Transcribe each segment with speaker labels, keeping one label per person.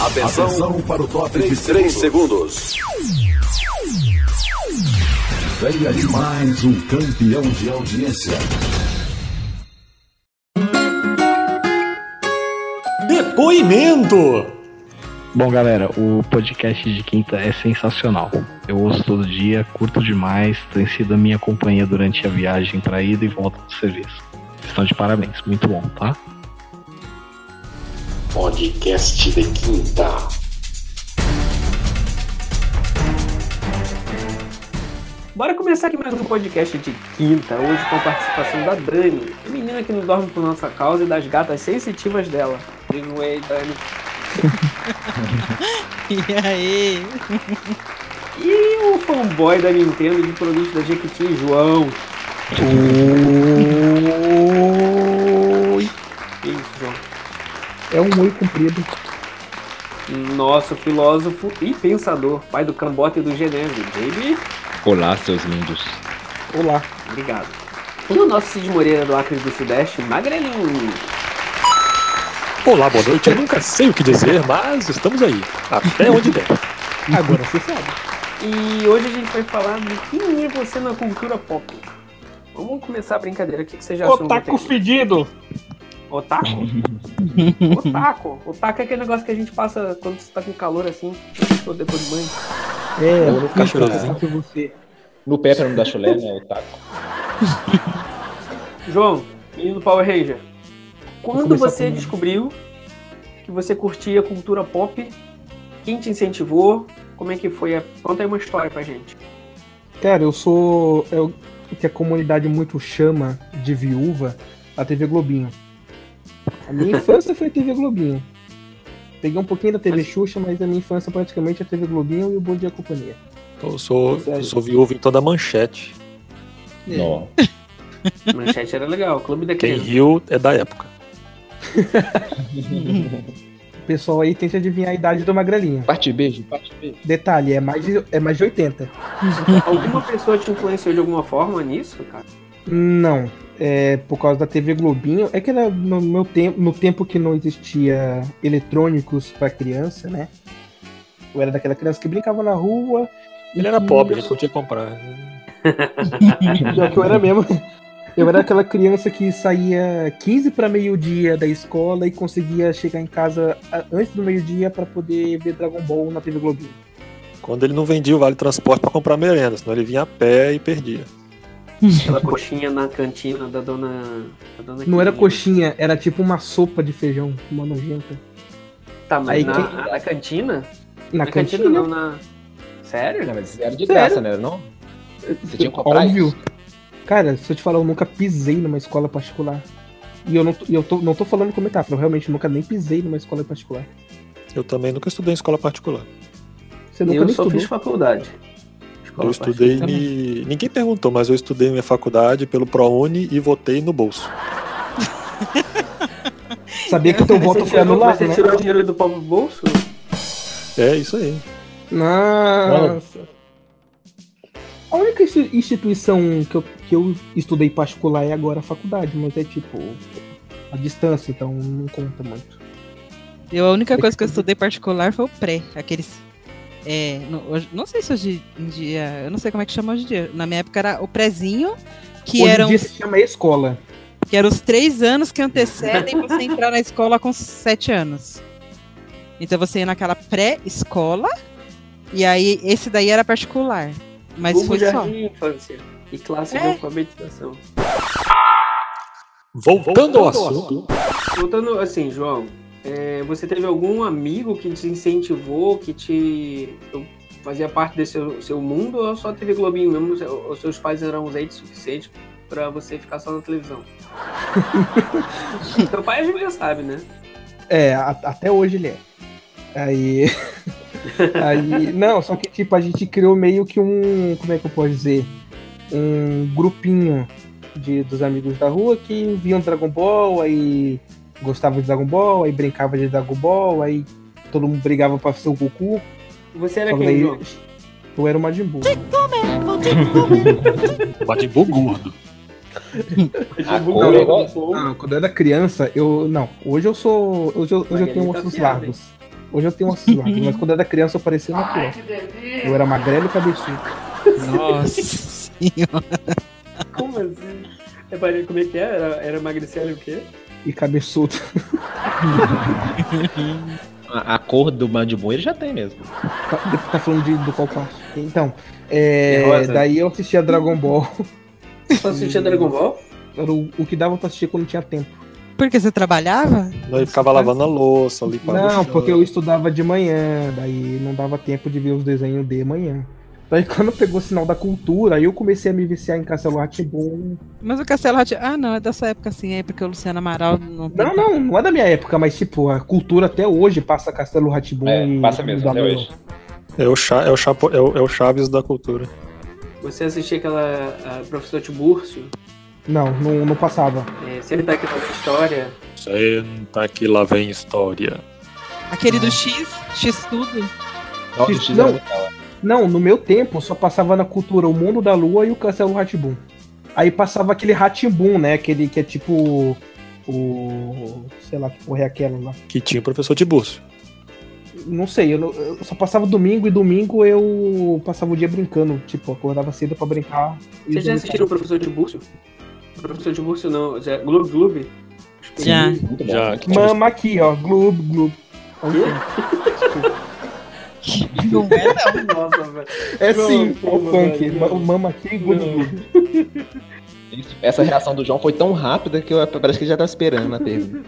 Speaker 1: Atenção, Atenção para o top de 3 segundos. Venha de mais um campeão de audiência.
Speaker 2: Depoimento!
Speaker 3: Bom, galera, o podcast de quinta é sensacional. Eu ouço todo dia, curto demais, tem sido a minha companhia durante a viagem para ida e volta do serviço. Estão de parabéns, muito bom, tá?
Speaker 4: Podcast de quinta.
Speaker 5: Bora começar aqui mais um podcast de quinta, hoje com a participação da Dani, a menina que não dorme por nossa causa e das gatas sensitivas dela. Digo, ei, Dani.
Speaker 6: E aí?
Speaker 5: E o fanboy da Nintendo de produto da Jequiti, João. Oi. Que isso, João?
Speaker 7: É um oi comprido.
Speaker 5: Nosso filósofo e pensador, pai do Cambota e do Geneve, Baby.
Speaker 8: Olá, seus lindos.
Speaker 7: Olá.
Speaker 5: Obrigado. E o nosso Cid Moreira do Acre do Sudeste, Magrelinho.
Speaker 2: Olá, boa noite. Eu nunca sei o que dizer, mas estamos aí. Até onde der.
Speaker 7: Agora você sabe.
Speaker 5: E hoje a gente vai falar de quem é você na cultura pop. Vamos começar a brincadeira. O que que você já achou do
Speaker 7: Otaku
Speaker 5: tema?
Speaker 7: fedido.
Speaker 5: Otaku? Otaku. Otaku é aquele negócio que a gente passa quando você tá com calor assim, ou depois do banho.
Speaker 7: É,
Speaker 8: Ou no cachorrozinho.
Speaker 7: que você.
Speaker 8: No pé pra não dar chulé, né, o taco.
Speaker 5: João, menino Power Ranger. Quando
Speaker 7: começar
Speaker 5: você
Speaker 7: comigo.
Speaker 5: descobriu que você curtia cultura pop, quem te incentivou? Como é que foi? a- Conta aí uma história pra gente.
Speaker 7: Cara, eu sou. É o que a comunidade muito chama de viúva a TV Globinho. A minha infância foi a TV Globinho. Peguei um pouquinho da TV Xuxa, mas a minha infância praticamente é a TV Globinho e o Bom Dia Companhia.
Speaker 2: Eu sou, eu sou viúvo então da manchete.
Speaker 8: Não.
Speaker 5: Manchete era legal, Clube da
Speaker 2: Quem
Speaker 5: Criança.
Speaker 2: riu é da época.
Speaker 7: O pessoal aí tenta adivinhar a idade do Magrelinho.
Speaker 8: Parte beijo, parte beijo.
Speaker 7: Detalhe, é mais de, é mais de 80.
Speaker 5: Alguma pessoa te influenciou de alguma forma nisso, cara?
Speaker 7: Não, é por causa da TV Globinho. É que era no meu tempo, no tempo que não existia eletrônicos pra criança, né? Eu era daquela criança que brincava na rua. e
Speaker 2: Ele era
Speaker 7: que-
Speaker 2: pobre, a gente podia comprar.
Speaker 7: Pior que eu era mesmo. Eu era aquela criança que saía 15 para meio-dia da escola e conseguia chegar em casa a- antes do meio-dia para poder ver Dragon Ball na TV Globinho.
Speaker 2: Quando ele não vendia o vale transporte pra comprar merenda, senão ele vinha a pé e perdia.
Speaker 5: Aquela coxinha na cantina da dona. Da dona
Speaker 7: Não
Speaker 5: Quirinha.
Speaker 7: era coxinha, era tipo uma sopa de feijão, uma nojenta.
Speaker 5: Tá, mas
Speaker 7: Aí
Speaker 5: na,
Speaker 7: quem-
Speaker 5: na cantina?
Speaker 7: Na,
Speaker 5: Na
Speaker 7: cantina,
Speaker 5: cantina não, na.
Speaker 8: Não,
Speaker 5: Sério?
Speaker 8: mas era de
Speaker 7: Sério?
Speaker 8: graça, né? Não? Você tinha que comprar
Speaker 7: Óbvio.
Speaker 8: isso?
Speaker 7: Cara, se eu te falar, eu nunca pisei numa escola particular. E eu não, tô- e eu tô, não tô falando com metáfora, eu realmente nunca nem pisei numa escola particular.
Speaker 2: Eu também nunca estudei em escola particular.
Speaker 7: Você nunca
Speaker 5: Eu
Speaker 7: nem
Speaker 5: só
Speaker 7: estudou.
Speaker 5: fiz faculdade.
Speaker 2: eu
Speaker 5: Escola
Speaker 2: estudei. ni- Ninguém perguntou, mas eu estudei minha faculdade pelo ProUni e votei no bolso.
Speaker 7: Sabia que o teu
Speaker 5: Mas
Speaker 7: voto
Speaker 5: você
Speaker 7: foi
Speaker 5: tirou- mas
Speaker 7: anulado,
Speaker 5: Você
Speaker 7: né?
Speaker 5: tirou dinheiro do próprio bolso?
Speaker 2: É isso aí.
Speaker 7: Nossa. A única insti- instituição que eu, que eu estudei particular é agora a faculdade, mas é tipo a distância, então não conta muito.
Speaker 6: Eu, a única coisa que eu estudei particular foi o pré, aqueles. é, no- hoje- não sei se hoje em dia. Eu não sei como é que chama hoje em dia. Na minha época era o prézinho, que
Speaker 7: Hoje em
Speaker 6: eram,
Speaker 7: dia se chama escola.
Speaker 6: que eram os três anos que antecedem você entrar na escola com sete anos. Então você ia naquela pré-escola, e aí esse daí era particular. Mas
Speaker 5: Mas
Speaker 6: foi só.
Speaker 5: jardim de infância e classe de
Speaker 6: É.
Speaker 5: alfabetização.
Speaker 2: Voltando ao assunto.
Speaker 5: Voltando assim, João, é, você teve algum amigo que te incentivou, que te fazia parte desse seu, seu mundo ou só teve Globinho mesmo? se- Ou seus pais eram useiros suficientes pra você ficar só na televisão? Seu pai a gente já sabe, né?
Speaker 7: É, a- até hoje ele é. Aí. aí. Não, só que tipo, a gente criou meio que um. Como é que eu posso dizer? Um grupinho de, dos amigos da rua que viam Dragon Ball, aí gostavam de Dragon Ball, aí brincava de Dragon Ball, aí todo mundo brigava pra ser o Goku.
Speaker 5: Você era
Speaker 7: Só que
Speaker 5: quem,
Speaker 7: daí
Speaker 5: João?
Speaker 7: eu era o Majin Buu.
Speaker 2: Majin Buu gordo.
Speaker 8: A cor é igual.
Speaker 7: Não, quando eu era criança, eu. Não, hoje eu sou. Hoje eu, hoje eu
Speaker 5: Magrinho
Speaker 7: tenho
Speaker 5: tá
Speaker 7: ossos
Speaker 5: afiado,
Speaker 7: largos. Hoje eu tenho uma cismada, mas quando eu era criança eu parecia uma criança. Eu era magrelo e cabeçudo.
Speaker 6: Nossa senhora.
Speaker 5: Como assim? É pra como é que é? Era, era emagrecer o quê?
Speaker 7: E cabeçudo.
Speaker 8: A, a cor do mandibueiro já tem mesmo.
Speaker 7: Tá, tá falando de, do qual parte? Então, é,
Speaker 5: É rosa.
Speaker 7: daí eu assistia Dragon Ball.
Speaker 5: Só assistia Dragon Ball?
Speaker 7: Era o, o que dava pra assistir quando tinha tempo.
Speaker 6: Porque você trabalhava?
Speaker 2: Ele ficava lavando a louça, limpando o
Speaker 7: Não,
Speaker 2: chão.
Speaker 7: porque eu estudava de manhã, daí não dava tempo de ver os desenhos de manhã. Daí quando pegou o sinal da cultura, aí eu comecei a me viciar em Castelo Hatboom.
Speaker 6: Mas o Castelo Rati... Ah, não, é dessa época assim, é porque o Luciano Amaral não tem.
Speaker 7: Não, não, não é da minha época, mas tipo, a cultura até hoje passa Castelo Hatboom.
Speaker 8: É, passa mesmo, até hoje.
Speaker 2: É o, Cha- é, o Chapo- é o- é o Chaves da cultura.
Speaker 5: Você assistia aquela a professor Tiburcio?
Speaker 7: Não, não, não passava.
Speaker 5: É, sempre tá aquela história.
Speaker 2: Senta que lá vem história.
Speaker 6: Aquele do X, X tudo.
Speaker 8: Não,
Speaker 7: X-
Speaker 8: do X era
Speaker 7: não.
Speaker 8: legal.
Speaker 7: Não, no meu tempo só passava na cultura o Mundo da Lua e o Castelo Hatboom. Aí passava aquele Hatboom, né? Aquele que é tipo. O. Sei lá que porra é aquela lá.
Speaker 2: Que tinha o professor de burso.
Speaker 7: Não sei, eu, não- eu só passava domingo e domingo eu passava o dia brincando. Tipo, acordava cedo pra brincar. e
Speaker 5: Vocês já
Speaker 7: dormia
Speaker 5: assistiram o professor Tiburcio? O professor Tiburcio não, já, é Gloob Gloob?
Speaker 6: Já.
Speaker 8: Muito bom.
Speaker 2: Já,
Speaker 7: tarde. Mama aqui, ó. Gloob, gloob.
Speaker 6: Não é, não.
Speaker 5: Nossa, velho.
Speaker 7: É
Speaker 5: Não,
Speaker 7: sim,
Speaker 5: porra,
Speaker 7: o funk.
Speaker 5: velho,
Speaker 7: ma-
Speaker 5: não.
Speaker 7: Mama aqui, gloob,
Speaker 5: Não.
Speaker 7: gloob.
Speaker 8: Isso. Essa reação do João foi tão rápida que eu, parece que ele já tava esperando a pergunta.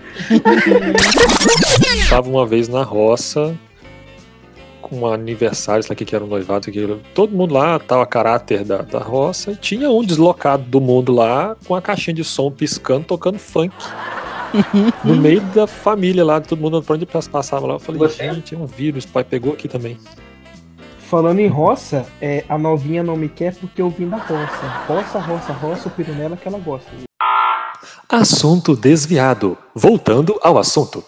Speaker 2: Tava uma vez na roça com um aniversário, sei lá o que que era um noivado, que todo mundo lá tava a caráter da, da roça e tinha um deslocado do mundo lá com a caixinha de som piscando, tocando funk. No meio da família lá, todo mundo andando pra onde passava lá. Eu falei,
Speaker 5: Você?
Speaker 2: gente, é um vírus, pai pegou aqui também.
Speaker 7: Falando em roça, é, a novinha não me quer porque eu vim da roça. Roça, roça, roça, o piru nela que ela gosta.
Speaker 2: Assunto desviado. Voltando ao assunto.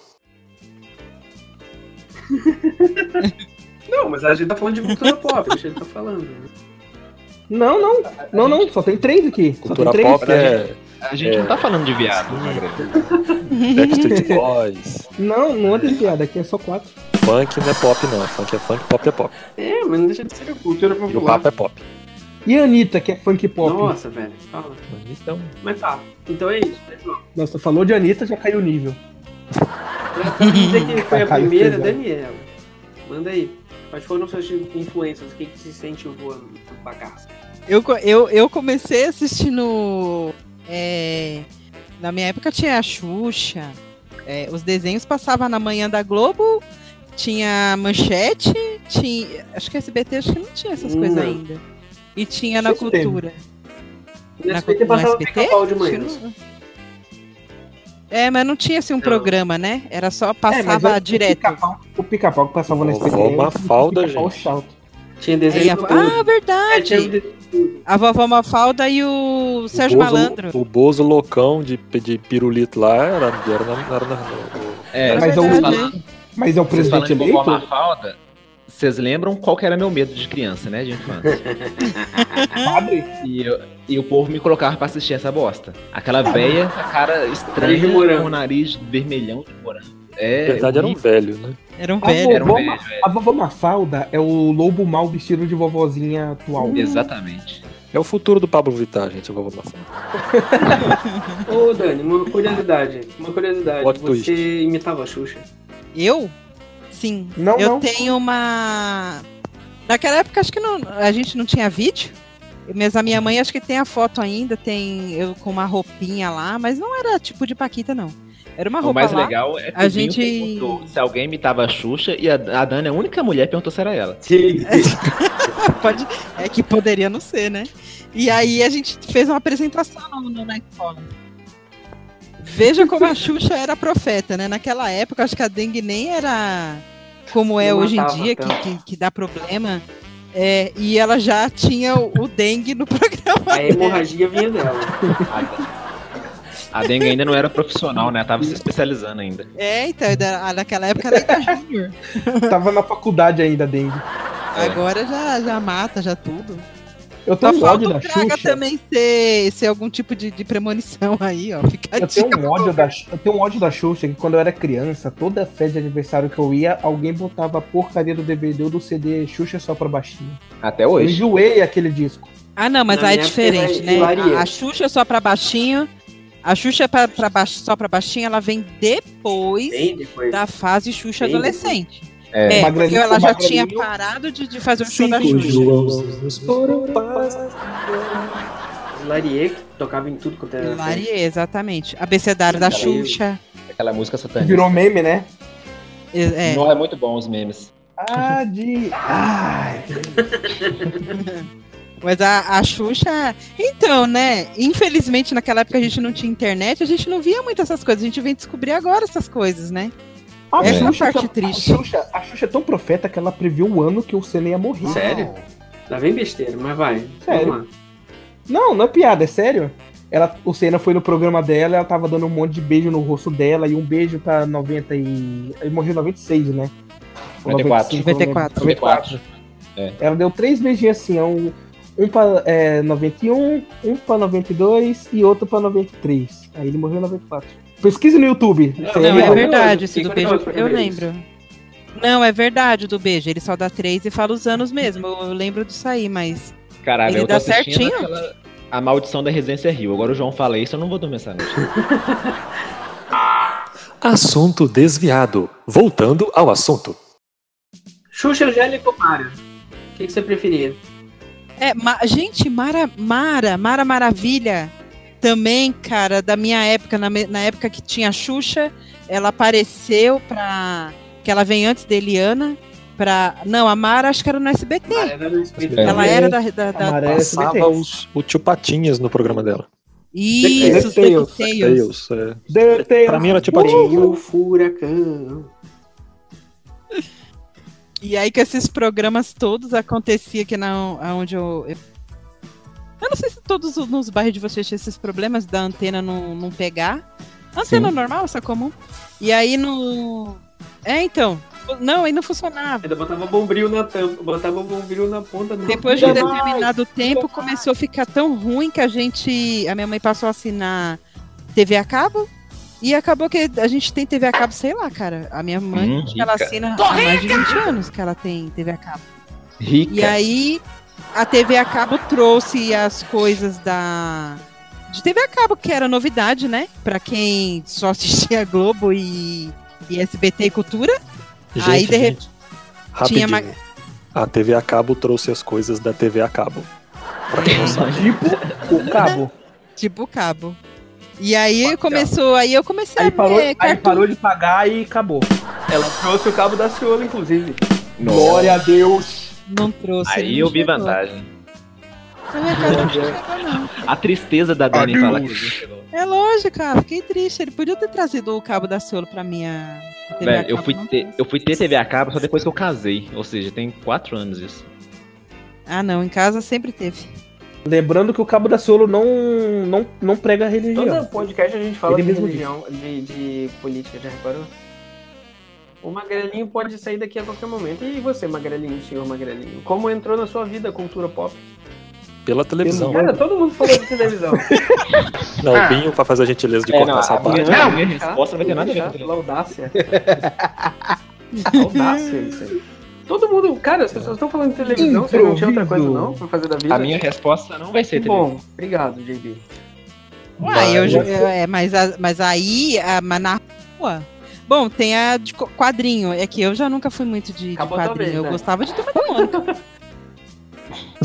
Speaker 5: Não, mas a gente tá falando de cultura pop, a gente tá falando.
Speaker 7: Não, não, não, não, só tem três aqui. Só tem
Speaker 2: Cultura
Speaker 7: três.
Speaker 2: pop é
Speaker 8: A gente não tá falando de viado, Magrelo.
Speaker 2: Backstreet Boys.
Speaker 7: Não, não é desviado, aqui é só quatro.
Speaker 2: funk não é pop, não. Funk é funk, pop é pop.
Speaker 5: É, mas não deixa de ser cultura
Speaker 2: E o
Speaker 5: popular.
Speaker 2: papo é pop.
Speaker 7: E a Anitta, que é funk pop. Nossa,
Speaker 5: Nossa, velho. Fala.
Speaker 2: Então,
Speaker 5: Mas tá. Então é isso, né, João?
Speaker 7: falou de Anitta, já caiu o nível.
Speaker 5: Pra pra dizer que foi a
Speaker 7: Caralho,
Speaker 5: primeira,
Speaker 7: pesado.
Speaker 5: Daniela. Manda aí. Quais foram suas influências? O que, que te incentivou no bagaço?
Speaker 6: Eu, co- eu, eu comecei assistindo. é, na minha época tinha a Xuxa. é, os desenhos passavam na manhã da Globo, tinha manchete, tinha. Acho que SBT acho que não tinha essas coisas
Speaker 5: Não.
Speaker 6: ainda. E tinha na
Speaker 7: Acho que teve.
Speaker 6: cultura.
Speaker 5: No
Speaker 6: Na
Speaker 5: SBT
Speaker 6: Cultura
Speaker 5: passava
Speaker 6: SBT?
Speaker 5: pica-pau de manhã.
Speaker 6: Acho que não- É, mas não tinha assim um
Speaker 5: Não.
Speaker 6: programa, né? Era só
Speaker 7: É, mas
Speaker 6: passava
Speaker 7: o-
Speaker 6: direto.
Speaker 7: O pica-pau o pica-pau que passava na
Speaker 2: Vovó
Speaker 7: SPT. era o
Speaker 2: Mafalda,
Speaker 7: pica-pau
Speaker 2: gente.
Speaker 7: chato.
Speaker 5: Tinha
Speaker 6: Aí
Speaker 5: desenho
Speaker 6: a-
Speaker 5: do
Speaker 6: Ah,
Speaker 5: É,
Speaker 6: verdade!
Speaker 5: tinha desenho de tudo.
Speaker 6: A vovó Mafalda e o Sérgio
Speaker 2: Bozo-
Speaker 6: Malandro.
Speaker 2: O Bozo loucão de, de pirulito lá era, era, na, era na- no-
Speaker 8: É,
Speaker 7: Mas
Speaker 5: um
Speaker 8: vocês
Speaker 7: eu-
Speaker 8: falam-
Speaker 6: né?
Speaker 7: Mas é o
Speaker 8: vocês
Speaker 7: presidente
Speaker 8: falando de vovó
Speaker 7: eleito?
Speaker 8: Mafalda, vocês lembram qual que era meu medo de criança, né, de infância?
Speaker 7: Padre?
Speaker 8: E, eu- e o povo me colocava pra assistir essa bosta. Aquela véia com a cara
Speaker 5: Nariz de
Speaker 8: estranha,
Speaker 5: morango.
Speaker 8: com o nariz vermelhão de morango.
Speaker 2: na
Speaker 8: É,
Speaker 2: verdade era um
Speaker 8: horrível.
Speaker 2: velho, né?
Speaker 6: Era um
Speaker 7: A
Speaker 6: velho.
Speaker 8: Era um
Speaker 7: vovó,
Speaker 8: velho,
Speaker 7: Ma- a vovó Mafalda é o lobo mau vestido de vovozinha atual.
Speaker 8: né? Hum. Exatamente.
Speaker 2: É o futuro do Pablo Vittar, gente. Eu vou botar.
Speaker 5: Ô, Dani, uma curiosidade. Uma curiosidade.
Speaker 2: Plot
Speaker 5: Você
Speaker 2: twist.
Speaker 5: imitava a Xuxa.
Speaker 6: Eu? Sim.
Speaker 7: Não,
Speaker 6: eu
Speaker 7: não.
Speaker 6: tenho uma. Naquela época acho que não, a gente não tinha vídeo. Mas a minha mãe acho que tem a foto ainda, tem eu com uma roupinha lá, mas não era tipo de Paquita, não. Era uma
Speaker 8: O
Speaker 6: roupa
Speaker 8: mais
Speaker 6: lá.
Speaker 8: legal é que
Speaker 6: A
Speaker 8: o Vinho
Speaker 6: gente-
Speaker 8: perguntou se alguém imitava a Xuxa e a, a Dani, é a única mulher, perguntou se era ela.
Speaker 5: Sim.
Speaker 6: Pode- é que poderia não ser, né? E aí a gente fez uma apresentação no- no- na escola. Veja como a Xuxa era profeta, né? Naquela época, acho que a dengue nem era como é
Speaker 5: Não
Speaker 6: hoje em
Speaker 5: matava
Speaker 6: dia, que,
Speaker 5: tanto.
Speaker 6: que- que dá problema. É, e ela já tinha o, o dengue no programa.
Speaker 5: A hemorragia vinha dela.
Speaker 8: A Dengue ainda não era profissional, né? Tava se especializando ainda.
Speaker 6: É, então, da- naquela época ela era júnior.
Speaker 5: É.
Speaker 7: Tava na faculdade ainda, Dengue.
Speaker 6: Agora já, já mata, já tudo.
Speaker 7: Eu
Speaker 6: Só
Speaker 7: tenho um
Speaker 6: falta
Speaker 7: ódio da
Speaker 6: o Braga
Speaker 7: Xuxa.
Speaker 6: também ser, ser algum tipo de, de premonição aí, ó. Fica a
Speaker 7: Eu
Speaker 6: dica
Speaker 7: tenho, um
Speaker 6: pra
Speaker 7: ódio da, eu tenho um ódio da Xuxa que quando eu era criança, toda festa de aniversário que eu ia, alguém botava a porcaria do DVD ou do CD Xuxa só pra baixinho.
Speaker 8: Até
Speaker 7: Eu
Speaker 8: hoje.
Speaker 7: enjoei aquele disco.
Speaker 6: Ah, não, mas
Speaker 5: Na
Speaker 6: aí é
Speaker 5: minha época
Speaker 6: diferente,
Speaker 5: era
Speaker 6: né?
Speaker 5: hilaria.
Speaker 6: A, a Xuxa só pra baixinho. A Xuxa é pra, pra baixo, só pra baixinho, ela vem depois
Speaker 5: Bem depois.
Speaker 6: da fase Xuxa
Speaker 5: Bem
Speaker 6: adolescente.
Speaker 8: É.
Speaker 6: É,
Speaker 7: Magrelinho-
Speaker 6: porque ela já
Speaker 7: Magrelinho-
Speaker 6: tinha parado de, de fazer o show da Xuxa.
Speaker 2: Joãozinhos foram para-
Speaker 5: Larier, que tocava em tudo quanto era.
Speaker 6: Hilaria, exatamente. Abecedário da
Speaker 8: Hilaria.
Speaker 6: Xuxa.
Speaker 8: Aquela música satânica.
Speaker 7: Virou meme, né?
Speaker 6: É, é.
Speaker 8: Nossa, é muito bom os memes.
Speaker 7: Ah, de. Ai.
Speaker 6: Mas a, a Xuxa. Então, né? Infelizmente, naquela época a gente não tinha internet, a gente não via muito essas coisas. A gente vem descobrir agora essas coisas, né?
Speaker 7: A
Speaker 6: Essa é a
Speaker 7: Xuxa-
Speaker 6: parte triste.
Speaker 7: A Xuxa, a Xuxa é tão profeta que ela previu o ano que o Senna ia morrer.
Speaker 5: Sério? Lá vem besteira, mas vai.
Speaker 7: Sério.
Speaker 5: Vamos lá.
Speaker 7: Não, não é piada, é sério. Ela, o Senna foi no programa dela, ela tava dando um monte de beijo no rosto dela e um beijo pra 90 e. Ele morreu em 96, né? Ou
Speaker 8: 94.
Speaker 6: 94.
Speaker 7: 94. Ela deu três beijinhos assim, ó, um, um pra é, 91, um pra 92 e outro pra 93. Aí ele morreu em 94. Pesquisa no YouTube. Isso aí
Speaker 6: Não,
Speaker 7: é
Speaker 6: é
Speaker 5: Eu- eu
Speaker 6: verdade esse do
Speaker 5: fiquei
Speaker 6: beijo.
Speaker 5: curioso pra
Speaker 6: Eu
Speaker 5: saber
Speaker 6: lembro. Não, é verdade do beijo. Ele só dá três e fala os anos mesmo. Eu lembro disso aí, mas.
Speaker 8: Caralho,
Speaker 6: Ele
Speaker 8: eu tô
Speaker 6: dá
Speaker 8: assistindo
Speaker 6: certinho?
Speaker 8: aquela- A maldição da Residência Rio. Agora o João fala isso, eu não vou dormir essa noite.
Speaker 2: Assunto desviado. Voltando ao assunto.
Speaker 5: Xuxa, Angélica ou Mara? O que, que você preferia?
Speaker 6: É, ma- gente, Mara, Mara, Mara Maravilha. Também, cara, da minha época, na, me- na época que tinha a Xuxa, ela apareceu pra. Que ela vem antes da Eliana. Pra, não, a Mara acho que era no SBT.
Speaker 5: Mara era um no SBT.
Speaker 8: É.
Speaker 6: Ela era da. da, da-
Speaker 7: Mara- É,
Speaker 2: Passava
Speaker 7: SBT.
Speaker 2: os, o tio Patinhas no programa dela.
Speaker 6: Isso, os
Speaker 7: DuckTales.
Speaker 6: DuckTales.
Speaker 2: Deus, é.
Speaker 7: DuckTales.
Speaker 2: Pra mim era tipo
Speaker 7: Uh!
Speaker 2: assim.
Speaker 5: Veio o furacão.
Speaker 6: E aí que esses programas todos acontecia que não, aonde eu, eu eu não sei se todos os- nos bairros de vocês tinham esses problemas da antena não, não pegar. Antena normal, essa é comum. E aí no É, então. Não, aí não funcionava.
Speaker 5: Ainda botava bombril na tampa, botava bombril na ponta. não.
Speaker 6: Depois de um
Speaker 5: Jamais.
Speaker 6: determinado tempo começou a ficar tão ruim que a gente, a minha mãe passou a assinar TV a cabo e acabou que a gente tem TV a cabo, sei lá, cara. A minha mãe,
Speaker 8: Hum,
Speaker 6: acho que ela
Speaker 8: rica.
Speaker 6: assina há mais de 20 anos que ela tem TV a cabo.
Speaker 8: Rica.
Speaker 6: E aí a TV a cabo trouxe as coisas da de TV a cabo que era novidade, né? Pra quem só assistia Globo e, e SBT e Cultura.
Speaker 2: Gente,
Speaker 6: Aí, de
Speaker 2: gente,
Speaker 6: tinha
Speaker 2: rapidinho.
Speaker 6: ma-
Speaker 2: A TV a cabo trouxe as coisas da TV a cabo. Pra quem não sabe.
Speaker 7: Tipo o cabo.
Speaker 6: Tipo cabo. E aí começou, aí eu comecei
Speaker 7: Aí
Speaker 6: a
Speaker 7: parou,
Speaker 6: ver
Speaker 7: aí
Speaker 6: cartoon.
Speaker 7: parou de pagar e acabou.
Speaker 5: Ela trouxe o cabo da Ciola, inclusive.
Speaker 8: Nossa.
Speaker 7: Glória a Deus.
Speaker 6: Não trouxe.
Speaker 8: Aí
Speaker 6: não
Speaker 8: eu vi
Speaker 6: chegou.
Speaker 8: vantagem.
Speaker 6: Na minha casa não é chegou, não.
Speaker 8: A tristeza da Dani falar que ele chegou.
Speaker 6: É lógico, cara. Fiquei triste. Ele podia ter trazido o cabo da Ciolo pra minha. TV a
Speaker 8: Velho, eu
Speaker 6: cabo,
Speaker 8: fui,
Speaker 6: não
Speaker 8: ter,
Speaker 6: trouxe.
Speaker 8: eu fui ter TV a cabo só depois que eu casei. Ou seja, tem quatro anos isso.
Speaker 6: Ah, não. Em casa sempre teve.
Speaker 7: Lembrando que o cabo da Solo não, não, não prega religião.
Speaker 5: Todo podcast a gente fala
Speaker 7: Ele
Speaker 5: de
Speaker 7: mesmo
Speaker 5: religião, de, de política, já reparou? O Magrelinho pode sair daqui a qualquer momento. E você, Magrelinho, senhor Magrelinho? Como entrou na sua vida a cultura pop?
Speaker 2: Pela televisão.
Speaker 5: Cara, todo mundo falou de televisão.
Speaker 2: Não, o Binho vai fazer um- a gentileza de
Speaker 8: É,
Speaker 2: cortar
Speaker 8: não,
Speaker 2: essa
Speaker 8: a minha,
Speaker 2: parte.
Speaker 8: a minha resposta não vai ter nada a ver com a
Speaker 5: ver.
Speaker 8: televisão.
Speaker 5: Laudácia. Laudácia, isso aí. Todo mundo, cara, as pessoas estão falando de televisão, você não tinha outra coisa não pra fazer da vida?
Speaker 8: A minha resposta não vai ser
Speaker 5: Que
Speaker 8: televisão.
Speaker 5: bom, obrigado, JB.
Speaker 6: Uai, eu,
Speaker 7: Mas-
Speaker 6: já- eu- é, mas, a- mas aí, a, mas na rua. Bom, tem a de co- quadrinho. É que eu já nunca fui muito de, de
Speaker 5: Acabou
Speaker 6: quadrinho.
Speaker 5: também,
Speaker 6: eu
Speaker 5: né?
Speaker 6: gostava de Turma da Mônica.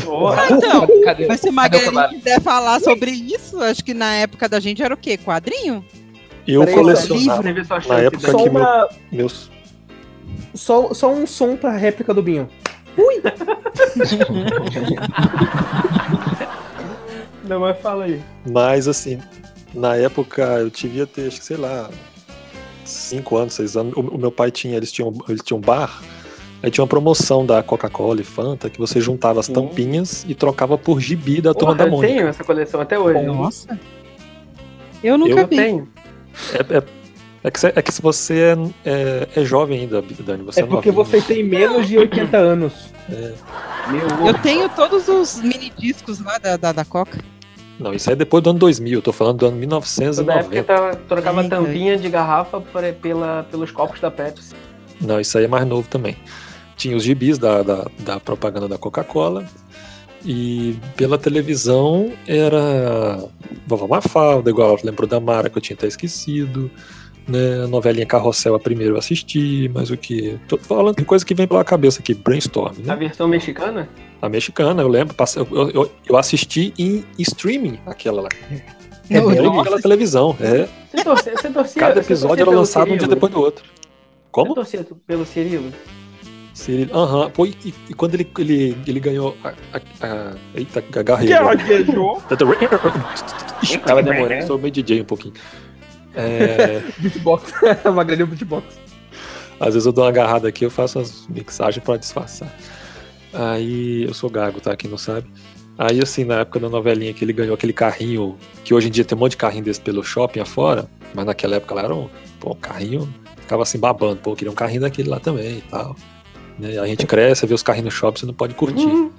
Speaker 5: Porra,
Speaker 6: Ah, então,
Speaker 8: Cadê?
Speaker 6: mas
Speaker 8: Cadê
Speaker 6: se o
Speaker 8: o
Speaker 6: Magrelinho
Speaker 8: trabalho?
Speaker 6: quiser falar sobre isso, acho que na época da gente era o quê? Quadrinho?
Speaker 2: Eu
Speaker 7: Peraí,
Speaker 2: colecionava.
Speaker 5: teve sua chance.
Speaker 2: Na época
Speaker 7: Só,
Speaker 2: que
Speaker 5: Dani.
Speaker 7: uma,
Speaker 2: Meus...
Speaker 7: só, só um som pra réplica do Binho.
Speaker 5: Não, mas fala aí.
Speaker 2: Mas assim, na época eu devia ter, acho que sei lá, cinco anos, seis anos. O, o meu pai tinha, eles tinham, eles tinham um bar. Aí tinha uma promoção da Coca-Cola e Fanta que você juntava as tampinhas e trocava por gibi da Turma
Speaker 5: Uhum. Porra,
Speaker 2: da
Speaker 5: eu
Speaker 2: Mônica.
Speaker 5: tenho essa coleção até hoje.
Speaker 6: Nossa. Eu nunca
Speaker 5: eu
Speaker 6: vi.
Speaker 5: tenho.
Speaker 2: É, é- é que, você- é que se você é, é- é jovem ainda, Dani, você
Speaker 7: É porque
Speaker 2: novinho.
Speaker 7: você tem menos de 80 anos.
Speaker 8: Meu
Speaker 6: Eu tenho todos os mini discos lá da, da, da Coca.
Speaker 2: Não, isso aí é depois do ano 2000, eu tô falando do ano
Speaker 5: Toda época
Speaker 2: 1990.
Speaker 5: tava- trocava
Speaker 6: Eita.
Speaker 5: tampinha de garrafa por- pela, pelos copos da Pepsi.
Speaker 2: Não, isso aí é mais novo também. Tinha os gibis da, da, da propaganda da Coca-Cola. E pela televisão era Vovó Mafalda, igual eu lembro da Mara, que eu tinha até esquecido. Né? A novelinha Carrossel a primeira eu assisti, mas o que? Tô falando de coisa que vem pela cabeça aqui, brainstorm,
Speaker 5: A
Speaker 2: né?
Speaker 5: versão mexicana?
Speaker 2: A mexicana, eu lembro, passa- eu, eu, eu assisti em streaming aquela lá.
Speaker 6: É
Speaker 2: Eu lembro pela televisão, é.
Speaker 5: Você torcia, você torcia
Speaker 2: Cada
Speaker 5: você torcia
Speaker 2: episódio era
Speaker 5: pelo
Speaker 2: lançado um dia
Speaker 5: Cirilo?
Speaker 2: depois do outro. Como?
Speaker 5: Você torcia tu- pelo Cirilo?
Speaker 2: Cirilo. Aham. Pô, e, e quando ele, ele, ele ganhou a, a, a. Eita, agarrei. agora.
Speaker 7: gaguejou?
Speaker 2: Ixi, tava demorando. Sou meio DJ um pouquinho. É,
Speaker 7: Beatbox. Magrinho beatbox.
Speaker 2: às vezes eu dou uma agarrada aqui, eu faço as mixagens pra disfarçar. Aí eu sou gago, tá? Quem não sabe. Aí, assim, na época da novelinha que ele ganhou aquele carrinho, que hoje em dia tem um monte de carrinho desse pelo shopping afora, mas naquela época lá era um, pô, um carrinho, ficava assim babando, pô, eu queria um carrinho daquele lá também e tal. Né? A gente cresce, vê os carrinhos no shopping, você não pode curtir.
Speaker 5: Hum,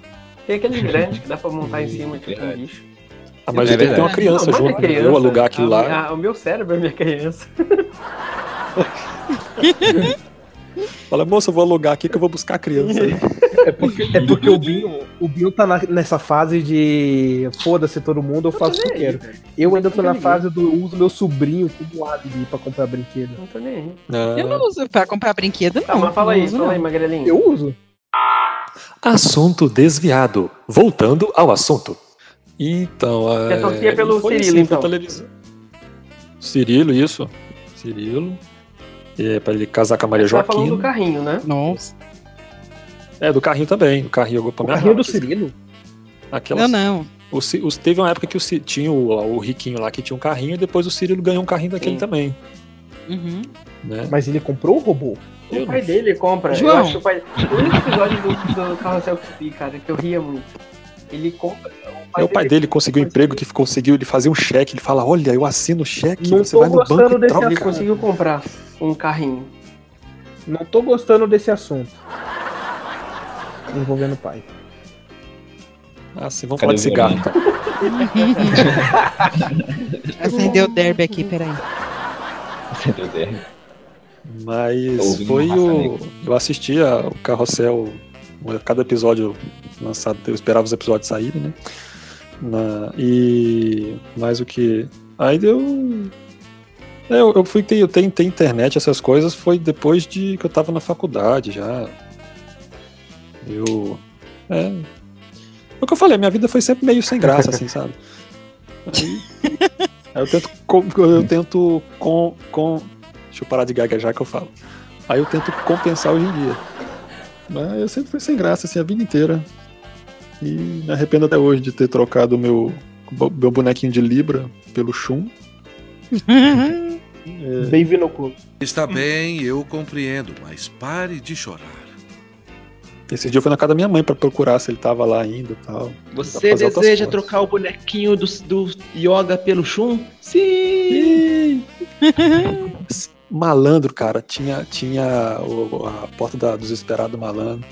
Speaker 5: tem aqueles grandes que dá pra montar em cima, tipo um
Speaker 8: Verdade.
Speaker 5: bicho.
Speaker 2: Ah, mas
Speaker 8: É
Speaker 2: tem que ter uma
Speaker 8: verdade.
Speaker 2: criança
Speaker 5: Não, manda
Speaker 2: junto, né? eu alugar aquilo
Speaker 5: a
Speaker 2: lá.
Speaker 5: minha- o meu cérebro é minha criança. né?
Speaker 2: Fala, moça, eu vou alugar aqui que eu vou buscar a criança.
Speaker 7: É porque, é porque o Binho, o Binho tá na- nessa fase de foda-se todo mundo, eu faço o que eu quero. Eu ainda tô na fase do uso meu sobrinho como álibi pra comprar brinquedo.
Speaker 5: Não tô nem aí.
Speaker 2: Ah,
Speaker 6: Eu não uso pra comprar brinquedo, não.
Speaker 5: Tá, mas fala
Speaker 6: Não
Speaker 5: aí,
Speaker 6: uso,
Speaker 5: fala
Speaker 6: não.
Speaker 5: aí, Magrelinho.
Speaker 7: Eu uso.
Speaker 2: Assunto desviado. Voltando ao assunto. Então,
Speaker 5: Você
Speaker 2: é,
Speaker 5: torcia pelo
Speaker 2: foi
Speaker 5: Cirilo,
Speaker 2: foi
Speaker 5: então.
Speaker 2: televisão. Cirilo, isso. Cirilo. É, pra ele casar com a Maria
Speaker 5: Você tá falando do
Speaker 2: Joaquina.
Speaker 5: carrinho, né?
Speaker 6: Nossa.
Speaker 2: É, do carrinho também. O carrinho jogou pra minha
Speaker 7: Carrinho do
Speaker 2: rata, assim.
Speaker 7: Cirilo?
Speaker 2: Aquelas-
Speaker 6: Não, não.
Speaker 2: o Ci- os- teve uma época que o, Ci- tinha o, o Riquinho lá que tinha um carrinho e depois o Cirilo ganhou um carrinho daquele
Speaker 5: Sim.
Speaker 2: também.
Speaker 6: Uhum.
Speaker 2: Né?
Speaker 7: Mas ele comprou o robô?
Speaker 2: Eu
Speaker 5: O
Speaker 2: não
Speaker 5: pai dele compra.
Speaker 6: João.
Speaker 5: Eu acho que o pai. O único episódio do, do Carrossel que eu vi, cara, que eu ria muito. Ele compra.
Speaker 2: É o pai dele conseguiu um emprego que conseguiu, ele fazia um cheque, ele fala, olha, eu assino o cheque,
Speaker 7: Não
Speaker 2: você
Speaker 7: tô
Speaker 2: vai no banco
Speaker 7: gostando
Speaker 2: e
Speaker 7: desse
Speaker 2: troca.
Speaker 5: Ele
Speaker 7: cara.
Speaker 5: conseguiu comprar um carrinho.
Speaker 7: Não tô gostando desse assunto. Envolvendo o pai.
Speaker 2: Ah, sim, vamos falar
Speaker 8: Cadê
Speaker 2: de
Speaker 8: o
Speaker 2: cigarro.
Speaker 8: violino?
Speaker 2: então.
Speaker 6: Acendeu o derby aqui, peraí.
Speaker 8: Meu Deus.
Speaker 2: Mas
Speaker 8: Ouvindo
Speaker 2: foi
Speaker 8: Raça
Speaker 2: o.
Speaker 8: Negra.
Speaker 2: Eu assistia o Carrossel, cada episódio lançado, eu esperava os episódios saírem, né? Na- e mais o que. Aí deu. É, Eu, eu fui ter, eu ter, ter internet, essas coisas, foi depois de que eu tava na faculdade já. Eu. É. É o que eu falei, minha vida foi sempre meio sem graça, assim, sabe? Aí, aí eu tento. com- Eu tento com, com, Deixa eu parar de gaguejar que eu falo. Aí eu tento compensar hoje em dia. Mas eu sempre fui sem graça, assim, a vida inteira. E me arrependo até hoje de ter trocado o meu, bo- meu bonequinho de Libra pelo Shun. É,
Speaker 7: Bem-vindo ao clube.
Speaker 9: Está bem, eu compreendo, mas pare de chorar.
Speaker 2: esse dia eu fui na casa da minha mãe pra procurar se ele tava lá ainda e tal.
Speaker 8: Você
Speaker 2: Fazer outras
Speaker 8: deseja
Speaker 2: coisas.
Speaker 8: trocar o bonequinho do, do Yoga pelo Shun? Sim!
Speaker 2: Ih! malandro, cara. Tinha, tinha o- a porta da, dos esperados malandro.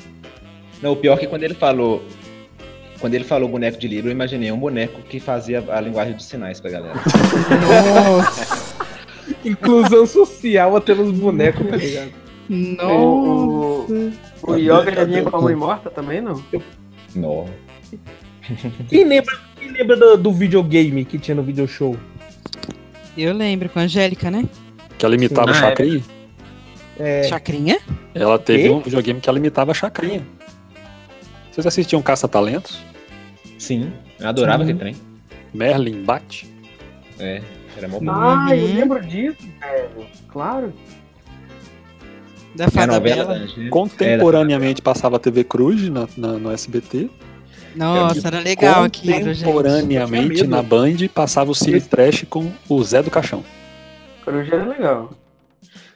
Speaker 8: Não, o pior é que quando ele falou. Quando ele falou boneco de livro, eu imaginei um boneco que fazia a linguagem dos sinais pra galera.
Speaker 7: Inclusão social até nos bonecos, tá ligado?
Speaker 6: Nossa.
Speaker 5: O, o, o um, Yoga já vinha com a mãe morta também, não?
Speaker 8: Não.
Speaker 7: Quem lembra, quem lembra do, do videogame que tinha no video show?
Speaker 6: Eu lembro com a Angélica, né?
Speaker 2: Que ela imitava
Speaker 8: Sim.
Speaker 2: a Chacrinha.
Speaker 7: É,
Speaker 6: Chacrinha?
Speaker 2: Ela teve
Speaker 7: Quê?
Speaker 2: um videogame que ela imitava a Chacrinha. Vocês assistiam Caça Talentos?
Speaker 8: Sim, eu adorava aquele trem.
Speaker 2: Merlin bate?
Speaker 8: É, era mó bom.
Speaker 5: Ah, eu
Speaker 6: Uhum.
Speaker 5: lembro disso, velho. Claro.
Speaker 6: Da
Speaker 8: É a
Speaker 6: Fada
Speaker 8: novela da
Speaker 6: Bela.
Speaker 8: Angélica.
Speaker 2: Contemporaneamente passava a TV Cruz na, na- no SBT.
Speaker 7: É
Speaker 6: Nossa, era legal aquilo, gente.
Speaker 2: Contemporaneamente na Band passava o Cine Trash com o Zé do Caixão.
Speaker 5: Coruja era legal.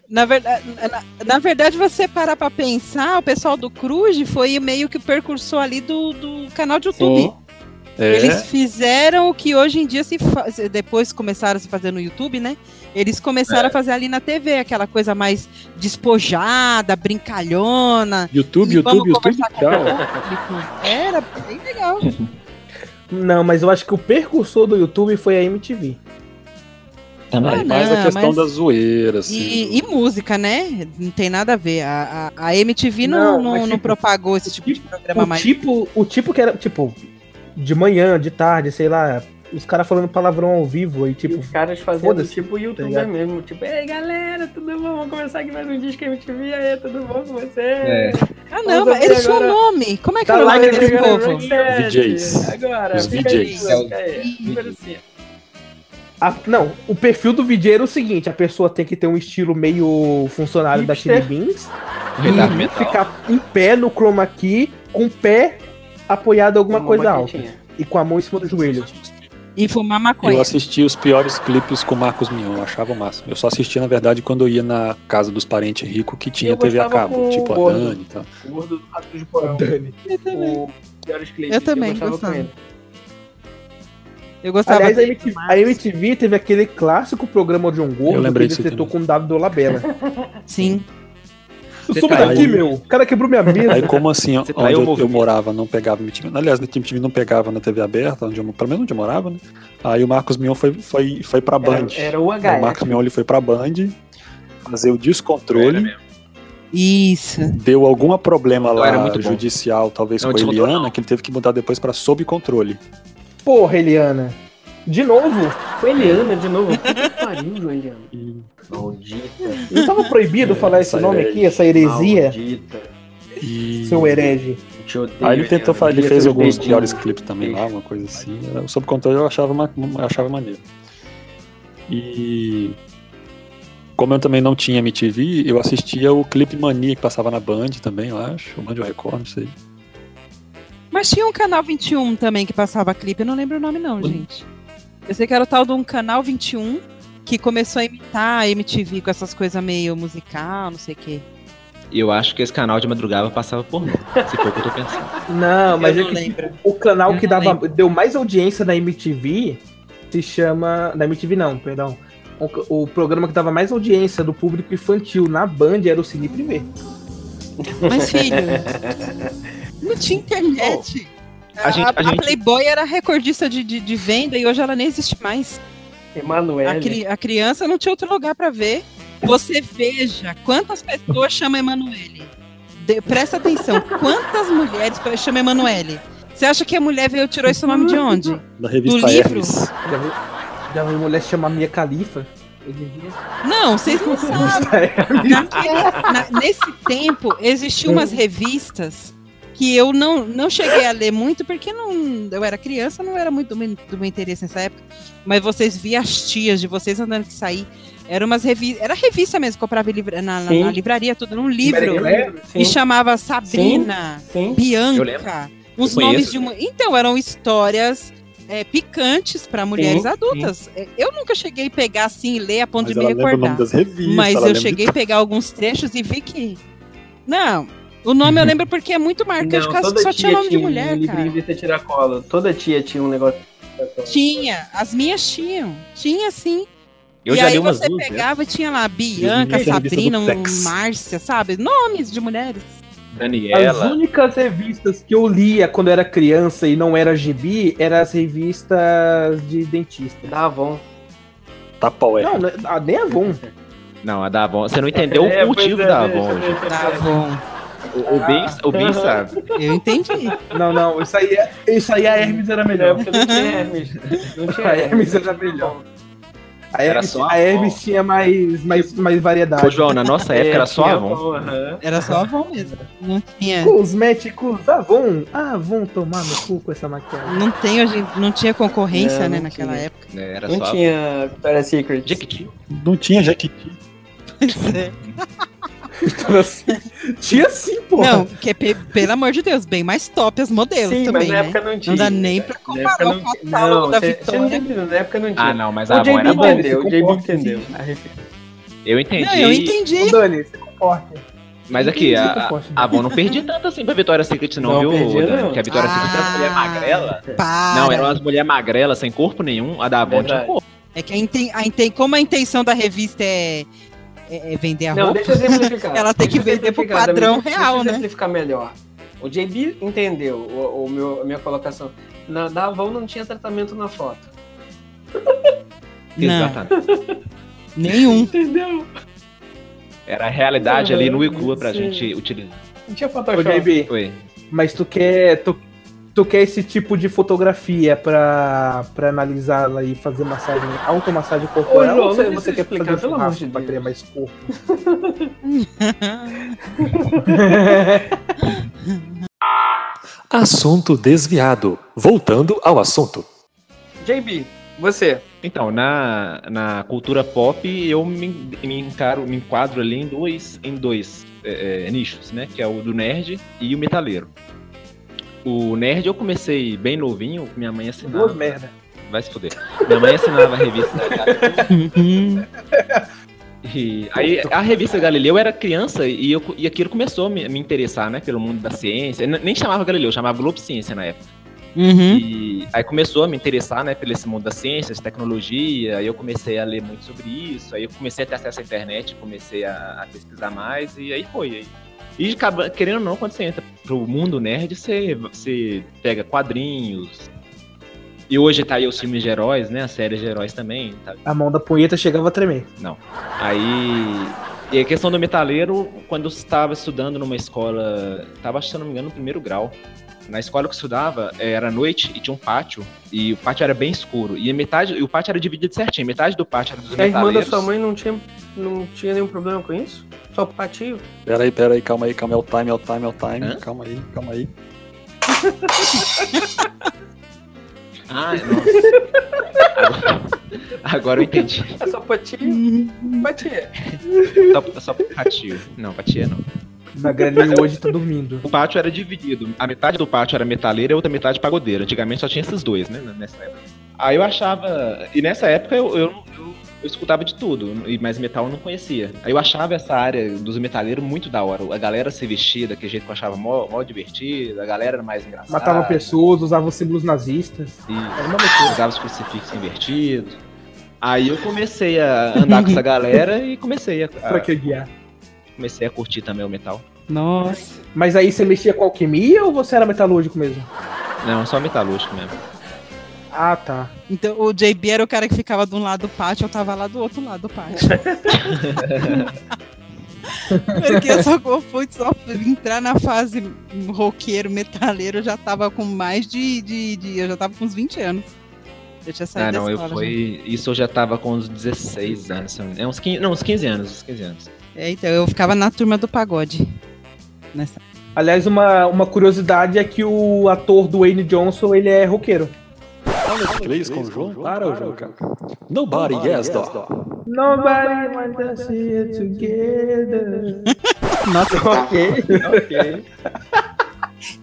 Speaker 6: Na verdade, na, na verdade, você parar pra pensar, o pessoal do Cruz foi meio que o percursor ali do, do canal de YouTube.
Speaker 2: É,
Speaker 6: Eles fizeram o que hoje em dia se fa- depois começaram a se fazer no YouTube, né? Eles
Speaker 7: É.
Speaker 6: começaram a fazer ali na TV, aquela coisa mais despojada, brincalhona.
Speaker 2: YouTube,
Speaker 6: E vamos
Speaker 2: YouTube, YouTube.
Speaker 6: conversar com
Speaker 2: Tchau.
Speaker 6: o público. Era bem legal.
Speaker 7: Não, mas eu acho que o percursor do YouTube foi a MTV.
Speaker 6: Ah,
Speaker 2: Aí mais a
Speaker 6: não,
Speaker 2: questão
Speaker 6: É, mas-
Speaker 2: da zoeira, assim.
Speaker 6: E, e música, né? Não tem nada a ver. A, a, a MTV não,
Speaker 7: Não,
Speaker 6: não,
Speaker 7: mas
Speaker 6: não
Speaker 7: tipo,
Speaker 6: propagou esse tipo de programa
Speaker 7: O
Speaker 6: mais.
Speaker 7: tipo, o tipo que era, tipo, de manhã, de tarde, sei lá, os caras falando palavrão ao vivo e
Speaker 5: E
Speaker 7: tipo.
Speaker 5: os caras fazendo
Speaker 7: foda-se,
Speaker 5: tipo YouTube
Speaker 7: ligado?
Speaker 5: mesmo. Tipo, ei galera, tudo bom? Vamos começar aqui mais um disco MTV. Aí, tudo bom com você?
Speaker 8: É.
Speaker 6: Ah,
Speaker 5: Vamos
Speaker 6: não, mas eles
Speaker 5: agora-
Speaker 6: tinham nome. Como é que
Speaker 7: Tá
Speaker 6: era o
Speaker 7: lá
Speaker 6: nome
Speaker 7: que
Speaker 6: desse
Speaker 7: agora-
Speaker 6: povo?
Speaker 2: VJs.
Speaker 5: é tá? Agora,
Speaker 2: Os
Speaker 5: fica
Speaker 2: VJs.
Speaker 5: aí, fica assim, aí. Número cinco.
Speaker 7: a- não, o perfil do VJ era o seguinte: a pessoa tem que ter um estilo meio funcionário da Chili
Speaker 5: Hipster.
Speaker 7: Beans
Speaker 2: É
Speaker 8: Verdade
Speaker 7: e
Speaker 8: mental.
Speaker 7: ficar em pé no chroma key, com o pé apoiado em alguma
Speaker 5: Uma
Speaker 7: coisa alta
Speaker 5: maquetinha.
Speaker 7: e com a mão em cima do joelho.
Speaker 6: E fumar
Speaker 2: Eu
Speaker 6: maconha.
Speaker 2: assisti os piores clipes com Marcos Mion, eu achava o máximo. Eu só assistia, na verdade, quando eu ia na casa dos parentes ricos que tinha
Speaker 5: Eu
Speaker 2: TV a
Speaker 5: gostava com
Speaker 2: cabo,
Speaker 5: o
Speaker 2: tipo a
Speaker 5: Gordo.
Speaker 2: Dani e tal.
Speaker 5: O gordo do rato de porão.
Speaker 7: Dani.
Speaker 5: O piores clipes.
Speaker 6: Eu também
Speaker 5: gostava
Speaker 6: gostava.
Speaker 5: com ele.
Speaker 6: Eu gostava.
Speaker 7: Aliás, a
Speaker 6: dele,
Speaker 7: MTV,
Speaker 6: mas- é
Speaker 7: a MTV teve aquele clássico programa de um
Speaker 2: Eu
Speaker 7: gordo que
Speaker 2: lembrei
Speaker 7: ele
Speaker 2: disso né?
Speaker 7: tentou com o W do Labela.
Speaker 6: Sim.
Speaker 7: Eu
Speaker 8: Você
Speaker 7: soube
Speaker 8: tá
Speaker 7: daqui,
Speaker 2: aí.
Speaker 7: meu. O cara quebrou minha mesa.
Speaker 2: Aí como assim, onde
Speaker 8: Você traiu o
Speaker 2: eu, eu
Speaker 8: movimento.
Speaker 2: morava não pegava MTV. Aliás, na MTV não pegava na TV aberta, onde eu, pelo menos onde eu morava, né? Aí o Marcos Mion foi, foi, foi pra Band.
Speaker 5: Era, era o
Speaker 2: o Marcos
Speaker 5: HF.
Speaker 2: Mion ele foi pra Band fazer o descontrole.
Speaker 6: Isso.
Speaker 2: Deu algum problema
Speaker 8: Não,
Speaker 2: lá
Speaker 8: Então era muito bom.
Speaker 2: judicial, talvez
Speaker 8: Não,
Speaker 2: com a
Speaker 8: descontrole
Speaker 2: Eliana, que ele teve que mudar depois pra sob controle.
Speaker 7: Porra, Eliana. De novo?
Speaker 5: Com Eliana de novo. Puta que pariu, João Eliana.
Speaker 2: E
Speaker 5: Maldita.
Speaker 7: Não tava proibido falar esse
Speaker 2: essa
Speaker 7: nome
Speaker 2: herege.
Speaker 7: aqui, essa heresia?
Speaker 5: Maldita.
Speaker 2: e-
Speaker 7: Seu herege.
Speaker 5: Eu te odeio,
Speaker 2: Aí ele tentou
Speaker 5: Eliana.
Speaker 2: fazer, ele
Speaker 5: Devia
Speaker 2: fez um
Speaker 5: ter
Speaker 2: alguns
Speaker 5: dedinho.
Speaker 2: piores clipes também lá, uma coisa assim. Era- Sob controle eu achava, ma- eu achava maneiro. E como eu também não tinha MTV, eu assistia o Clipe Mania que passava na Band também, eu acho. Band ou Record, não sei.
Speaker 6: Mas tinha um canal 21 também que passava clipe, eu não lembro o nome, não, gente. Eu sei que era o tal de um canal 21 que começou a imitar a MTV com essas coisas meio musical, não sei o quê.
Speaker 8: Eu acho que esse canal de madrugada passava por mim. Se for o que eu tô pensando.
Speaker 7: Não, mas
Speaker 6: eu
Speaker 7: é
Speaker 6: não
Speaker 7: que
Speaker 6: lembro.
Speaker 7: o
Speaker 6: Eu
Speaker 7: canal que
Speaker 6: não
Speaker 7: dava, deu mais audiência na MTV se chama. Na MTV não, perdão. O, o programa que dava mais audiência do público infantil na Band era o Cine Privé.
Speaker 6: Mas, filho, não tinha internet.
Speaker 8: A gente- a gente-
Speaker 6: Playboy era recordista de, de, de venda e hoje ela nem existe mais.
Speaker 5: Emanuele.
Speaker 6: A, cri- a criança não tinha outro lugar pra ver. Você veja quantas pessoas chamam Emanuele. De- Presta atenção, quantas mulheres pe- chamam Emanuele? Você acha que a mulher veio tirou esse nome de onde?
Speaker 2: Da revista
Speaker 6: livro?
Speaker 2: Hermes.
Speaker 7: Já viu, já viu mulher se chamar Mia Califa? Hoje em dia.
Speaker 6: Não, vocês não sabem. Naquele- na- nesse tempo, existiam umas revistas que eu não, não cheguei a ler muito, porque não, eu era criança, não era muito do meu, do meu interesse nessa época. Mas vocês via as tias de vocês andando que sair. Era umas revistas. Era revista mesmo, comprava em livra- na, na-
Speaker 5: Sim.
Speaker 6: na livraria, tudo, num
Speaker 7: Mary
Speaker 6: livro.
Speaker 7: Claire?
Speaker 5: Sim,
Speaker 6: E chamava Sabrina,
Speaker 5: sim.
Speaker 8: Eu
Speaker 6: Bianca.
Speaker 8: lembro.
Speaker 6: Uns
Speaker 8: Eu
Speaker 6: nomes
Speaker 8: conheço.
Speaker 6: de. mu- Então, eram histórias. é, picantes para mulheres
Speaker 5: sim.
Speaker 6: adultas. É, Eu nunca cheguei a pegar assim e ler a ponto
Speaker 2: Mas
Speaker 6: de me
Speaker 2: ela lembra o nome
Speaker 6: recordar.
Speaker 2: das revistas.
Speaker 6: Mas
Speaker 2: ela
Speaker 6: eu
Speaker 2: lembra de
Speaker 6: cheguei a pegar alguns trechos e vi que. Não, o nome eu lembro porque é muito marcante, por causa que só tinha nome de mulher,
Speaker 5: um livrinho
Speaker 6: cara.
Speaker 5: de tiracola. Toda tia tinha um negócio.
Speaker 6: Tinha, as minhas tinham. Tinha sim.
Speaker 8: Eu
Speaker 6: e
Speaker 8: já
Speaker 6: aí
Speaker 8: li umas
Speaker 6: você
Speaker 8: duas né? vezes.
Speaker 6: pegava e tinha lá Bianca,
Speaker 2: Revista do
Speaker 6: Sabrina, um
Speaker 2: Tex.
Speaker 6: Márcia, sabe? Nomes de mulheres.
Speaker 7: As
Speaker 8: Daniela.
Speaker 7: únicas revistas que eu lia quando eu era criança e não era gibi eram as revistas de dentista.
Speaker 5: Da Avon.
Speaker 2: Tupperware.
Speaker 7: Não, né, ah, nem Avon.
Speaker 8: Não, a da Avon. Você não entendeu
Speaker 5: É,
Speaker 8: o motivo da Avon hoje.
Speaker 6: Tá bom.
Speaker 8: O, o Ben, o ben sabe.
Speaker 6: Eu entendi.
Speaker 7: Não, não, isso aí, é- isso aí a Hermes era
Speaker 5: Não,
Speaker 7: melhor.
Speaker 5: É, porque não tinha Hermes. Não tinha
Speaker 7: A Hermes era melhor. A
Speaker 8: Era
Speaker 7: Hermes,
Speaker 8: só
Speaker 7: a Hermes
Speaker 8: Avon.
Speaker 7: tinha mais, mais, mais
Speaker 8: Ô,
Speaker 7: variedade.
Speaker 8: João, na nossa época era só
Speaker 5: É, tinha
Speaker 8: Avon.
Speaker 5: aham.
Speaker 6: Era só a avó mesmo. Não tinha.
Speaker 7: Cosméticos Avon. Ah, vão tomar no cu com essa maquiagem.
Speaker 6: Não, tem hoje, não tinha concorrência,
Speaker 5: Não,
Speaker 6: né,
Speaker 5: não
Speaker 6: naquela
Speaker 5: tinha.
Speaker 6: época.
Speaker 8: Né, Era
Speaker 5: Não
Speaker 8: só Avon.
Speaker 5: tinha Victoria's Secret.
Speaker 8: Jequiti.
Speaker 2: Não tinha Jequiti.
Speaker 6: Pois é.
Speaker 7: Então, assim, tinha sim, pô.
Speaker 6: Não, que, é pe- pelo amor de Deus, bem mais top as modelos
Speaker 5: Sim, mas
Speaker 6: também,
Speaker 5: na
Speaker 6: né?
Speaker 5: época não tinha.
Speaker 6: Não dá nem pra
Speaker 5: Na época
Speaker 6: comparar o
Speaker 5: não tinha-
Speaker 6: catálogo
Speaker 5: não,
Speaker 6: da
Speaker 5: cê- cê não tá
Speaker 6: Vitória.
Speaker 5: entendendo, Na época não tinha.
Speaker 8: Ah, não, mas a
Speaker 5: o
Speaker 8: Avon
Speaker 5: JB
Speaker 8: era bom.
Speaker 5: entendeu, o
Speaker 7: se
Speaker 5: JB
Speaker 7: comporta,
Speaker 5: entendeu. A referência.
Speaker 8: Eu entendi.
Speaker 6: Não, eu entendi.
Speaker 7: Ô, Dani, se comporta.
Speaker 8: Mas aqui, a, a Avon não perdi tanto assim pra Vitória Secret, não,
Speaker 5: Não
Speaker 8: viu?
Speaker 5: perdi,
Speaker 8: Dani?
Speaker 5: não.
Speaker 8: Porque a Vitória
Speaker 6: Ah,
Speaker 8: Secret era uma mulher magrela.
Speaker 6: Para.
Speaker 8: Não, eram umas mulheres magrelas, sem corpo nenhum. A da Avon tinha
Speaker 5: Verdade.
Speaker 8: corpo.
Speaker 6: É que a inten... a inten- como a intenção da revista é, é- é vender a
Speaker 5: Não,
Speaker 6: roupa,
Speaker 5: deixa eu simplificar.
Speaker 6: Ela tem que
Speaker 5: Deixa eu
Speaker 6: vender pro
Speaker 5: simplificar,
Speaker 6: padrão
Speaker 5: Dami,
Speaker 6: real,
Speaker 5: deixa
Speaker 6: né?
Speaker 5: eu simplificar melhor. O JB entendeu o, o meu, a minha colocação. Na, da Avon não tinha tratamento na foto.
Speaker 6: não,
Speaker 8: Exatamente.
Speaker 6: nenhum.
Speaker 5: Entendeu?
Speaker 8: Era a realidade ali nua e crua pra
Speaker 5: Sim.
Speaker 8: gente utilizar.
Speaker 5: Não tinha
Speaker 7: Ô,
Speaker 5: Photoshop.
Speaker 7: JB,
Speaker 8: Foi.
Speaker 7: mas tu quer, tu, tu quer esse tipo de fotografia pra, pra analisá-la e fazer massagem, automassagem corporal?
Speaker 5: João,
Speaker 7: ou você,
Speaker 5: não
Speaker 7: você quer
Speaker 5: precisa
Speaker 7: fazer um
Speaker 5: explicar, pelo amor
Speaker 7: churrasco
Speaker 5: de
Speaker 7: pra
Speaker 5: Deus.
Speaker 7: criar mais corpo?
Speaker 6: Uhum.
Speaker 2: Assunto desviado. Voltando ao assunto.
Speaker 5: JB, você.
Speaker 8: Então, na, na cultura pop, eu me, me, encaro, me enquadro ali em dois, em dois é, é, nichos, né? Que é o do nerd e o metaleiro. O nerd eu comecei bem novinho, minha mãe assinava.
Speaker 7: Duas merda.
Speaker 8: Vai se fuder. Minha mãe assinava a revista da Galileu. E aí, a revista Galileu eu era criança e, eu, e aquilo começou a me, me interessar, né? Pelo mundo da ciência. Eu n- nem chamava Galileu, chamava Globo Ciência na época.
Speaker 6: Uhum.
Speaker 8: E aí começou a me interessar, né, pelo esse mundo das ciências, tecnologia, aí eu comecei a ler muito sobre isso, aí eu comecei a ter acesso à internet, comecei a, a pesquisar mais, e aí foi. aí. E acaba, querendo ou não, quando você entra pro mundo nerd, você, você pega quadrinhos, e hoje tá aí os filmes de heróis, né, a série de heróis também, tá
Speaker 7: A mão da punheta chegava a tremer.
Speaker 8: Aí. E a questão do metaleiro, quando eu estava estudando numa escola. Estava, se eu não me engano, no primeiro grau. Na escola que eu estudava, eh, era noite e tinha um pátio. E o pátio era bem escuro. E a metade. E o pátio era dividido certinho. Metade do pátio era dos
Speaker 5: É A irmã da
Speaker 8: metaleiros.
Speaker 5: sua mãe não tinha, não tinha nenhum problema com isso? Só patinho?
Speaker 10: Pera aí, pera aí, calma aí, calma aí, é o time, é o time, é o time.
Speaker 8: Hã?
Speaker 10: Calma aí, calma aí.
Speaker 8: Ah, nossa. agora, agora eu entendi.
Speaker 5: É só patinho? Patinha.
Speaker 8: Só, só patio. Não, patia não.
Speaker 7: Na grelha hoje tá dormindo.
Speaker 8: O pátio era dividido. A metade do pátio era metaleira e a outra metade pagodeira. Antigamente só tinha esses dois, né? Nessa época. Aí eu achava. E nessa época eu, eu, eu, eu escutava de tudo, e mas metal eu não conhecia. Aí eu achava essa área dos metaleiros muito da hora. A galera se vestia daquele jeito que eu achava mó, mó divertido, a galera era mais engraçada.
Speaker 7: Matava pessoas, usava símbolos nazistas.
Speaker 8: E
Speaker 7: Era uma loucura.
Speaker 8: usava os crucifixos invertidos. Aí eu comecei a andar com essa galera e comecei a,
Speaker 7: Pra
Speaker 8: a-
Speaker 7: que guiar?
Speaker 8: comecei a curtir também o metal.
Speaker 6: Nossa.
Speaker 7: Mas aí você mexia com alquimia ou você era metalúrgico mesmo?
Speaker 8: Não, só metalúrgico mesmo.
Speaker 7: Ah, tá.
Speaker 6: Então o JB era o cara que ficava de um lado do pátio, eu tava lá do outro lado do pátio. Porque eu só confundo, só entrar na fase roqueiro, metaleiro, eu já tava com mais de, de, de- Eu já tava com uns 20 anos. Eu tinha
Speaker 8: Ah,
Speaker 6: saído
Speaker 8: não,
Speaker 6: da
Speaker 8: eu
Speaker 6: escola. já.
Speaker 8: fui. Isso eu já tava com uns 16 anos. se eu não- É, uns 15, não, uns 15 anos, uns 15 anos.
Speaker 6: É, então, eu ficava na turma do pagode. Nessa.
Speaker 7: Aliás, uma, uma curiosidade é que o ator do Wayne Johnson, ele é roqueiro.
Speaker 2: Fala em inglês com o João para o João, cara. Nobody, yes, dog.
Speaker 7: Nobody wants to see it together.
Speaker 6: Nossa,
Speaker 7: ok.
Speaker 8: Ok.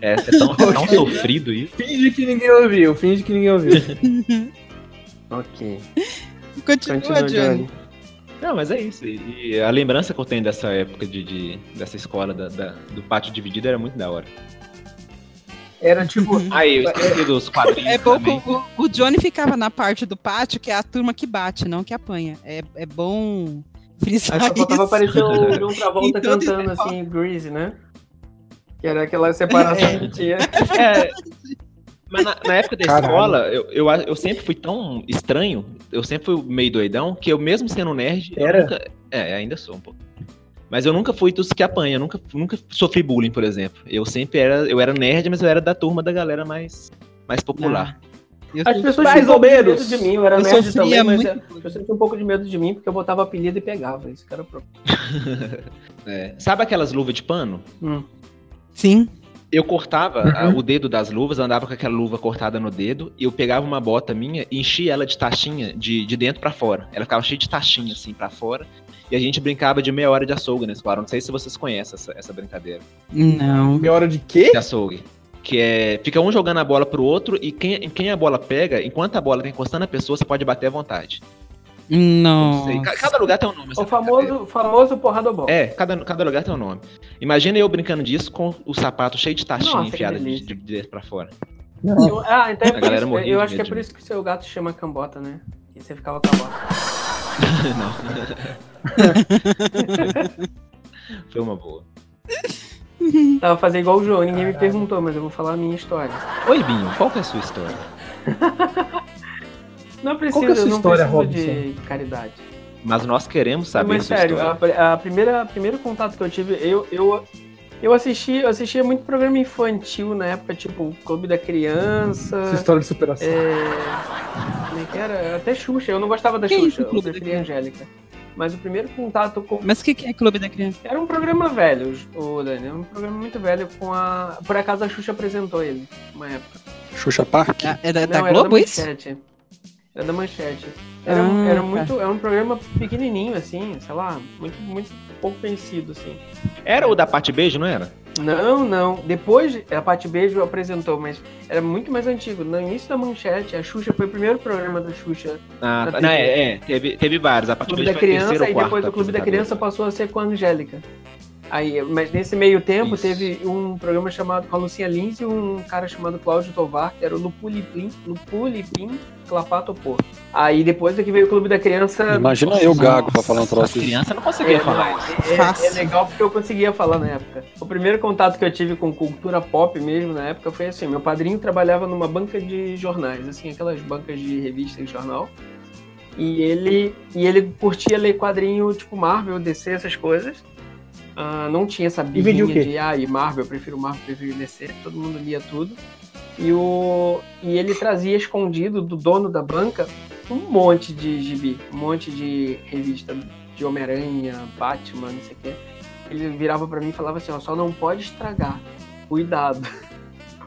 Speaker 8: É, você é tão, é tão sofrido isso.
Speaker 7: Finge que ninguém ouviu, finge que ninguém ouviu.
Speaker 5: Ok.
Speaker 6: continua, Johnny.
Speaker 8: Não, mas é isso. E e a lembrança que eu tenho dessa época de, de- dessa escola da- da- do pátio dividido era muito da hora.
Speaker 7: Era tipo.
Speaker 8: Aí, eu esqueci dos quadrinhos
Speaker 6: É bom que
Speaker 8: também.
Speaker 6: o, o Johnny ficava na parte do pátio, que é a turma que bate, não que apanha. É, é bom frisar
Speaker 5: Aí só faltava
Speaker 6: isso. Então,
Speaker 5: aparecer um o John Travolta
Speaker 6: Em todo
Speaker 5: cantando assim, Grease, né? Que era aquela separação que tinha.
Speaker 8: É, mas na, na época da
Speaker 7: Caralho.
Speaker 8: escola, eu, eu, a- eu sempre fui tão estranho, eu sempre fui meio doidão, que eu mesmo sendo nerd, eu
Speaker 7: Era?
Speaker 8: nunca- é, ainda sou um pouco. Mas eu nunca fui dos que apanha, nunca, nunca sofri bullying, por exemplo. Eu sempre era, eu era nerd, mas eu era da turma da galera mais, mais
Speaker 7: Ah.
Speaker 8: popular.
Speaker 6: Eu
Speaker 5: As
Speaker 6: sou-
Speaker 5: pessoas
Speaker 7: Mais
Speaker 5: tinham um
Speaker 7: ou
Speaker 5: pouco de medo
Speaker 7: menos.
Speaker 5: de mim, eu era
Speaker 6: Eu
Speaker 5: nerd
Speaker 6: sofria
Speaker 5: também, mas
Speaker 6: muito.
Speaker 5: é- as pessoas tinham um pouco de medo de mim porque eu botava apelido e pegava. Isso que era o problema.
Speaker 8: É, sabe aquelas luvas de pano?
Speaker 6: Sim.
Speaker 8: Eu cortava a- o dedo das luvas, andava com aquela luva cortada no dedo, e eu pegava uma bota minha e enchia ela de taxinha de, de dentro pra fora. Ela ficava cheia de taxinha, assim, pra fora. E a gente brincava de meia hora de açougue na escola. Não sei se vocês conhecem essa, essa brincadeira
Speaker 6: Não.
Speaker 7: Meia hora de quê?
Speaker 8: de açougue. Que é. Fica um jogando a bola pro outro e quem, quem a bola pega, enquanto a bola tá encostando na pessoa, você pode bater à vontade. Não
Speaker 6: Não.
Speaker 8: sei. Ca- Cada lugar tem um nome.
Speaker 5: O
Speaker 8: sabe?
Speaker 5: famoso, famoso porrada bom.
Speaker 8: É, cada, cada lugar tem um nome. Imagina eu brincando disso com o sapato cheio de taxinha
Speaker 5: Nossa, que
Speaker 8: enfiada de,
Speaker 5: delícia.
Speaker 8: de, de pra fora.
Speaker 5: Ah, então é
Speaker 8: A
Speaker 5: por
Speaker 8: galera
Speaker 5: isso-
Speaker 8: morria
Speaker 5: Eu
Speaker 8: de
Speaker 5: acho que é
Speaker 8: medo de
Speaker 5: por
Speaker 8: mim.
Speaker 5: isso que o seu gato chama cambota, né? E você ficava cambota.
Speaker 8: Não. Foi uma boa.
Speaker 5: Tava fazer igual o João, ninguém me perguntou, mas eu vou falar a minha história.
Speaker 8: Oi, Binho, qual que é a sua história?
Speaker 5: Não
Speaker 7: Qual
Speaker 5: precisa,
Speaker 7: que é a sua
Speaker 5: não
Speaker 7: história,
Speaker 5: preciso de caridade.
Speaker 8: Mas nós queremos saber
Speaker 5: mas
Speaker 8: a sua
Speaker 5: sério, a,
Speaker 8: história.
Speaker 5: pri- a primeira primeiro contato que eu tive, eu eu eu assisti, eu assistia muito programa infantil na época, tipo Clube da
Speaker 7: Essa
Speaker 5: Criança.
Speaker 7: história de superação.
Speaker 5: É... Como é que era? Até Xuxa, eu não gostava da
Speaker 6: Que
Speaker 5: Xuxa,
Speaker 6: isso,
Speaker 5: eu
Speaker 6: Clube da
Speaker 5: preferia a Angélica. Mas o primeiro contato com
Speaker 6: Mas o que, que é Clube da Criança?
Speaker 5: Era um programa velho, o Dani. Era um programa muito velho com a. Por acaso a Xuxa apresentou ele uma época.
Speaker 2: Xuxa Park?
Speaker 6: É da, da
Speaker 5: Não,
Speaker 6: Globo
Speaker 5: era da
Speaker 6: isso?
Speaker 5: manchete. Era da manchete. Era, um-
Speaker 6: Ah,
Speaker 5: era
Speaker 6: tá.
Speaker 5: muito. Era um programa pequenininho, assim, sei lá, muito, muito pouco conhecido, assim.
Speaker 8: Era o da Pate Beijo, não era?
Speaker 5: Não, não. Depois a Paty Beijo apresentou, mas era muito mais antigo. No início da manchete, a Xuxa foi o primeiro programa da Xuxa.
Speaker 8: Ah,
Speaker 5: Na
Speaker 8: tá-
Speaker 5: TV.
Speaker 8: não, é, é, teve, teve vários. A Pate
Speaker 5: Clube
Speaker 8: Beijo
Speaker 5: da
Speaker 8: foi a terceira
Speaker 5: Criança,
Speaker 8: ou
Speaker 5: e
Speaker 8: quarta
Speaker 5: depois o Clube da
Speaker 8: apresentadora.
Speaker 5: Criança passou a ser com a Angélica. Aí, mas nesse meio tempo
Speaker 8: Isso.
Speaker 5: teve um programa chamado com a Lucinha Lins e um cara chamado Cláudio Tovar, que era o Lupulipim, Lupulipim Clapatopor. Aí depois é que veio o Clube da Criança.
Speaker 2: Imagina eu, Gago, pra falar um
Speaker 8: As
Speaker 2: troço. desse.
Speaker 8: crianças não conseguiam falar isso.
Speaker 5: É, é, é legal porque eu conseguia falar na época. O primeiro contato que eu tive com cultura pop mesmo na época foi assim: meu padrinho trabalhava numa banca de jornais, assim, aquelas bancas de revista e jornal. E ele, e ele curtia ler quadrinho tipo Marvel, DC, essas coisas. Ah, não tinha essa
Speaker 7: E vendia
Speaker 5: birrinha
Speaker 7: o quê?
Speaker 5: de ah, e Marvel, eu prefiro Marvel, eu prefiro DC, todo mundo lia tudo. E, o, e ele trazia escondido do dono da banca um monte de gibi, um monte de revista de Homem-Aranha, Batman, não sei o quê. Ele virava pra mim e falava assim, ó, só não pode estragar. Cuidado.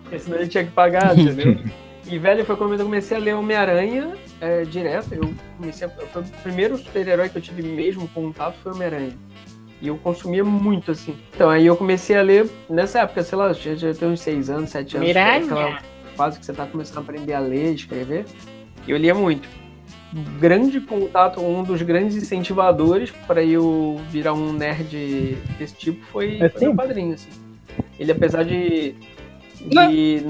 Speaker 5: Porque senão ele tinha que pagar, entendeu? E, velho, foi quando eu comecei a ler Homem-Aranha é, direto. Eu comecei a, é, foi o primeiro super-herói que eu tive mesmo contato foi Homem-Aranha. E eu consumia muito, assim. Então, aí eu comecei a ler, nessa época, sei lá, já, já tenho uns 6 anos, 7 anos. é
Speaker 6: Miranha.
Speaker 5: Aquela fase que você tá começando a aprender a ler, escrever. Eu lia muito. Grande contato, um dos grandes incentivadores para eu virar um nerd desse tipo foi,
Speaker 7: É
Speaker 5: foi meu
Speaker 7: tempo.
Speaker 5: padrinho, assim. Ele, apesar de-
Speaker 6: Não.
Speaker 5: de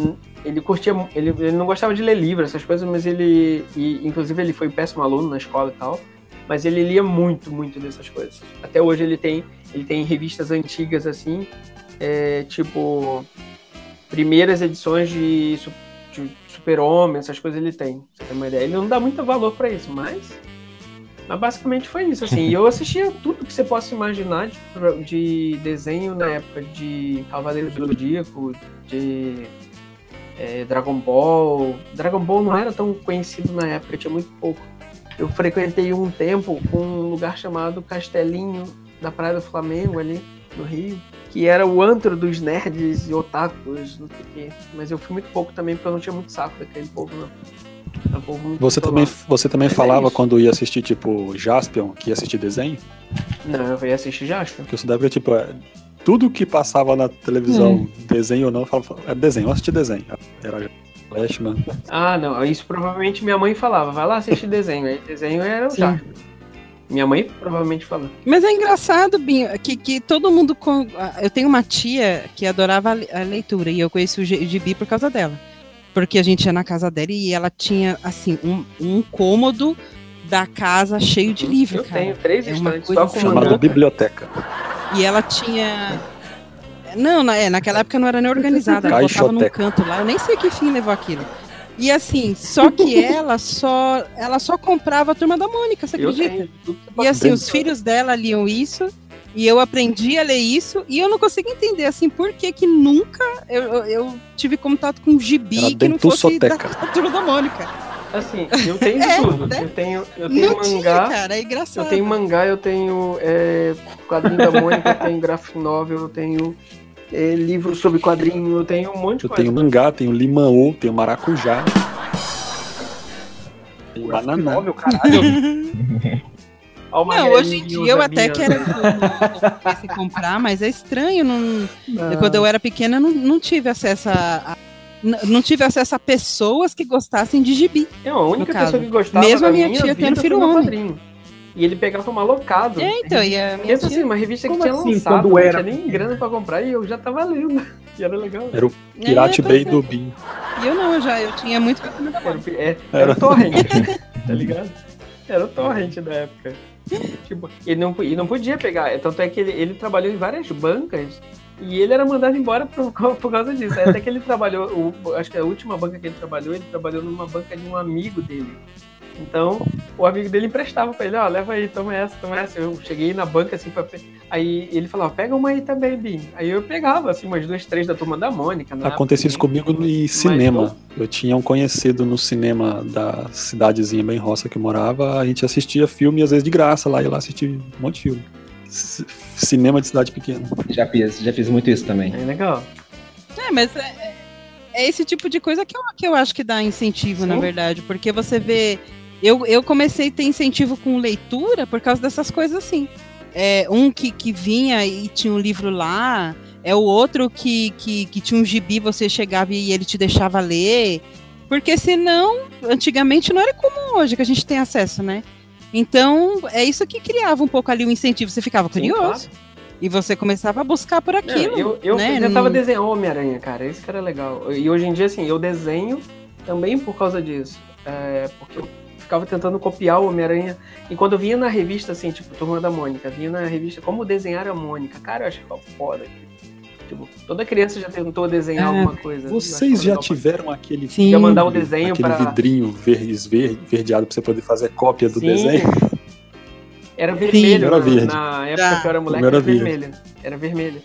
Speaker 5: ele curtia, mu- ele, ele não gostava de ler livro, essas coisas, mas ele, e, inclusive ele foi um péssimo aluno na escola e tal, mas ele lia muito, muito dessas coisas. Até hoje ele tem, ele tem revistas antigas assim, é, tipo primeiras edições de, su- de Super Homem, essas coisas ele tem. pra Você tem uma ideia? Ele não dá muito valor pra isso, mas, mas basicamente foi isso assim. E eu assistia tudo que você possa imaginar de, pro- de desenho na época de Cavaleiro do Zodíaco, de é, Dragon Ball. Dragon Ball não era tão conhecido na época, tinha muito pouco. Eu frequentei um tempo um lugar chamado Castelinho, da Praia do Flamengo, ali no Rio, que era o antro dos nerds e otakus, não sei o quê. Mas eu fui muito pouco também, porque eu não tinha muito saco daquele povo, não. Era um povo muito
Speaker 2: Você também,
Speaker 5: bitolado.
Speaker 2: você também
Speaker 5: Mas é
Speaker 2: falava
Speaker 5: isso.
Speaker 2: quando ia assistir, tipo, Jaspion, que ia assistir desenho?
Speaker 5: Não, eu ia assistir Jasper.
Speaker 2: Porque eu sou da época, tipo, é, tudo que passava na televisão, desenho ou não, eu falava, falava, é desenho, eu assisti desenho. Era Flashman.
Speaker 5: Ah, não. Isso provavelmente minha mãe falava. Vai lá assistir desenho. Aí desenho era o
Speaker 6: Sim.
Speaker 5: Jasper. Minha mãe provavelmente falava.
Speaker 6: Mas é engraçado, Binho, que, que todo mundo. con- ah, Eu tenho uma tia que adorava a le- a leitura e eu conheci o G- Gibi por causa dela. Porque a gente ia na casa dela e ela tinha, assim, um, um cômodo da casa cheio de livro,
Speaker 5: eu
Speaker 6: cara.
Speaker 5: tenho três
Speaker 6: é uma
Speaker 5: estantes
Speaker 6: coisa
Speaker 5: só com
Speaker 6: Chamado
Speaker 2: Chamada
Speaker 5: mangá.
Speaker 2: Biblioteca.
Speaker 6: E ela tinha. Não, na, é, naquela época não era nem organizada. Ela colocava num
Speaker 2: Caixoteca.
Speaker 6: canto lá. Eu nem sei que fim levou aquilo. E assim, só que ela só ela só comprava a turma da Mônica, você
Speaker 5: Eu
Speaker 6: acredita?
Speaker 5: tenho tudo que
Speaker 6: E assim,
Speaker 2: Bem
Speaker 6: os filhos dela liam isso, e eu aprendi a ler isso, e eu não consigo entender, assim, por que que nunca eu, eu, eu tive contato com um gibi
Speaker 2: Era
Speaker 6: que não fosse da,
Speaker 2: dentussoteca.
Speaker 6: da turma da Mônica.
Speaker 5: Assim, eu tenho de
Speaker 6: É,
Speaker 5: tudo.
Speaker 6: né?
Speaker 5: Eu tenho, eu tenho
Speaker 6: Não
Speaker 5: mangá.
Speaker 6: tinha, cara, é engraçado.
Speaker 5: eu tenho mangá, eu tenho é, quadrinho da Mônica, eu tenho graphic novel, eu tenho é, livro sobre quadrinho, eu tenho um monte de
Speaker 2: Eu
Speaker 5: coisa.
Speaker 2: tenho mangá, tenho limão, tenho maracujá. Tem
Speaker 5: Graphic
Speaker 2: bananá.
Speaker 5: novel, caralho. Olha o
Speaker 6: Não,
Speaker 5: Magalhães
Speaker 6: hoje em
Speaker 5: e
Speaker 6: dia
Speaker 5: os
Speaker 6: eu até quero
Speaker 5: amigos.
Speaker 6: se comprar, mas é estranho. Não...
Speaker 5: Ah,
Speaker 6: Quando eu era pequena, eu não, não tive acesso a, a n- não tive acesso a pessoas que gostassem de gibi.
Speaker 5: É, a única
Speaker 6: No caso,
Speaker 5: pessoa que gostava
Speaker 6: mesmo a
Speaker 5: da
Speaker 6: minha tia
Speaker 5: vida
Speaker 6: tendo
Speaker 5: foi
Speaker 6: filho
Speaker 5: meu
Speaker 6: homem.
Speaker 5: padrinho. E ele pegava uma locado.
Speaker 6: É, então, e a minha
Speaker 5: Mesmo
Speaker 6: tia,
Speaker 5: assim, uma revista que
Speaker 7: Como
Speaker 5: tinha
Speaker 7: assim,
Speaker 5: lançado,
Speaker 7: quando
Speaker 5: não
Speaker 7: era?
Speaker 5: tinha nem grana pra comprar e eu já tava lendo. E era legal. né?
Speaker 2: Era Pirate
Speaker 6: É,
Speaker 2: Bay
Speaker 6: pois é.
Speaker 2: do Bin.
Speaker 6: E eu não, eu já eu tinha muito.
Speaker 5: Era, o- é, era o Torrent,
Speaker 7: É,
Speaker 5: tá ligado? Era o Torrent da época. Tipo, ele não, ele não podia pegar. Tanto é que ele, ele trabalhou em várias bancas e ele era mandado embora por, cau- por causa disso. Aí Até que ele trabalhou, o- acho que a última banca que ele trabalhou, ele trabalhou numa banca de um amigo dele. Então, o amigo dele emprestava pra ele, ó, leva aí, toma essa, toma essa. Eu cheguei na banca assim pra. pe- Aí ele falava, pega uma aí também, Bim. Aí eu pegava, assim, umas duas, três da turma da Mônica. na
Speaker 2: Aconteceu isso
Speaker 5: época, né?
Speaker 2: comigo no- em cinema. Eu tinha um conhecido no cinema da cidadezinha bem roça que eu morava. A gente assistia filme, às vezes de graça lá, ia lá assistir um monte de filme. C- Cinema de cidade pequena.
Speaker 8: Já fiz, já fiz muito isso também.
Speaker 5: né? É legal.
Speaker 6: É, mas é, é- é esse tipo de coisa que eu, que eu acho que dá incentivo, na
Speaker 5: Sim.
Speaker 6: verdade. Porque você vê. Eu, eu comecei a ter incentivo com leitura por causa dessas coisas assim. É, um que, que vinha e tinha um livro lá, é o outro que, que, que tinha um gibi, você chegava e ele te deixava ler. Porque senão, antigamente não era como hoje que a gente tem acesso, né? Então, é isso que criava um pouco ali o incentivo. Você ficava
Speaker 5: Sim,
Speaker 6: curioso e você começava a buscar por
Speaker 5: Não,
Speaker 6: aquilo.
Speaker 5: É, eu eu
Speaker 6: né?
Speaker 5: tentava
Speaker 6: Não-
Speaker 5: desenhar Homem-Aranha, cara. Isso que era legal. E hoje em dia, assim, eu desenho também por causa disso. É, porque eu ficava tentando copiar o Homem-Aranha. E quando eu vinha na revista, assim, tipo, Turma da Mônica, vinha na revista Como Desenhar a Mônica. Cara, eu achava foda. Tipo, toda criança já tentou desenhar
Speaker 6: É,
Speaker 5: alguma coisa. assim, Eu
Speaker 2: Vocês
Speaker 5: achava
Speaker 2: já
Speaker 5: legal pra-
Speaker 2: tiveram aquele
Speaker 6: Sim.
Speaker 5: Já mandar o desenho
Speaker 2: aquele
Speaker 5: pra...
Speaker 2: vidrinho verde, verde, verdeado pra você poder fazer cópia do
Speaker 5: Sim.
Speaker 2: desenho?
Speaker 5: Era vermelho,
Speaker 2: era
Speaker 5: na-
Speaker 2: verde.
Speaker 5: Na época
Speaker 6: Tá.
Speaker 5: que eu era moleque,
Speaker 2: meu era
Speaker 5: era,
Speaker 2: verde.
Speaker 5: vermelho. Era vermelho.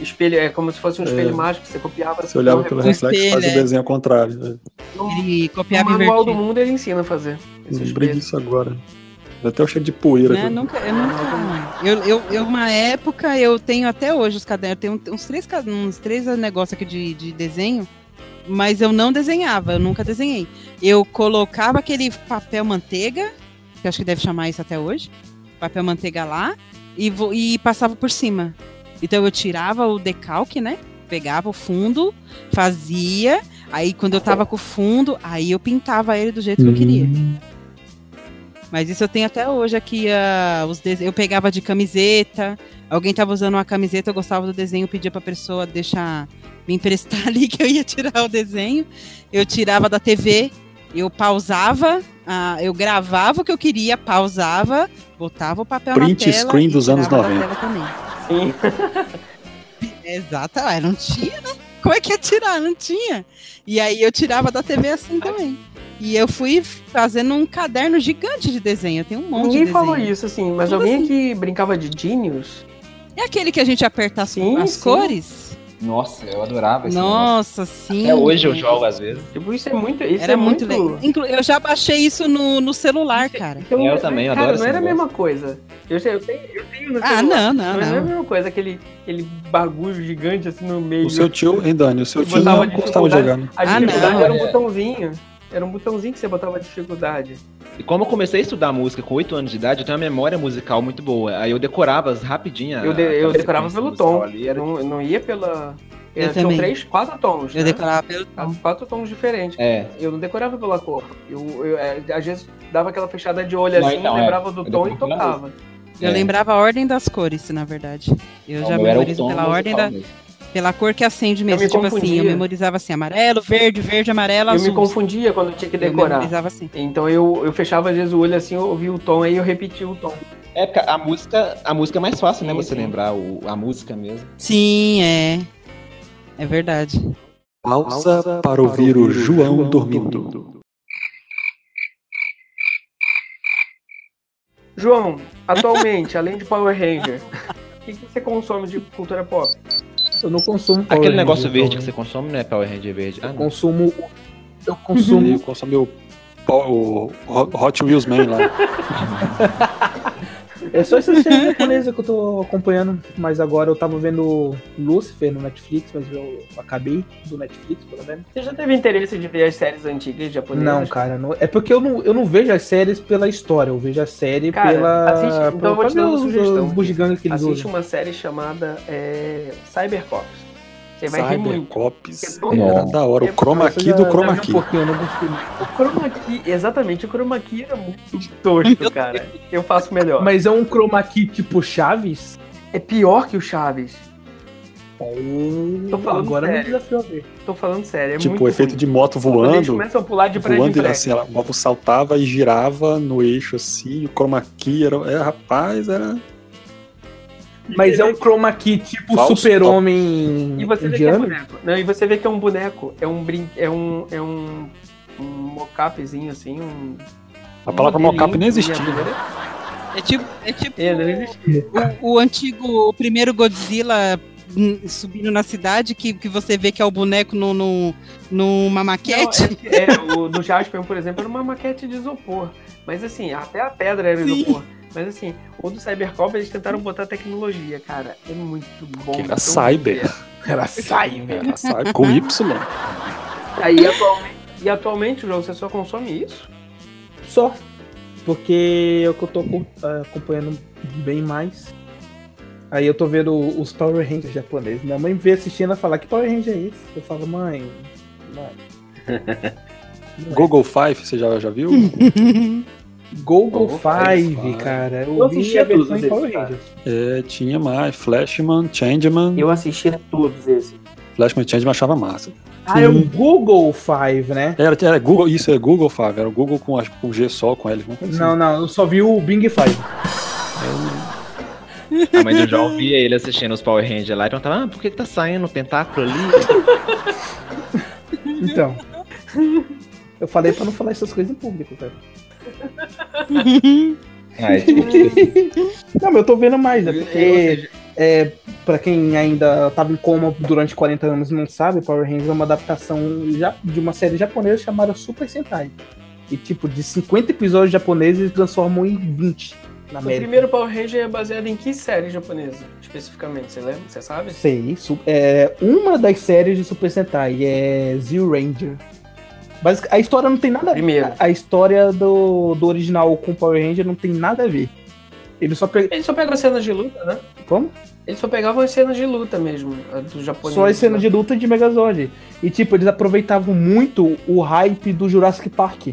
Speaker 5: Espelho, é como se fosse um espelho
Speaker 2: É.
Speaker 5: mágico, você copiava. assim,
Speaker 2: Você olhava
Speaker 5: não,
Speaker 2: pelo
Speaker 6: Com
Speaker 2: reflexo e
Speaker 6: espelho,
Speaker 2: fazia o
Speaker 6: é.
Speaker 2: desenho ao contrário. né?
Speaker 5: não-
Speaker 6: Ele
Speaker 5: É O
Speaker 6: copiava e
Speaker 5: manual do
Speaker 6: invertia.
Speaker 5: mundo ele ensina a fazer. Esse
Speaker 2: Lembrei
Speaker 5: espelho.
Speaker 2: disso agora. Dá Até o cheiro de poeira.
Speaker 6: Né?
Speaker 2: aqui.
Speaker 6: Nunca, eu nunca. Eu, eu, eu, uma época, eu tenho até hoje os cadernos, eu tenho um, uns três, ca- uns três negócios aqui de, de desenho, mas eu não desenhava, eu nunca desenhei. Eu colocava aquele papel manteiga, que eu acho que deve chamar isso até hoje, papel manteiga lá, e, vo- e passava por cima. Então eu tirava o decalque, né? Pegava o fundo, fazia, aí quando eu tava com o fundo, aí eu pintava ele do jeito
Speaker 2: Hum. Uhum.
Speaker 6: que eu queria. Mas isso eu tenho até hoje aqui. ah, os dese- Eu pegava de camiseta, alguém tava usando uma camiseta, eu gostava do desenho, pedia pra pessoa deixar me emprestar ali que eu ia tirar o desenho. Eu tirava da TV, eu pausava, ah, eu gravava o que eu queria, pausava, botava o papel
Speaker 2: Print
Speaker 6: na tela.
Speaker 2: screen
Speaker 6: e
Speaker 2: dos anos
Speaker 6: tirava da
Speaker 2: 90.
Speaker 6: tela também.
Speaker 5: Sim.
Speaker 6: Exato, ah, não tinha, né? Como é que ia tirar? Não tinha. E aí eu tirava da TV assim também. E eu fui fazendo um caderno gigante de desenho. Eu tenho um monte de
Speaker 5: Ninguém
Speaker 6: desenho.
Speaker 5: falou isso, assim, mas
Speaker 6: Tudo
Speaker 5: alguém
Speaker 6: assim.
Speaker 5: aqui brincava de Genius?
Speaker 6: É aquele que a gente aperta as,
Speaker 5: Sim,
Speaker 6: as
Speaker 5: sim. é
Speaker 6: cores?
Speaker 8: Nossa, eu adorava esse negócio.
Speaker 6: Nossa, sim.
Speaker 8: Até hoje eu jogo às vezes.
Speaker 5: Tipo, isso é muito. Isso
Speaker 6: Era
Speaker 5: é
Speaker 6: muito legal. Inclu- Eu já baixei isso no, no celular, cara.
Speaker 5: Então,
Speaker 8: Eu também, eu
Speaker 5: cara,
Speaker 8: adoro
Speaker 5: não
Speaker 8: esse
Speaker 5: era a
Speaker 8: negócio.
Speaker 5: mesma coisa. Eu, sei- eu tenho, eu tenho no
Speaker 6: Ah,
Speaker 5: celular,
Speaker 6: não, não,
Speaker 5: Mas não é a
Speaker 6: não.
Speaker 5: mesma coisa, aquele, aquele bagulho gigante assim no meio.
Speaker 2: O seu tio, hein, Dani? O seu
Speaker 5: Eu
Speaker 2: tio
Speaker 5: botava
Speaker 2: não gostava de
Speaker 5: dificuldade.
Speaker 2: jogar, né?
Speaker 5: A
Speaker 6: Ah,
Speaker 5: dificuldade
Speaker 6: não,
Speaker 5: era um
Speaker 8: é.
Speaker 5: botãozinho. Era um botãozinho que você botava dificuldade.
Speaker 8: E como eu comecei a estudar música com 8 anos de idade, eu tenho uma memória musical muito boa. Aí eu decorava as rapidinho. a-
Speaker 5: Eu, de- eu
Speaker 8: a
Speaker 5: decorava
Speaker 8: sequência
Speaker 5: pelo
Speaker 8: musical
Speaker 5: tom.
Speaker 8: ali, era-
Speaker 5: Não, não ia pela.
Speaker 6: Eu
Speaker 5: Era- tinham
Speaker 6: também.
Speaker 5: três, quatro tons.
Speaker 6: Eu
Speaker 5: né?
Speaker 6: decorava pelo tom.
Speaker 5: Quatro tons diferentes.
Speaker 8: É,
Speaker 5: Eu não decorava pela cor. Eu, eu, é, às vezes dava aquela fechada de olho
Speaker 8: Não,
Speaker 5: assim,
Speaker 8: então, é.
Speaker 5: lembrava do
Speaker 8: Eu
Speaker 5: tom e
Speaker 8: decoro pela
Speaker 5: tocava.
Speaker 6: Eu
Speaker 8: é.
Speaker 6: lembrava a ordem das cores, na verdade. Eu
Speaker 8: Então,
Speaker 6: já
Speaker 8: eu era o
Speaker 6: memorizo
Speaker 8: tom
Speaker 6: pela
Speaker 8: musical
Speaker 6: ordem da,
Speaker 8: mesmo.
Speaker 6: pela cor que acende mesmo.
Speaker 5: me
Speaker 6: tipo assim,
Speaker 5: confundia.
Speaker 6: eu memorizava assim, amarelo, verde, verde, amarelo,
Speaker 5: Eu
Speaker 6: azul.
Speaker 5: me confundia quando eu tinha que
Speaker 6: Eu
Speaker 5: decorar.
Speaker 6: memorizava assim.
Speaker 5: Então eu, eu fechava às vezes o olho assim, eu ouvia o tom, aí eu repetia o tom.
Speaker 8: É, porque a música, a música é mais fácil, né?
Speaker 5: Sim,
Speaker 8: Você
Speaker 5: sim.
Speaker 8: lembrar o- a música mesmo.
Speaker 6: Sim, é. É verdade.
Speaker 2: Pausa para ouvir o João dormindo.
Speaker 5: João, atualmente, além de Power Ranger, o que, que você consome de cultura pop?
Speaker 7: Eu não consumo Power
Speaker 8: Aquele
Speaker 7: Ranger,
Speaker 8: negócio verde
Speaker 7: então,
Speaker 8: que você consome não é Power Ranger verde. Ah,
Speaker 7: Eu
Speaker 8: não.
Speaker 7: consumo. Eu
Speaker 2: Ele
Speaker 7: consumo.
Speaker 2: consumiu o o Hot Wheels Man lá.
Speaker 7: é só essa série japonesa que eu tô acompanhando, mas agora eu tava vendo Lucifer no Netflix, mas eu acabei do Netflix, pelo menos.
Speaker 5: Você já teve interesse de ver as séries antigas japonesas?
Speaker 7: Não, cara, não- é porque eu não, eu não vejo as séries pela história, eu vejo a série
Speaker 5: Cara,
Speaker 7: pela.
Speaker 5: assiste- então
Speaker 7: pela-
Speaker 5: eu vou te dar uma
Speaker 7: os-
Speaker 5: sugestão.
Speaker 7: Os bugiganga que eles
Speaker 5: Assiste
Speaker 7: usam.
Speaker 5: uma série chamada é, Cybercops. Você vai rir muito.
Speaker 2: Cybercops.
Speaker 5: É todo-
Speaker 2: Era da hora. O
Speaker 5: um
Speaker 2: chroma key do
Speaker 7: um
Speaker 2: chroma
Speaker 5: é
Speaker 2: key.
Speaker 5: O chroma key, exatamente, o chroma key era muito tosco, cara. Eu faço melhor.
Speaker 7: Mas é um chroma key tipo Chaves?
Speaker 5: É pior que o Chaves. Tô falando
Speaker 7: agora
Speaker 5: sério.
Speaker 7: me desafio a ver.
Speaker 5: Tô falando sério, é
Speaker 2: Tipo,
Speaker 5: muito
Speaker 2: o efeito
Speaker 5: ruim.
Speaker 2: de moto
Speaker 5: Quando eles
Speaker 2: voando.
Speaker 5: começam a pular de prédio em
Speaker 2: Voando,
Speaker 5: prédio.
Speaker 2: assim, ela, o móvel saltava e girava no eixo, assim, e o chroma key era, era rapaz, era...
Speaker 7: Mas é um chroma key tipo
Speaker 2: Falso
Speaker 7: super-homem
Speaker 5: E você vê que é
Speaker 7: indiano?
Speaker 5: boneco. Não, e você vê que é um boneco. É um brin... é um. É um. Um mocapzinho, assim, um.
Speaker 2: A palavra
Speaker 5: um
Speaker 2: mocap
Speaker 5: modelinho
Speaker 2: nem existia,
Speaker 5: de
Speaker 2: né?
Speaker 5: boneco.
Speaker 6: É tipo, é tipo
Speaker 5: É, não existia.
Speaker 6: o, o antigo, o primeiro Godzilla hum, subindo na cidade, que, que você vê que é o boneco no, no- numa maquete.
Speaker 5: Não, é, é, o do Jasper, por exemplo, era uma maquete de isopor. Mas assim, até a pedra era
Speaker 6: Sim.
Speaker 5: isopor. Mas assim, o do Cybercop eles tentaram botar tecnologia, cara. É muito bom.
Speaker 2: Que era
Speaker 5: Então,
Speaker 2: cyber.
Speaker 7: Era cyber.
Speaker 2: Era cyber com Y.
Speaker 5: Aí, atualmente, e atualmente, João, você só consome isso?
Speaker 7: Só. Porque é o que eu tô acom- ah, acompanhando bem mais. Aí eu tô vendo os Power Rangers japoneses. Minha mãe veio assistindo e falar: Que Power Ranger é esse? Eu falo: Mãe. mãe. Não é.
Speaker 2: Google Five, você já, já viu?
Speaker 7: Google
Speaker 2: Google
Speaker 7: Five,
Speaker 2: Five.
Speaker 7: cara. Eu
Speaker 5: Eu
Speaker 7: vi
Speaker 5: assistia
Speaker 7: a versão
Speaker 5: todos
Speaker 7: em Power
Speaker 5: eles, cara.
Speaker 7: Rangers.
Speaker 2: É, tinha mais. Flashman, Changeman.
Speaker 5: Eu assisti a todos esses.
Speaker 2: Flashman e Changeman eu achava massa.
Speaker 7: Ah, é o Google Five, né?
Speaker 2: Era, era Google, isso é Google Five. Era o Google com, acho que com G só, com L. alguma coisa assim.
Speaker 7: Não, não, eu só vi o Bing Five.
Speaker 8: Ah, mas eu já ouvia ele assistindo os Power Rangers lá e perguntava, ah, por que, que tá saindo o tentáculo ali?
Speaker 7: Então. Eu falei pra não falar essas coisas em público, cara.
Speaker 8: ah, desculpa.
Speaker 7: Não, mas eu tô vendo mais, né? Porque, é, pra quem ainda tava em coma durante 40 anos e não sabe, Power Rangers é uma adaptação ja- de uma série japonesa chamada Super Sentai. E, tipo, de 50 episódios japoneses, eles transformam em 20 na
Speaker 5: O
Speaker 7: América.
Speaker 5: primeiro Power Ranger é baseado em que série japonesa, especificamente? Você lembra? Você sabe?
Speaker 7: Sei, su- é uma das séries de Super Sentai é Zero Ranger. Basic, a história não tem nada a ver.
Speaker 5: Primeiro.
Speaker 7: A, a história do, do original com Power Ranger não tem nada a ver. Ele só pega.
Speaker 5: Ele só pegava cenas de luta, né?
Speaker 7: Como?
Speaker 5: Ele só pegava as cenas de luta mesmo, a do japonês.
Speaker 7: Só as cenas
Speaker 5: né?
Speaker 7: de luta de Megazord. E tipo, eles aproveitavam muito o hype do Jurassic Park.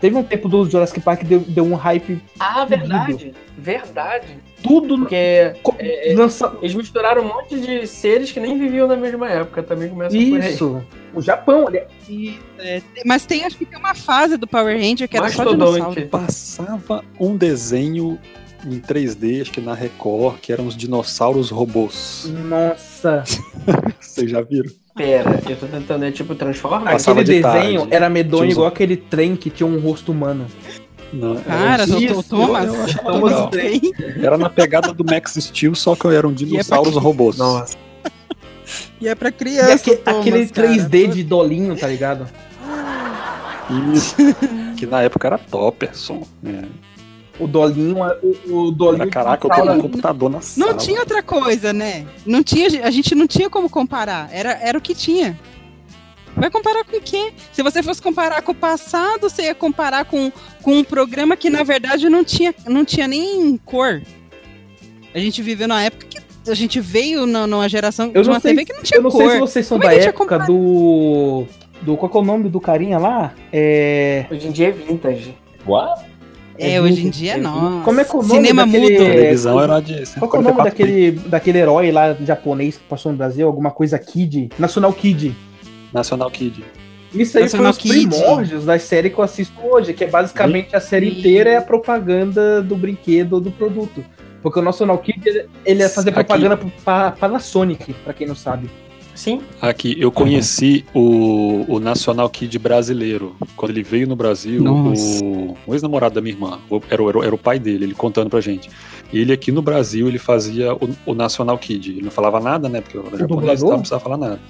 Speaker 7: Teve um tempo do Jurassic Park que deu, deu um hype
Speaker 5: Ah, verdade. Verdade.
Speaker 7: tudo
Speaker 5: Porque
Speaker 7: co- lança-
Speaker 5: eles misturaram um monte de seres que nem viviam na mesma época, também começa por aí.
Speaker 7: Isso. O Japão, olha.
Speaker 6: E, é, tem- mas tem, acho que tem uma fase do Power Ranger que era só dinossauro.
Speaker 5: Mastodonte.
Speaker 2: Passava um desenho em 3D, acho que na Record, que eram os dinossauros robôs.
Speaker 7: Nossa.
Speaker 2: Vocês já viram?
Speaker 5: Pera, eu tô tentando, é tipo Transformers?
Speaker 2: Passava
Speaker 7: Aquele
Speaker 2: de tarde.
Speaker 7: desenho era medonho
Speaker 2: Tinha uns-
Speaker 7: igual aquele trem que tinha um rosto humano.
Speaker 2: Não, era
Speaker 6: Cara,
Speaker 2: os-
Speaker 6: doutor
Speaker 7: Isso,
Speaker 6: Thomas,
Speaker 7: eu acho
Speaker 6: Thomas
Speaker 2: legal.
Speaker 6: Paine.
Speaker 2: Era na pegada do Max Steel, só que
Speaker 6: é
Speaker 2: eram dinossauros robôs.
Speaker 6: E é pra
Speaker 7: E
Speaker 6: criança.
Speaker 7: aque-
Speaker 6: Thomas,
Speaker 7: aquele
Speaker 6: cara.
Speaker 7: 3D de dolinho, tá ligado?
Speaker 2: Isso. Que na época era Topperson. né?
Speaker 7: O dolinho, o, o dolinho.
Speaker 2: Era, caraca, eu tô
Speaker 7: Fala-
Speaker 2: no computador na sala.
Speaker 6: Não tinha outra coisa, né? Não tinha, a gente não tinha como comparar. Era, era o que tinha. Vai comparar com o quê? Se você fosse comparar com o passado, você ia comparar com, com um programa que, na verdade, não tinha, não tinha nem cor. A gente viveu na época que a gente veio na- numa geração
Speaker 7: Eu
Speaker 6: de
Speaker 7: não
Speaker 6: uma
Speaker 7: sei-
Speaker 6: TV que não tinha
Speaker 7: Eu não
Speaker 6: cor.
Speaker 7: sei se vocês são
Speaker 6: Como é
Speaker 7: da
Speaker 6: que a gente ia
Speaker 7: época
Speaker 6: comparar?
Speaker 7: do. Do, qual que é o nome do carinha lá? É.
Speaker 5: Hoje em dia é vintage.
Speaker 8: What?
Speaker 6: É, hoje em dia, não.
Speaker 7: Como é que é o nome
Speaker 6: Cinema
Speaker 7: daquele-
Speaker 2: A
Speaker 6: mudo.
Speaker 2: televisão era de
Speaker 7: Qual que é o nome
Speaker 2: 144p.
Speaker 7: daquele, daquele herói lá japonês que passou no Brasil? Alguma coisa Kid? National Kid.
Speaker 2: National Kid.
Speaker 7: Isso aí foi
Speaker 6: National
Speaker 7: os
Speaker 6: Kid.
Speaker 7: primórdios da série que eu assisto hoje, que é basicamente a série inteira é a propaganda do brinquedo ou do produto. Porque o National Kid, ele- ele ia fazer
Speaker 2: Aqui.
Speaker 7: propaganda pro- pra Panasonic, pra quem não sabe.
Speaker 5: Sim,
Speaker 2: Aqui, eu conheci o, o National Kid brasileiro. Quando ele veio no Brasil,
Speaker 6: Nossa.
Speaker 2: o, o ex-namorado da minha irmã, o- era, o- era, o- era o pai dele, ele contando pra gente. Ele aqui no Brasil, ele fazia o, o National Kid. Ele não falava nada, né? Porque eu era japonês e
Speaker 7: dublador?
Speaker 2: tal, não precisava falar nada.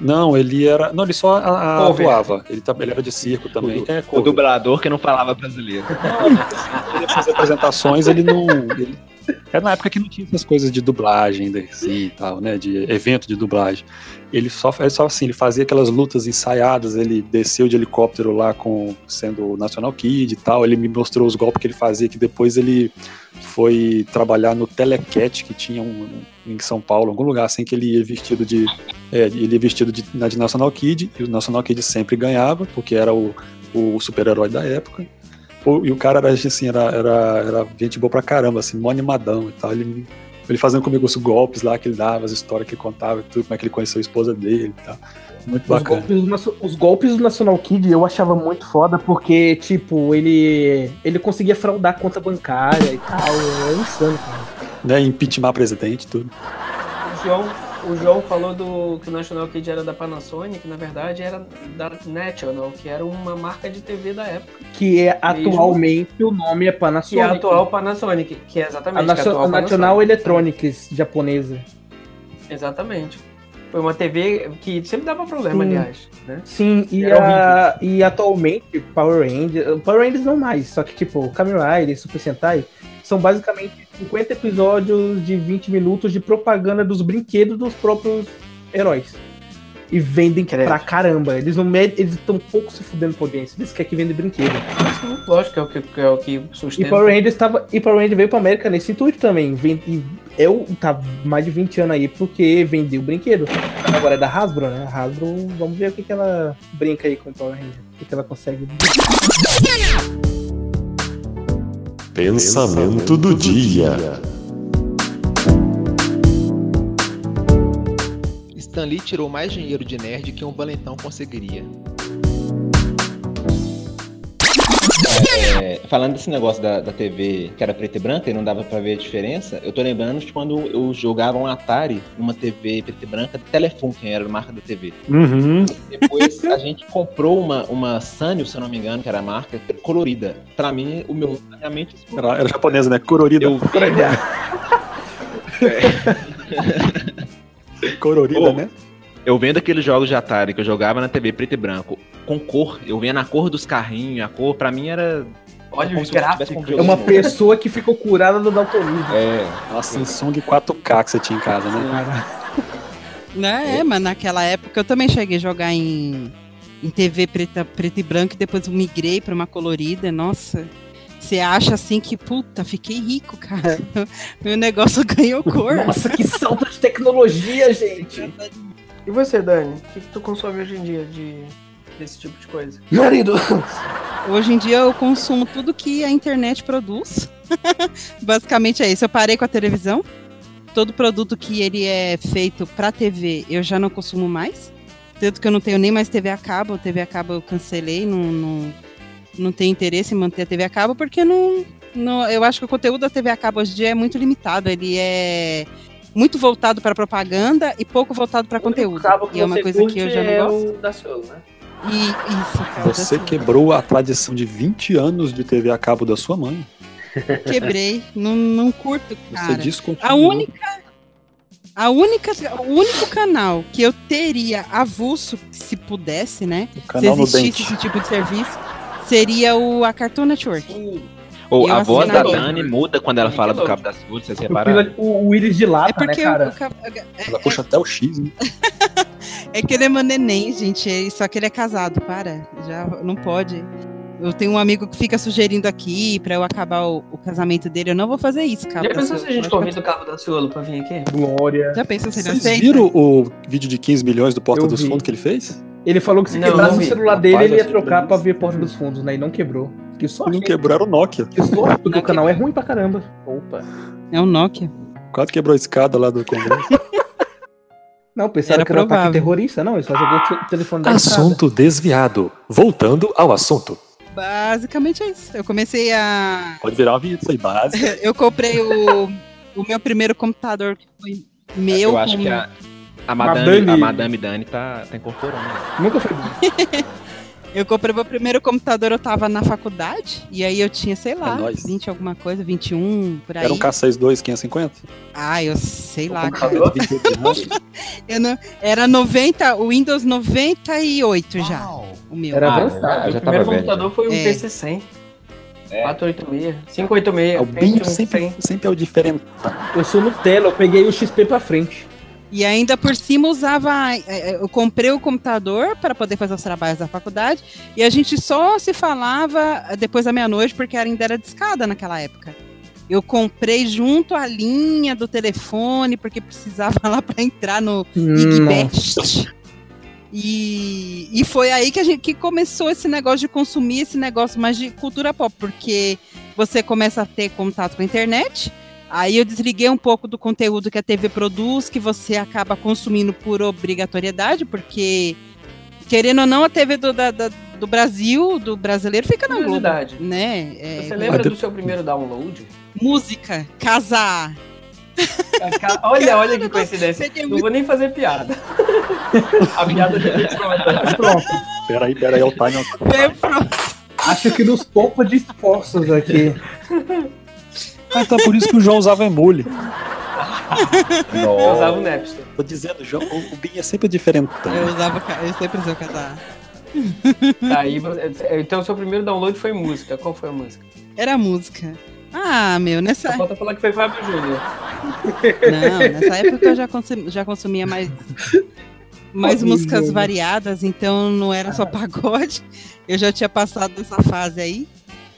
Speaker 2: Não, ele era. Não, ele só a- a-
Speaker 5: Cover.
Speaker 2: atuava. Ele, tam- ele era de circo também. É,
Speaker 8: O
Speaker 2: cover.
Speaker 8: dublador que não falava brasileiro.
Speaker 2: Ele fazia apresentações, ele não. Ele, Era na época que não tinha essas coisas de dublagem ainda assim e tal, né? De evento de dublagem. Ele só, ele só assim, ele fazia aquelas lutas ensaiadas, ele desceu de helicóptero lá com sendo o National Kid e tal, ele me mostrou os golpes que ele fazia, que depois ele foi trabalhar no Telecat, que tinha um, em São Paulo, algum lugar assim, que ele ia vestido de. é, ele ia vestido de, na de National Kid, e o National Kid sempre ganhava, porque era o, o super-herói da época. O- e o cara era assim, era, era, era gente boa pra caramba, assim, mó animadão e tal. Ele, ele fazendo comigo os golpes lá que ele dava, as histórias que ele contava e tudo, como é que ele conheceu a esposa dele e tal. Muito
Speaker 7: Os
Speaker 2: bacana.
Speaker 7: golpes, do Nacio- os golpes do National Kid eu achava muito foda, porque, tipo, ele. ele conseguia fraudar a conta bancária e tal. É insano, cara.
Speaker 2: Né, impeachment presidente e tudo.
Speaker 5: O João, o João falou do que o National Kid era da Panasonic, na verdade era da National, que era uma marca de TV da época.
Speaker 7: Que é,
Speaker 5: Mesmo?
Speaker 7: atualmente o nome é
Speaker 5: Que é
Speaker 7: Panasonic.
Speaker 5: a atual Panasonic, que é
Speaker 7: A,
Speaker 5: exatamente que é
Speaker 7: Nacio-
Speaker 5: atual
Speaker 7: a National
Speaker 5: Panasonic.
Speaker 7: Electronics japonesa.
Speaker 5: Exatamente. Foi uma TV que sempre dava problema,
Speaker 7: Sim.
Speaker 5: aliás. Né?
Speaker 7: Sim, e,
Speaker 5: Era
Speaker 7: a- e atualmente Power Rangers. Power Rangers não mais, só que tipo, Kamen Rider, Super Sentai são basicamente 50 episódios de 20 minutos de propaganda dos brinquedos dos próprios heróis. E vendem
Speaker 5: Credo.
Speaker 7: pra caramba. Eles não med- eles estão pouco se fudendo por audiência. Eles querem que vendem brinquedo.
Speaker 5: Isso, Lógico que é o que, que é o que
Speaker 7: E
Speaker 5: sustenta.
Speaker 7: Power Rangers tava, e Power Rangers veio pra América nesse intuito também. Vem, e eu tá mais de 20 anos aí porque vendeu o brinquedo. Agora é da Hasbro, né? A Hasbro, vamos ver o que, que ela brinca aí com o Power Ranger. O que, que ela consegue.
Speaker 1: Pensamento do dia.
Speaker 11: Stan Lee tirou mais dinheiro de nerd que um valentão conseguiria.
Speaker 8: É, falando desse negócio da, da TV que era preta e branca e não dava pra ver a diferença, eu tô lembrando de quando eu jogava um Atari numa TV preta e branca, Telefunken era a marca da TV.
Speaker 2: Uhum.
Speaker 11: Depois
Speaker 8: A gente comprou uma, uma Sanyo, se eu não me engano, que era a marca, colorida. Pra mim, o meu, a minha mente explodiu.
Speaker 2: Era, era japonesa, né? Colorida.
Speaker 8: Eu vi
Speaker 2: Colorida,
Speaker 8: Pô.
Speaker 2: né?
Speaker 8: Eu vendo aqueles jogos de Atari que eu jogava na TV preto e branco, com cor, eu via na cor dos carrinhos, a cor pra mim era.
Speaker 5: Olha
Speaker 8: como
Speaker 5: os
Speaker 8: se eu tivesse
Speaker 5: gráficos.
Speaker 8: um
Speaker 7: É
Speaker 8: videogame
Speaker 7: uma
Speaker 8: novo.
Speaker 7: pessoa que ficou curada do daltonismo.
Speaker 8: É,
Speaker 2: Uma Samsung 4K que você tinha em casa, né?
Speaker 6: Né? É, mas naquela época eu também cheguei a jogar em, em TV preta, preta e branca e depois eu migrei pra uma colorida. Nossa, você acha assim que, puta, fiquei rico, cara. Meu negócio ganhou cor.
Speaker 7: Nossa, que salto de tecnologia, gente!
Speaker 5: E você, Dani? O que, que tu consome hoje em dia de, desse tipo de coisa?
Speaker 7: Marido!
Speaker 6: Hoje em dia eu consumo tudo que a internet produz. Basicamente é isso. Eu parei com a televisão. Todo produto que ele é feito pra TV eu já não consumo mais. Tanto que eu não tenho nem mais TV a cabo. TV a cabo eu cancelei. Não, não, não tenho interesse em manter a TV a cabo porque não, não. Eu acho que o conteúdo da TV a cabo hoje em dia é muito limitado. Ele é muito voltado pra propaganda e pouco voltado pra conteúdo. E é uma coisa que eu já não gosto.
Speaker 5: o da Ciolo, né?
Speaker 6: E isso, cara, assim.
Speaker 2: Você
Speaker 6: dessa-
Speaker 2: quebrou a tradição de 20 anos de TV a cabo da sua mãe.
Speaker 6: quebrei. não, não curto,
Speaker 2: Você
Speaker 6: cara.
Speaker 2: descontinuou.
Speaker 6: A única. A única, o único canal que eu teria avulso, se pudesse, né?
Speaker 2: O canal
Speaker 6: se
Speaker 2: no
Speaker 6: existisse
Speaker 2: dente.
Speaker 6: esse tipo de serviço, seria o a Cartoon Network.
Speaker 8: Ou
Speaker 6: Eu
Speaker 8: a voz da
Speaker 6: assinaria.
Speaker 8: Dani muda quando ela fala do cabo das cores, vocês repararam?
Speaker 7: O, o Willis de
Speaker 6: é
Speaker 7: lata,
Speaker 6: porque
Speaker 7: né,
Speaker 6: o-
Speaker 7: cara?
Speaker 6: o ca- é-
Speaker 2: Ela puxa até o X, né?
Speaker 6: é que ele é meu neném, gente. é- Só que ele é casado, para. Já não pode. Eu tenho um amigo que fica sugerindo aqui pra eu acabar o, o casamento dele. Eu não vou fazer isso, cara.
Speaker 5: Já pensou se a gente convida o carro da Ciolo pra vir aqui?
Speaker 7: Glória.
Speaker 6: Já pensou se ele
Speaker 2: Vocês
Speaker 6: aceita?
Speaker 2: viram o vídeo de 15 milhões do Porta
Speaker 7: Eu
Speaker 2: dos
Speaker 7: vi.
Speaker 2: Fundos que ele fez?
Speaker 7: Ele falou que se
Speaker 5: Não,
Speaker 7: quebrasse
Speaker 5: não
Speaker 7: o
Speaker 5: vi.
Speaker 7: celular dele,
Speaker 2: Rapaz,
Speaker 7: ele ia
Speaker 2: achei
Speaker 7: trocar
Speaker 2: bonito.
Speaker 7: pra ver Porta dos Fundos, né? E não quebrou. Que sorte.
Speaker 2: Não quebraram o Nokia.
Speaker 7: Que sorte, porque
Speaker 6: Não
Speaker 7: o canal é ruim pra caramba. Opa.
Speaker 6: É um Nokia.
Speaker 2: Quase quebrou a escada lá do Congresso.
Speaker 7: Não, pensaram
Speaker 6: Era
Speaker 7: que era um ataque
Speaker 6: provável.
Speaker 7: terrorista. Não, ele só jogou o te- telefone
Speaker 2: Ah,
Speaker 7: da estrada.
Speaker 2: Assunto desviado. Voltando ao assunto.
Speaker 6: Basicamente é isso. Eu comecei a.
Speaker 2: Pode virar uma vinheta aí, base.
Speaker 6: Eu comprei o, o meu primeiro computador que foi meu.
Speaker 8: eu acho
Speaker 6: com-
Speaker 8: que é a, a,
Speaker 7: Madame-
Speaker 8: madame, a Madame Dani tá, tá incorporando.
Speaker 7: Nunca foi bom.
Speaker 6: Eu comprei meu primeiro computador, eu tava na faculdade, e aí eu tinha, sei lá,
Speaker 8: É
Speaker 2: nóis.
Speaker 6: 20 alguma coisa, 21, por aí.
Speaker 2: Era um K62 550?
Speaker 6: Ah, eu sei
Speaker 8: um
Speaker 6: lá, cara.
Speaker 2: Computador de 28 reais.
Speaker 6: Eu não- Era 90, o Windows 98 já, o meu.
Speaker 7: Era
Speaker 8: Ah,
Speaker 7: avançado.
Speaker 8: eu Ah, já
Speaker 5: é O primeiro
Speaker 8: tava velho.
Speaker 5: computador foi um
Speaker 6: É.
Speaker 5: PC-100. 486. 586.
Speaker 10: O
Speaker 6: um
Speaker 10: Binho sempre, sempre é o diferente.
Speaker 7: Eu sou Nutella, eu peguei o XP pra frente.
Speaker 6: E ainda por cima usava. eh, eh, Eu comprei o computador para poder fazer os trabalhos da faculdade. E a gente só se falava eh, depois da meia-noite, porque ainda era discada naquela época. Eu comprei junto a linha do telefone, porque precisava lá para entrar no
Speaker 7: Hum,
Speaker 6: Hum, Igbest. E, e foi aí que, a gente, que começou esse negócio de consumir esse negócio mais de cultura pop, porque você começa a ter contato com a internet. Aí eu desliguei um pouco do conteúdo que a TV produz, que você acaba consumindo por obrigatoriedade, porque, querendo ou não, a TV do, da- da- do Brasil, do brasileiro, fica na Globo,
Speaker 5: Curiosidade.
Speaker 6: né? É,
Speaker 5: Você lembra do seu primeiro download?
Speaker 6: Música, casar.
Speaker 5: Olha,
Speaker 6: um
Speaker 5: olha que coincidência. Não vou nem fazer piada. A piada já veio pronta.
Speaker 7: Pronto.
Speaker 10: Peraí, peraí, é o time. é o-
Speaker 7: Acho que nos poupa de esforços aqui.
Speaker 10: Ah, então é por isso que o João usava emule.
Speaker 5: Eu usava o Napster.
Speaker 10: Tô dizendo, o João, o, o Binho é sempre diferente.
Speaker 6: Eu usava, ca- eu sempre usava casar.
Speaker 5: Tá, aí você- então, seu primeiro download foi música. Qual foi a música?
Speaker 6: Era música. Ah, meu, nessa.
Speaker 5: Só falta falar que foi Fábio Júnior.
Speaker 6: Não, nessa época eu já, consumi- já consumia mais, mais
Speaker 5: Horrível.
Speaker 6: músicas variadas, então não era só pagode. Eu já tinha passado dessa fase aí.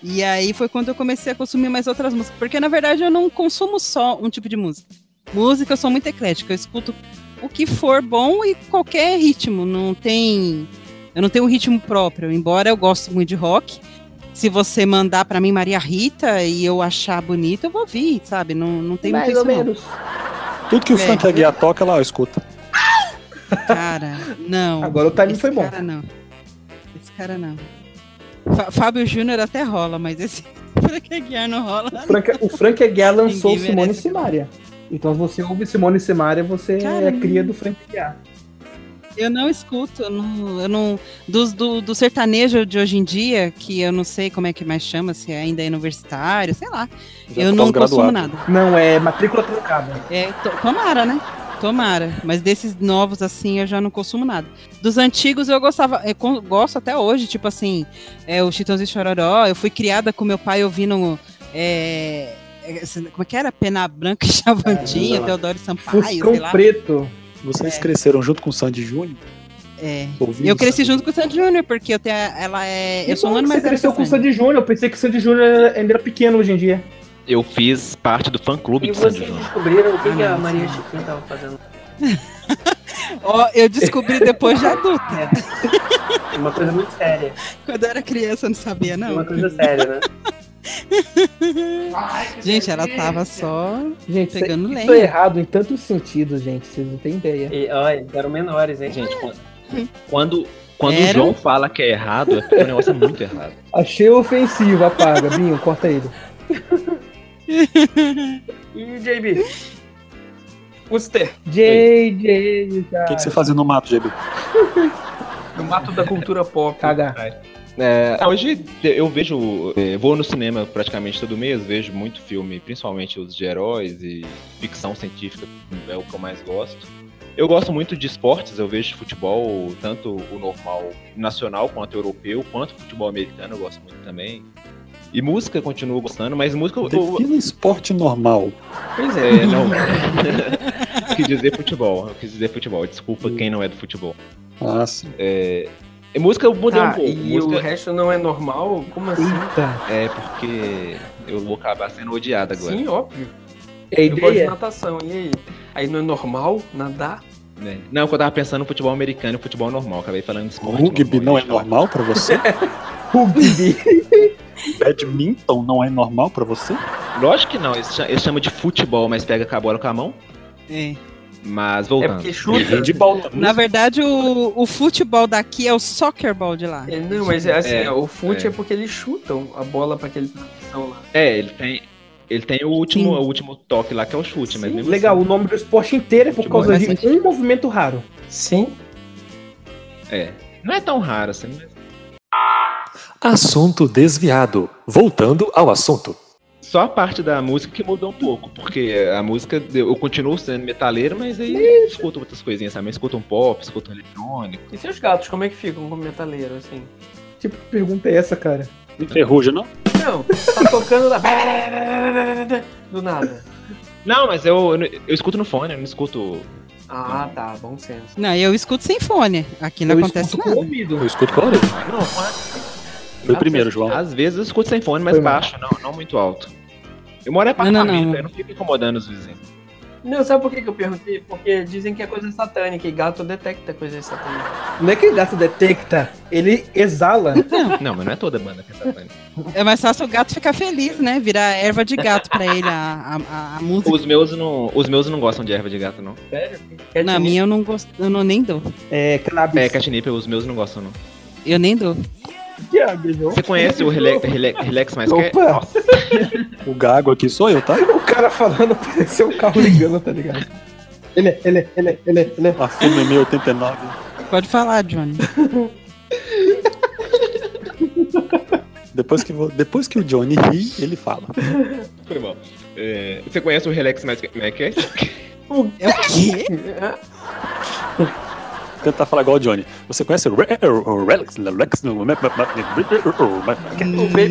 Speaker 6: E aí foi quando eu comecei a consumir mais outras músicas. Porque na verdade eu não consumo só um tipo de música. Música eu sou muito eclética, eu escuto o que for bom e qualquer ritmo. Não tem. Eu não tenho um ritmo próprio, embora eu goste muito de rock. Se você mandar pra mim Maria Rita e eu achar bonita, eu vou ouvir, sabe? Não, não tem muito isso, não.
Speaker 10: Tudo que o
Speaker 6: É.
Speaker 10: Frank Aguiar toca, lá eu escuto.
Speaker 6: Cara, não.
Speaker 7: Agora o timing foi bom.
Speaker 6: Esse cara não. Esse cara não. Fá- Fábio Júnior até rola, mas esse Frank Aguiar não rola.
Speaker 7: O Frank, o Frank Aguiar lançou
Speaker 6: Ninguém
Speaker 7: Simone Simaria. Então você ouve Simone Simaria, você é
Speaker 6: Caramba.
Speaker 7: cria do Frank Aguiar.
Speaker 6: Eu não escuto, eu não. Eu não dos, do, do sertanejo de hoje em dia, que eu não sei como é que mais chama, se ainda é universitário, sei lá.
Speaker 10: Já
Speaker 6: eu
Speaker 10: tá
Speaker 6: não
Speaker 10: os
Speaker 6: consumo
Speaker 10: graduados.
Speaker 6: nada.
Speaker 7: Não, é matrícula trancada.
Speaker 6: É, to- tomara, né? Tomara. Mas desses novos, assim, eu já não consumo nada. Dos antigos eu gostava, eu con- gosto até hoje, tipo assim, é, o Chitãozinho e Chororó, eu fui criada com meu pai ouvindo. é, esse- como é que era? Pena Branca e Chavantinha,
Speaker 10: lá.
Speaker 6: Teodoro Sampaio,
Speaker 7: É, Fuscão
Speaker 6: sei lá.
Speaker 7: Preto.
Speaker 10: Vocês cresceram junto com o Sandy Júnior?
Speaker 6: É.
Speaker 10: Ouvindo
Speaker 6: E É. eu cresci junto com o Sandy Júnior, porque eu tenho, a- ela é. Eu sou um
Speaker 7: você
Speaker 6: ano mais velha. que
Speaker 7: cresceu
Speaker 6: a
Speaker 7: com o
Speaker 6: Sandy.
Speaker 7: Sandy Júnior. Eu pensei que o Sandy Júnior ainda era pequeno hoje em dia.
Speaker 8: Eu fiz parte do fã clube
Speaker 5: E
Speaker 8: de Sandy
Speaker 5: vocês
Speaker 8: Júnior.
Speaker 5: descobriram o que,
Speaker 6: Ah,
Speaker 5: que a
Speaker 6: não,
Speaker 5: Maria
Speaker 6: sim.
Speaker 5: Chiquinha tava fazendo?
Speaker 6: Ó, eu descobri depois de adulta.
Speaker 5: É Uma coisa muito séria.
Speaker 6: Quando eu era criança, eu não sabia,
Speaker 5: É
Speaker 6: não.
Speaker 5: Uma
Speaker 7: assim.
Speaker 5: coisa séria, né?
Speaker 6: Gente, ela tava só
Speaker 7: Gente, isso-
Speaker 6: pegando
Speaker 7: isso é
Speaker 6: lenha.
Speaker 7: errado em tantos sentidos, gente. Vocês não têm ideia.
Speaker 5: E, olha, eram menores, hein?
Speaker 8: Gente, quando- quando, quando o
Speaker 6: Era?
Speaker 8: João fala que é errado, é porque o negócio é muito errado.
Speaker 7: Achei ofensivo, apaga. Binho, corta ele.
Speaker 5: E JB? Usted,
Speaker 10: O
Speaker 7: JJ,
Speaker 10: que,
Speaker 7: cara.
Speaker 10: que você fazia no mato, GB?
Speaker 5: no mato da cultura pop.
Speaker 8: um
Speaker 7: Caga.
Speaker 8: É, hoje eu vejo, é, vou no cinema praticamente todo mês, vejo muito filme, principalmente os de heróis e ficção científica, é o que eu mais gosto. Eu gosto muito de esportes, eu vejo futebol, tanto o normal nacional quanto europeu, quanto futebol americano, eu gosto muito também. E música eu continuo gostando, mas música eu, eu,
Speaker 10: Defina esporte normal.
Speaker 5: Pois é.
Speaker 8: É, não. Eu quis dizer futebol. Eu quis dizer futebol. Desculpa quem não é do futebol.
Speaker 10: Ah, sim.
Speaker 8: É, e música eu mudei um
Speaker 5: Tá,
Speaker 8: pouco.
Speaker 5: e o
Speaker 8: Música
Speaker 5: resto não é normal? Como assim?
Speaker 7: Eita.
Speaker 8: é porque eu vou acabar sendo odiado agora.
Speaker 5: Sim, óbvio.
Speaker 7: É a
Speaker 5: Eu gosto de
Speaker 7: ideia.
Speaker 5: natação, e aí? Aí não é normal nadar? É
Speaker 8: né? Não, que eu tava pensando no futebol americano e futebol normal. Acabei falando de esporte.
Speaker 10: Rugby não é
Speaker 8: gente, fala-
Speaker 10: normal pra você?
Speaker 7: Rugby.
Speaker 10: Badminton não é normal pra você?
Speaker 8: Lógico que não. Eles cha- eles chamam de futebol, mas pega com a bola com a mão.
Speaker 6: É.
Speaker 8: Mas
Speaker 5: É
Speaker 8: voltando. Uhum.
Speaker 5: porque chuta.
Speaker 10: De balta.
Speaker 6: Na verdade, o, o futebol daqui é o soccer ball de lá.
Speaker 5: É, Não, mas é assim,
Speaker 8: É,
Speaker 5: ó, o fute é.
Speaker 8: é.
Speaker 5: porque eles chutam a bola pra aquele posição lá.
Speaker 8: É, ele tem. Ele tem o último,
Speaker 6: Sim.
Speaker 8: o último toque lá, que é o chute, mas mesmo
Speaker 7: Legal,
Speaker 8: assim-
Speaker 7: o nome do esporte inteiro é por
Speaker 8: Futebol,
Speaker 7: causa de
Speaker 6: né?
Speaker 7: um movimento raro.
Speaker 5: Sim.
Speaker 8: é. Não é tão raro assim, mas
Speaker 2: Assunto desviado. Voltando ao assunto.
Speaker 8: Só a parte da música que mudou um pouco, porque a música, eu continuo sendo metaleiro, mas aí eu escuto outras coisinhas também, escuto um pop, escuto um eletrônico.
Speaker 5: E seus gatos, como é que ficam com metaleiro, assim?
Speaker 7: Tipo, que pergunta é essa, cara?
Speaker 10: Não ferruja, não?
Speaker 5: Não, tá tocando lá. Do nada.
Speaker 8: Não, mas eu, eu escuto no fone, eu não escuto.
Speaker 5: Ah, tá, bom senso.
Speaker 6: Não, eu escuto sem fone. Aqui não
Speaker 5: Eu
Speaker 6: acontece
Speaker 5: escuto
Speaker 6: nada.
Speaker 5: com o ouvido.
Speaker 2: Eu escuto com a orelha.
Speaker 8: Não,
Speaker 2: Foi o primeiro, João.
Speaker 8: Às vezes eu escuto sem fone, mas
Speaker 2: Foi mal.
Speaker 8: baixo, não, não muito alto. Eu moro em
Speaker 6: Não, não,
Speaker 8: apartamento,
Speaker 6: não.
Speaker 8: eu não fico incomodando os vizinhos.
Speaker 5: Não, sabe por que, que eu perguntei? Porque dizem que é coisa satânica e gato detecta coisa satânica.
Speaker 7: Não é que o gato detecta, ele exala.
Speaker 8: Não, mas não é toda banda que é satânica.
Speaker 6: É mais fácil o gato ficar feliz, né? Virar erva de gato pra ele, a, a- a, a música.
Speaker 8: Os meus, não, os meus não gostam de erva de gato, não.
Speaker 5: Sério?
Speaker 6: Na minha eu não gosto, eu não, nem dou.
Speaker 7: É, cannabis.
Speaker 8: É, catnip, os meus não gostam, não.
Speaker 6: Eu nem dou.
Speaker 8: Você conhece o Relax, relax, relax Mais Quer?
Speaker 7: Opa!
Speaker 2: O gago aqui sou eu, tá?
Speaker 7: O cara falando parecia um carro ligando, tá ligado? Ele, é, ele, ele, ele, ele. é.
Speaker 2: A
Speaker 10: é
Speaker 2: FMM 89.
Speaker 6: Pode falar, Johnny.
Speaker 2: Depois que, vo- depois que o Johnny ri, ele fala.
Speaker 8: Foi mal. É, você conhece o Relax Mais Quer? Mais Quer?
Speaker 6: É o quê?
Speaker 2: Tentar falar igual o Johnny. Você conhece o Re- o Relax? Relax? no-
Speaker 5: O baby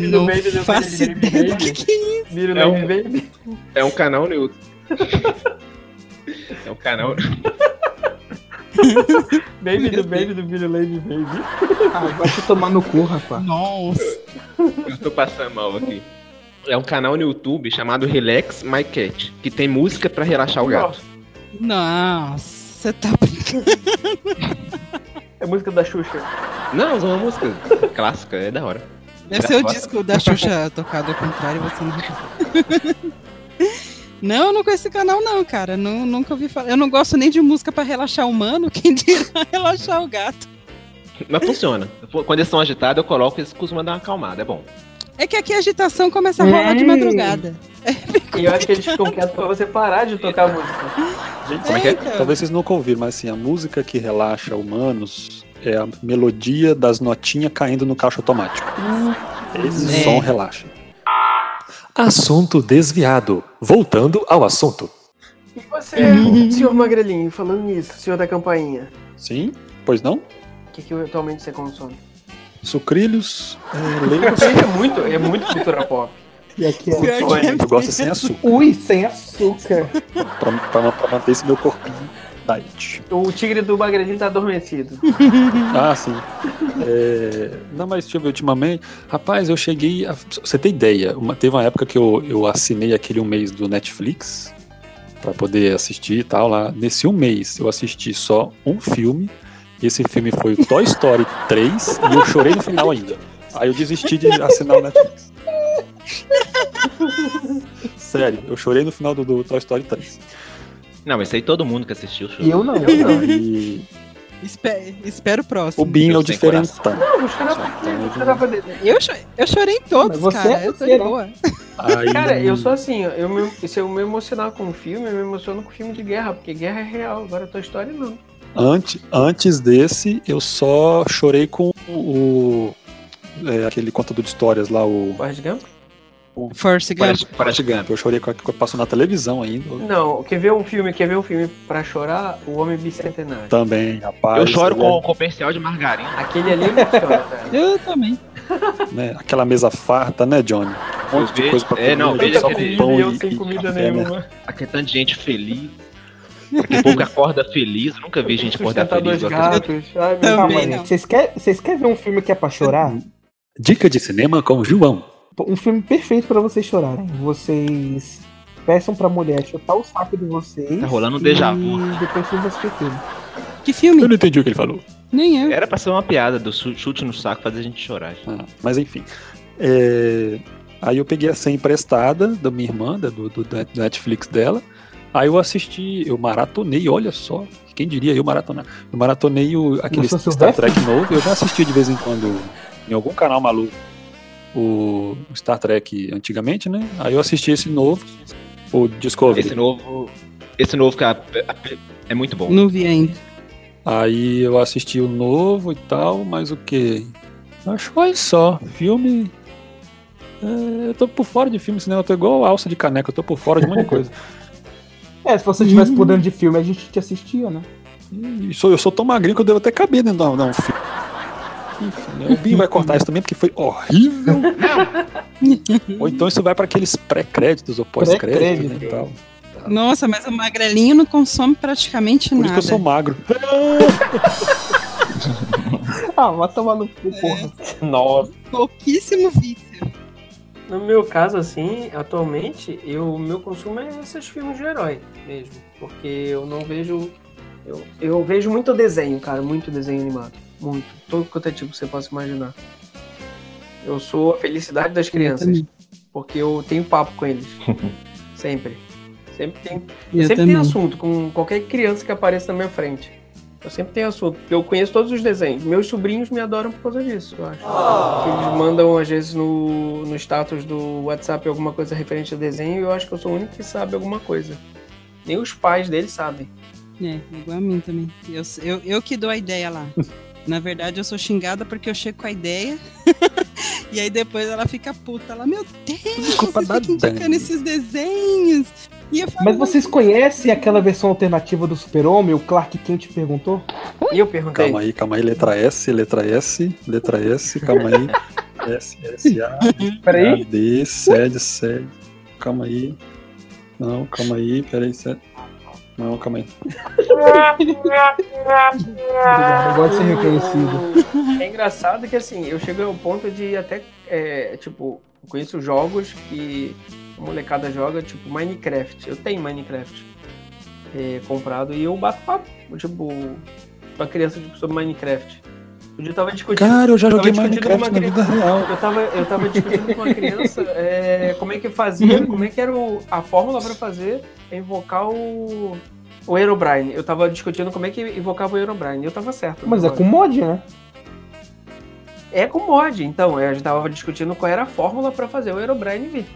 Speaker 5: do
Speaker 6: Não
Speaker 5: baby do
Speaker 6: faço
Speaker 5: baby do
Speaker 6: ideia do que
Speaker 5: baby.
Speaker 6: que é isso.
Speaker 5: Vira o
Speaker 8: É
Speaker 5: baby baby.
Speaker 8: É um canal no YouTube. É um canal.
Speaker 5: Baby do baby do vira o baby baby.
Speaker 7: Ah, vai te tomar no cu, rapaz.
Speaker 6: Nossa.
Speaker 8: Eu tô passando mal aqui. É um canal no YouTube chamado Relax My Cat, que tem música pra
Speaker 7: É um
Speaker 8: relaxar o gato.
Speaker 6: Nossa. Você tá brincando.
Speaker 5: É música da Xuxa.
Speaker 8: Não, usa uma música clássica, é da hora.
Speaker 6: Deve ser o
Speaker 8: Nossa.
Speaker 6: disco da Xuxa tocado ao contrário e você não. Não, não conheço esse canal, não, cara. Nu- nunca ouvi falar. Eu não gosto nem de música pra relaxar o humano, quem dirá relaxar o gato.
Speaker 8: Mas funciona. Quando eles estão agitados, eu coloco e eles costumam dar uma acalmada, é bom.
Speaker 6: É que aqui a agitação começa a rolar de
Speaker 7: Hum.
Speaker 6: madrugada.
Speaker 5: E eu acho que eles ficam quietos pra você parar de tocar a música.
Speaker 8: Como é que é?
Speaker 6: então.
Speaker 2: Talvez vocês nunca ouviram, mas assim, a música que relaxa humanos é a melodia das notinhas caindo no caixa automático. Esse
Speaker 6: É.
Speaker 2: som relaxa. Assunto desviado. Voltando ao assunto.
Speaker 5: E você, senhor Magrelinho, falando nisso, senhor da campainha,
Speaker 2: Sim? Pois não?
Speaker 5: o que, que atualmente você consome?
Speaker 2: Sucrilhos, é, leite.
Speaker 5: É muito, é muito cultura pop.
Speaker 7: E aqui é.
Speaker 6: Pior que é
Speaker 2: Eu gosto sem açúcar,
Speaker 7: Ui, sem açúcar.
Speaker 2: pra, pra- pra manter esse meu corpinho diet.
Speaker 5: O tigre do Magrelinho tá adormecido.
Speaker 2: Ah, sim. É, não, mas deixa eu ver, ultimamente... Rapaz, eu cheguei... a- pra você ter ideia, uma- teve uma época que eu, eu assinei aquele um mês do Netflix pra poder assistir e tal lá. Nesse um mês, eu assisti só um filme. Esse filme foi o Toy Story 3 e eu chorei no final ainda. Aí eu desisti de assinar o Netflix. Sério, eu chorei no final do, do Toy Story 3.
Speaker 8: Não, mas isso aí todo mundo que assistiu show.
Speaker 7: E eu não.
Speaker 2: Eu
Speaker 5: Então,
Speaker 2: não, e-
Speaker 6: Espe- espero o próximo.
Speaker 2: O Binho é o
Speaker 8: Sem
Speaker 2: diferentão.
Speaker 5: Não, vou chorar pra quê? Vou chorar pra dele.
Speaker 6: Eu, cho- eu chorei em todos,
Speaker 7: Mas você
Speaker 6: cara.
Speaker 7: é
Speaker 6: eu tô
Speaker 7: você,
Speaker 6: de
Speaker 7: né?
Speaker 6: boa.
Speaker 2: Aí-
Speaker 5: Cara, eu sou assim, ó, eu me, se eu me emocionar com um filme, eu me emociono com filme de guerra, porque guerra é real, agora tua história não.
Speaker 2: Ante- antes desse, eu só chorei com o. é, aquele contador de histórias lá, o.
Speaker 5: Forrest Gump?
Speaker 6: Force Gump.
Speaker 8: Parece, parece
Speaker 2: Gump. Eu chorei com a que passou na televisão ainda. né?
Speaker 5: Não, quer ver um filme, quer ver um filme pra chorar? O Homem Bicentenário.
Speaker 2: Também, rapaz.
Speaker 8: Eu choro
Speaker 2: ele é-
Speaker 8: com o comercial de margarina.
Speaker 5: Aquele ali emociona, velho.
Speaker 6: Eu também.
Speaker 2: né, aquela mesa farta, né, Johnny? Um monte de
Speaker 8: vejo-
Speaker 2: coisa pra
Speaker 8: é, não,
Speaker 2: comer,
Speaker 8: vejo
Speaker 2: só
Speaker 8: aquele-
Speaker 2: com pão
Speaker 5: E eu
Speaker 2: e-
Speaker 5: sem
Speaker 2: e
Speaker 5: comida
Speaker 2: café, né?
Speaker 5: nenhuma.
Speaker 8: Aquele tanto de tá gente feliz. Aquele povo que acorda feliz. Eu nunca vi gente acordar
Speaker 5: Sustentar
Speaker 8: feliz.
Speaker 5: dois
Speaker 8: igual aqueles-
Speaker 5: gatos. Ai, meu
Speaker 6: Também
Speaker 5: Deus.
Speaker 6: não.
Speaker 7: Vocês querem vocês querem ver um filme que é pra chorar?
Speaker 2: Dica de cinema com o João.
Speaker 7: Um filme perfeito pra vocês chorarem. Vocês peçam pra mulher chutar o saco de vocês.
Speaker 8: Tá rolando um déjà vu.
Speaker 7: E depois vocês vão assistir o filme.
Speaker 6: Que
Speaker 2: Eu
Speaker 6: filme?
Speaker 2: não É. entendi o que ele falou.
Speaker 6: Nem eu.
Speaker 8: Era pra ser uma piada do chu- chute no saco fazer a gente chorar.
Speaker 2: Ah, mas enfim. É, Aí eu peguei a senha emprestada da minha irmã, da- do, do- da Netflix dela. Aí eu assisti, eu maratonei, olha só. Quem diria eu maratonar? Eu maratonei o, aquele
Speaker 7: Wilson
Speaker 2: Star
Speaker 7: Silvestre?
Speaker 2: Trek novo. Eu já assisti de vez em quando em algum canal maluco o Star Trek antigamente, né? Aí eu assisti esse novo, o Discovery.
Speaker 8: Esse novo. Esse novo que a- a- é muito bom.
Speaker 6: Não vi ainda.
Speaker 2: Aí eu assisti o novo e tal, mas o que? Acho que foi só. Filme. é, eu tô por fora de filme, senão eu tô igual alça de caneca, eu tô por fora de um monte de coisa.
Speaker 7: É, se você tivesse por dentro de filme, a gente te assistia, né?
Speaker 2: E sou- eu sou tão magrinho que eu devo até caber dentro de um- de um filme. Enfim, né? O Binho vai cortar isso também porque foi horrível. Ou então isso vai para aqueles pré-créditos ou pós-créditos né, e tal.
Speaker 6: Nossa, mas o magrelinho não consome praticamente
Speaker 2: Por isso
Speaker 6: nada.
Speaker 2: que eu sou magro.
Speaker 7: ah, vai tomar no cu, porra.
Speaker 8: Nossa.
Speaker 6: Pouquíssimo vício.
Speaker 5: No meu caso, assim, atualmente, eu- o meu consumo é esses filmes de herói mesmo. Porque eu não vejo. Eu, eu vejo muito desenho, cara, muito desenho animado. Muito. Todo quanto é tipo que você possa imaginar. Eu sou a felicidade das crianças. Porque eu tenho papo com eles. Sempre. Sempre tem,
Speaker 6: Eu
Speaker 5: sempre
Speaker 6: também.
Speaker 5: tem assunto com qualquer criança que apareça na minha frente. Eu sempre tenho assunto, porque eu conheço todos os desenhos. Meus sobrinhos me adoram por causa disso, eu acho. Que Eles mandam, às vezes, no, no status do WhatsApp alguma coisa referente a desenho e eu acho que eu sou o único que sabe alguma coisa. Nem os pais deles sabem.
Speaker 6: É, igual a mim também. Eu, eu, eu que dou a ideia lá. Na verdade, eu sou xingada porque eu chego com a ideia. e aí depois ela fica puta lá. Meu Deus,
Speaker 2: culpa
Speaker 6: vocês ficam
Speaker 2: da
Speaker 6: indicando esses desenhos. E eu falo,
Speaker 7: Mas vocês conhecem aquela versão alternativa do Super-Homem? O Clark Kent perguntou?
Speaker 5: E eu perguntei.
Speaker 2: Calma aí, calma aí, letra S, letra S, letra S, calma aí. S, S, A, A,
Speaker 7: Peraí.
Speaker 2: D, sede, sede. Calma aí. Não, calma aí, peraí, sede. Não, calma aí.
Speaker 7: Obrigado, eu gosto de ser reconhecido.
Speaker 5: É engraçado que assim, eu chego ao ponto de até, é, tipo, eu conheço jogos que a molecada joga, tipo Minecraft. Eu tenho Minecraft é, comprado e eu bato papo, tipo, pra criança tipo, sobre Minecraft. Um dia eu tava discutindo.
Speaker 2: Cara, eu já
Speaker 5: tava
Speaker 2: joguei
Speaker 5: discutindo com uma
Speaker 2: Minecraft na vida real.
Speaker 5: Eu tava, eu tava discutindo com uma criança é, como é que
Speaker 2: Uhum.
Speaker 5: fazia, como é que era o- a fórmula pra fazer é invocar o. O Herobrine. Eu tava discutindo como é que invocava o Herobrine. Eu tava certo.
Speaker 7: Mas é
Speaker 5: Agora.
Speaker 7: com mod, né?
Speaker 5: É com mod, então. A gente tava discutindo qual era a fórmula pra fazer o Herobrine vir.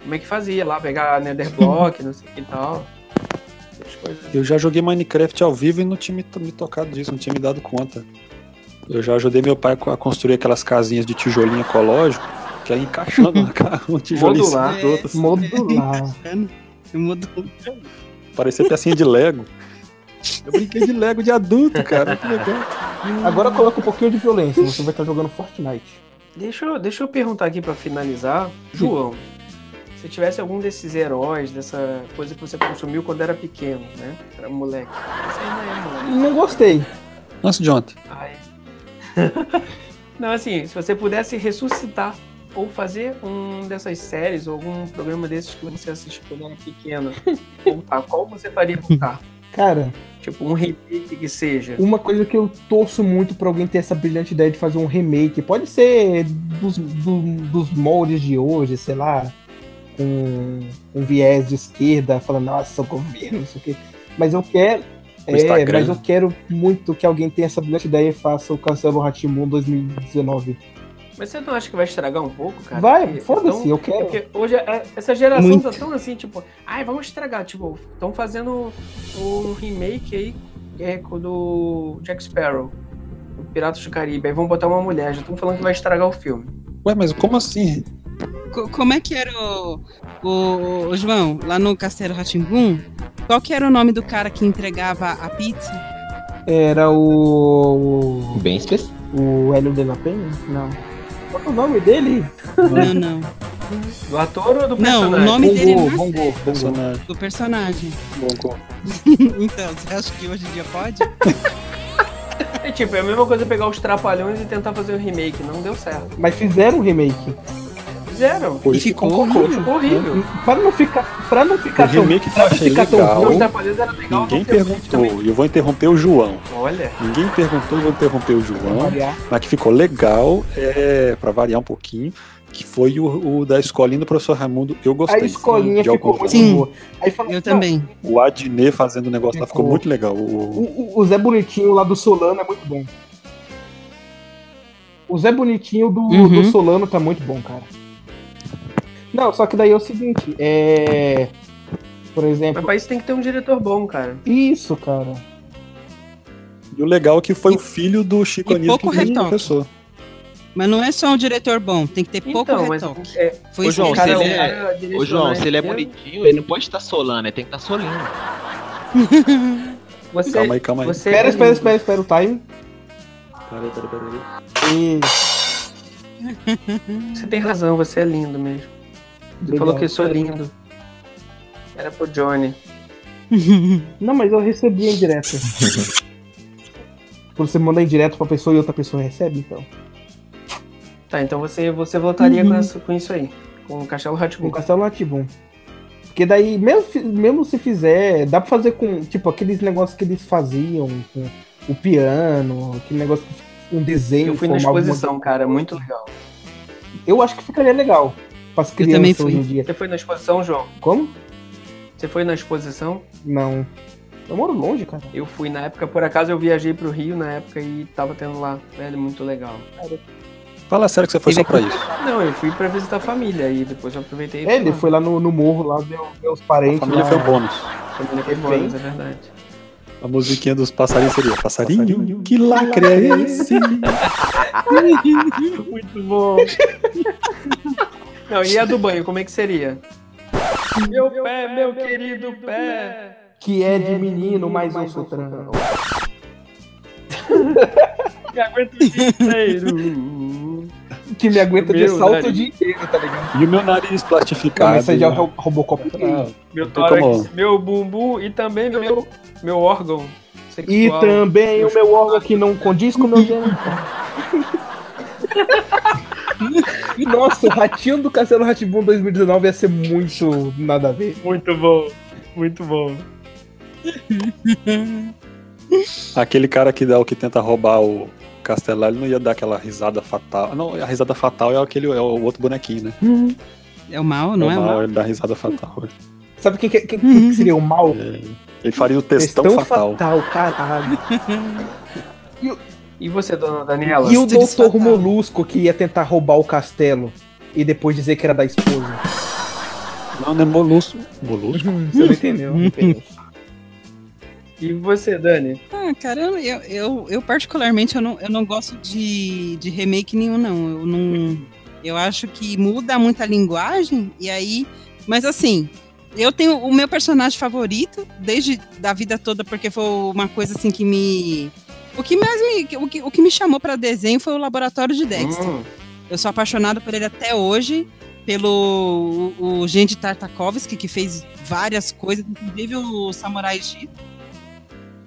Speaker 5: Como é que fazia lá, pegar a Nether Block, não sei o que e tal. Essas coisas.
Speaker 2: Eu já joguei Minecraft ao vivo e não tinha me, to- me tocado disso, não tinha me dado conta. Eu já ajudei meu pai co- a construir aquelas casinhas de tijolinho ecológico, que era encaixando na ca- um tijolinho em cima
Speaker 5: Modular.
Speaker 2: do outro, assim,
Speaker 7: Modular.
Speaker 6: "É, Eu mudo.
Speaker 2: parecia pecinha de Lego. Eu brinquei de Lego de adulto, cara, que legal.
Speaker 7: Agora coloca um pouquinho de violência, você vai estar jogando Fortnite.
Speaker 5: Deixa eu, deixa eu perguntar aqui pra finalizar. João, se tivesse algum desses heróis, dessa coisa que você consumiu quando era pequeno, né? Era moleque. Você ainda é moleque.
Speaker 7: Não gostei.
Speaker 2: Nossa, de ontem.
Speaker 5: Ai. Não, assim, se você pudesse ressuscitar ou fazer um dessas séries ou algum programa desses que você assistiu quando era pequeno, voltar, qual você faria voltar?
Speaker 7: Cara,
Speaker 5: tipo, um repeat que seja.
Speaker 7: uma coisa que eu torço muito pra alguém ter essa brilhante ideia de fazer um remake, pode ser dos, do- dos moldes de hoje, sei lá, com um viés de esquerda, falando, nossa, o governo, não sei o quê. Mas eu quero.
Speaker 2: O
Speaker 7: é,
Speaker 2: Instagram.
Speaker 7: mas eu quero muito que alguém tenha essa brilhante ideia e faça o Castelo Ratimun 2019.
Speaker 5: Mas você não acha que vai estragar um pouco, cara?
Speaker 7: Vai,
Speaker 5: Porque-
Speaker 7: foda-se,
Speaker 5: então-
Speaker 7: eu quero.
Speaker 5: Porque hoje é- essa geração
Speaker 6: Muito.
Speaker 5: tá tão assim, tipo, ai, vamos estragar. Tipo, estão fazendo um remake aí é, com o do Jack Sparrow, o Piratas do Caribe. Aí vão botar uma mulher, já estão falando que vai estragar o filme.
Speaker 2: Ué, mas como assim?
Speaker 6: Co- Como é que era o, o- o João, lá no Castelo Ratimbum? Qual que era o nome do cara que entregava a pizza?
Speaker 7: Era o.
Speaker 11: Bem específico.
Speaker 7: O Hélio de la Penha? Não. Qual é o nome dele?
Speaker 6: Não, não.
Speaker 5: Do ator ou do
Speaker 6: Não,
Speaker 5: personagem?
Speaker 6: o nome dele
Speaker 7: Bongo,
Speaker 6: não
Speaker 7: Bongo, Bongo.
Speaker 2: Personagem.
Speaker 6: do personagem. Então, você acha que hoje em dia pode?
Speaker 5: É tipo, é a mesma coisa pegar os trapalhões e tentar fazer um remake. Não deu certo.
Speaker 7: Mas fizeram um remake.
Speaker 5: Fizeram.
Speaker 2: Por
Speaker 6: E
Speaker 2: isso que
Speaker 6: ficou
Speaker 2: concorreu.
Speaker 6: horrível.
Speaker 5: Ficou horrível.
Speaker 7: Para não ficar, para não
Speaker 2: O
Speaker 7: ficar tão
Speaker 2: remake que eu achei
Speaker 7: Fica tão
Speaker 2: legal,
Speaker 5: Os trapalhões era legal.
Speaker 2: ninguém
Speaker 5: não foi muito também.
Speaker 2: perguntou, e eu vou interromper o João.
Speaker 5: Olha.
Speaker 2: Ninguém perguntou, eu vou interromper o João.
Speaker 7: variar.
Speaker 2: Mas que ficou legal, é, pra variar um pouquinho, que foi o, o da escolinha do professor Raimundo. Eu
Speaker 7: A
Speaker 2: gostei.
Speaker 7: escolinha
Speaker 2: de
Speaker 7: ficou
Speaker 2: alguns
Speaker 7: muito
Speaker 6: Sim.
Speaker 7: boa. Aí fala,
Speaker 6: Eu
Speaker 7: não,
Speaker 6: também.
Speaker 2: O Adnet fazendo o negócio lá ficou
Speaker 7: Ficou.
Speaker 2: muito legal. O, o-
Speaker 7: O, o- o Zé Bonitinho lá do Solano é muito bom. O Zé Bonitinho do,
Speaker 6: Uhum.
Speaker 7: do Solano tá muito bom, cara. Não, só que daí é o seguinte, é. Por
Speaker 5: Mas
Speaker 7: exemplo.
Speaker 5: pra isso tem que ter um diretor bom, cara.
Speaker 7: Isso, cara.
Speaker 2: e o legal é que foi o filho do Chico
Speaker 6: e
Speaker 2: Anísio que
Speaker 6: pouco
Speaker 2: fez o
Speaker 6: retoque.
Speaker 2: professor.
Speaker 6: Mas não é só um diretor bom, tem que ter pouco
Speaker 5: Então, mas
Speaker 6: retoque.
Speaker 5: é,
Speaker 6: Foi
Speaker 11: Ô,
Speaker 6: isso
Speaker 11: João,
Speaker 6: que
Speaker 11: se
Speaker 5: cara,
Speaker 11: ele
Speaker 5: o
Speaker 11: é-
Speaker 5: cara
Speaker 11: Ô,
Speaker 5: direcionar
Speaker 11: João, se ele é
Speaker 5: esse filme,
Speaker 11: bonitinho, ele não pode estar solando, ele tem que estar solindo.
Speaker 5: Você,
Speaker 2: Calma aí, calma aí.
Speaker 5: você
Speaker 6: É
Speaker 5: é
Speaker 7: Espera, espera, espera, espera o time.
Speaker 5: Peraí, peraí, peraí.
Speaker 7: E...
Speaker 5: Você tem razão, você é lindo mesmo. Você
Speaker 7: Obrigado.
Speaker 5: falou que é eu
Speaker 11: Uhum.
Speaker 5: sou lindo. Era pro Johnny.
Speaker 7: Não, mas eu recebi em direto. Quando você manda em direto pra pessoa e outra pessoa recebe, então.
Speaker 5: Tá, então você, você voltaria
Speaker 7: Uhum.
Speaker 5: com, essa- com isso aí. Com o Castelo
Speaker 7: Com
Speaker 5: Hatbook.
Speaker 7: Castelo Latibum. Porque daí, mesmo, fi- mesmo se fizer, dá pra fazer com, tipo, aqueles negócios que eles faziam, com o piano, aquele negócio com um desenho.
Speaker 5: Eu fui na
Speaker 7: formava uma-
Speaker 5: exposição, cara, muito legal.
Speaker 7: Eu acho que ficaria legal pras crianças
Speaker 6: também fui.
Speaker 7: hoje em dia.
Speaker 5: Você foi na exposição, João?
Speaker 7: Como?
Speaker 5: Você foi na exposição?
Speaker 7: Não. Eu moro longe, cara.
Speaker 5: Eu fui na época, por acaso eu viajei pro Rio na época e tava tendo lá. Velho, muito legal.
Speaker 2: Fala sério que você foi só pra isso.
Speaker 5: Não, eu fui pra visitar a família e depois eu aproveitei. e
Speaker 7: É, ele
Speaker 5: lá.
Speaker 7: foi lá no, no morro, lá, ver os- ver os parentes.
Speaker 2: A família
Speaker 7: lá.
Speaker 2: foi um o bônus.
Speaker 5: A família foi
Speaker 7: Ele
Speaker 5: boa,
Speaker 7: vem.
Speaker 5: mas é verdade.
Speaker 2: A musiquinha dos passarinhos seria Passarinho, que lacre é esse?
Speaker 5: Muito bom. Não, e a do banho, como é que seria? Meu pé, meu querido pé.
Speaker 7: Que é de menino, mas eu
Speaker 5: um
Speaker 7: sou trans.
Speaker 5: Me aguenta o dia inteiro.
Speaker 7: Que me aguenta de
Speaker 5: Meu
Speaker 7: salto o
Speaker 5: nariz.
Speaker 7: dia inteiro, tá ligado?
Speaker 2: E o meu nariz
Speaker 7: Cara,
Speaker 2: plastificado.
Speaker 7: esse aí é o Robocop.
Speaker 5: Meu
Speaker 2: tem como.
Speaker 5: tórax, meu bumbum e também meu, meu órgão sexual.
Speaker 7: E também o meu órgão que não condiz com o meu genital. Nossa, o ratinho do Castelo Ratibum 2019 ia ser muito nada a ver.
Speaker 5: Muito bom, muito bom.
Speaker 2: Aquele cara que dá o que tenta roubar o Castelar, ele não ia dar aquela risada fatal. Não, a risada fatal é aquele é o outro bonequinho, né?
Speaker 6: É o mal, não é,
Speaker 2: o
Speaker 6: o
Speaker 2: mal,
Speaker 6: mal?
Speaker 2: ele dá risada fatal.
Speaker 7: Sabe quem que, quem que seria o mal?
Speaker 2: Ele faria o textão,
Speaker 7: Questão
Speaker 2: fatal.
Speaker 7: caralho.
Speaker 5: E você, dona Daniela?
Speaker 7: E o
Speaker 6: Eles
Speaker 7: Doutor
Speaker 6: fataram.
Speaker 7: Molusco que ia tentar roubar o castelo e depois dizer que era da esposa. Hum,
Speaker 2: Não, não é molusco. Molusco?
Speaker 7: Você não entendeu? não entendeu.
Speaker 5: E você, Dani?
Speaker 6: Ah, cara, eu, eu, eu, eu particularmente eu não, eu não gosto de, de remake nenhum, não. Eu não. Eu acho que muda muito a linguagem, e aí. Mas assim, eu tenho o meu personagem favorito desde da vida toda, porque foi uma coisa assim que me. O que mais me, o que, o que me chamou para desenho foi o laboratório de Dexter.
Speaker 5: Hum,
Speaker 6: Eu sou apaixonada por ele até hoje, pelo o, o Gendy Tartakovsky, que fez várias coisas, inclusive o Samurai X.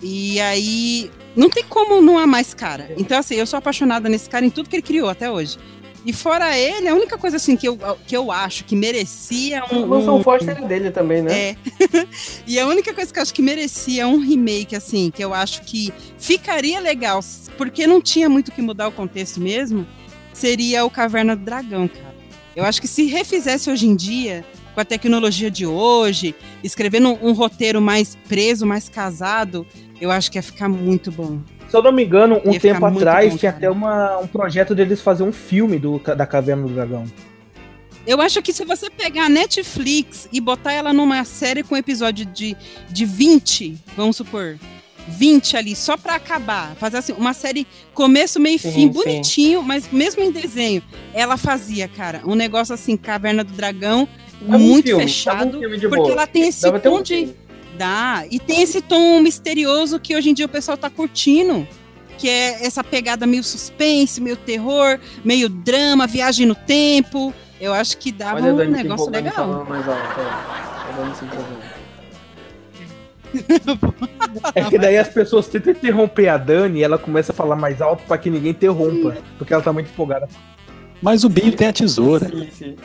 Speaker 6: E aí, não tem como não amar esse cara. Então, assim, eu sou apaixonada nesse cara em tudo que ele criou até hoje. E fora ele, a única coisa assim que eu, que eu acho que merecia um,
Speaker 5: o Wilson Foster é dele também, né?
Speaker 6: é. e a única coisa que eu acho que merecia um remake, assim, que eu acho que ficaria legal, s- porque não tinha muito o que mudar o contexto mesmo, seria o Caverna do Dragão, cara. Eu acho que se refizesse hoje em dia, com a tecnologia de hoje, escrevendo um, um roteiro mais preso, mais casado, eu acho que ia ficar muito bom.
Speaker 7: Se eu não me engano, um
Speaker 6: Ia ficar
Speaker 7: tempo
Speaker 6: muito
Speaker 7: atrás
Speaker 6: bom, né?
Speaker 7: tinha
Speaker 6: cara.
Speaker 7: até uma- um projeto deles fazer um filme do, ca- da Caverna do Dragão.
Speaker 6: Eu acho que se você pegar a Netflix e botar ela numa série com episódio de, de 20, vamos supor, 20 ali, só pra acabar, fazer assim, uma série começo, meio e
Speaker 5: Sim,
Speaker 6: fim,
Speaker 5: sim.
Speaker 6: bonitinho, mas mesmo em desenho, ela fazia, cara, um negócio assim, Caverna do Dragão,
Speaker 5: Dava um
Speaker 6: muito
Speaker 5: filme, dava um
Speaker 6: fechado,
Speaker 5: filme de
Speaker 6: porque
Speaker 5: boa.
Speaker 6: ela tem esse
Speaker 5: Dava até um
Speaker 6: tom de...
Speaker 5: filme.
Speaker 6: Dá. E tem esse tom misterioso que hoje em dia o pessoal tá curtindo. Que é essa pegada meio suspense, meio terror, meio drama, viagem no tempo. Eu acho que dava
Speaker 5: Olha,
Speaker 6: um
Speaker 5: Dani, se
Speaker 6: negócio
Speaker 5: empolgando,
Speaker 6: legal.
Speaker 5: falando mais alto. tá? ó. A Dani se empolgando.
Speaker 7: É que daí as pessoas tentam interromper a Dani e ela começa a falar mais alto pra que ninguém interrompa, porque ela tá muito empolgada.
Speaker 2: Mas o Binho tem a tesoura.
Speaker 5: Sim, sim.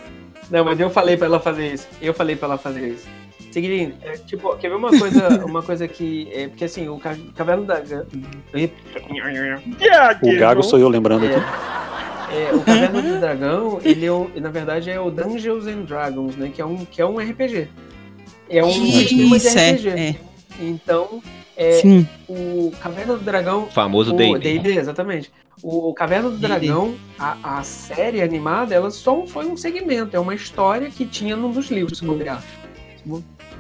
Speaker 5: Não, mas eu falei pra ela fazer isso. Eu falei pra ela fazer isso. Seguinte, é, tipo, quer ver uma coisa, uma coisa que. É, porque assim, o ca- Caverna da.
Speaker 2: O Gago sou eu lembrando aqui.
Speaker 5: É, é, o Caverna do Dragão, ele é o, na verdade é o Dungeons and Dragons, né? Que é um, que é um RPG. É um sistema de
Speaker 6: Isso, é,
Speaker 5: RPG.
Speaker 6: é.
Speaker 5: Então, é,
Speaker 6: Sim.
Speaker 5: o Caverna do Dragão.
Speaker 8: Famoso
Speaker 5: o
Speaker 8: D&D.
Speaker 5: D&D, exatamente. O Caverna do
Speaker 6: D&D.
Speaker 5: Dragão, a, a série animada, ela só foi um segmento, é uma história que tinha num dos livros, se bobear.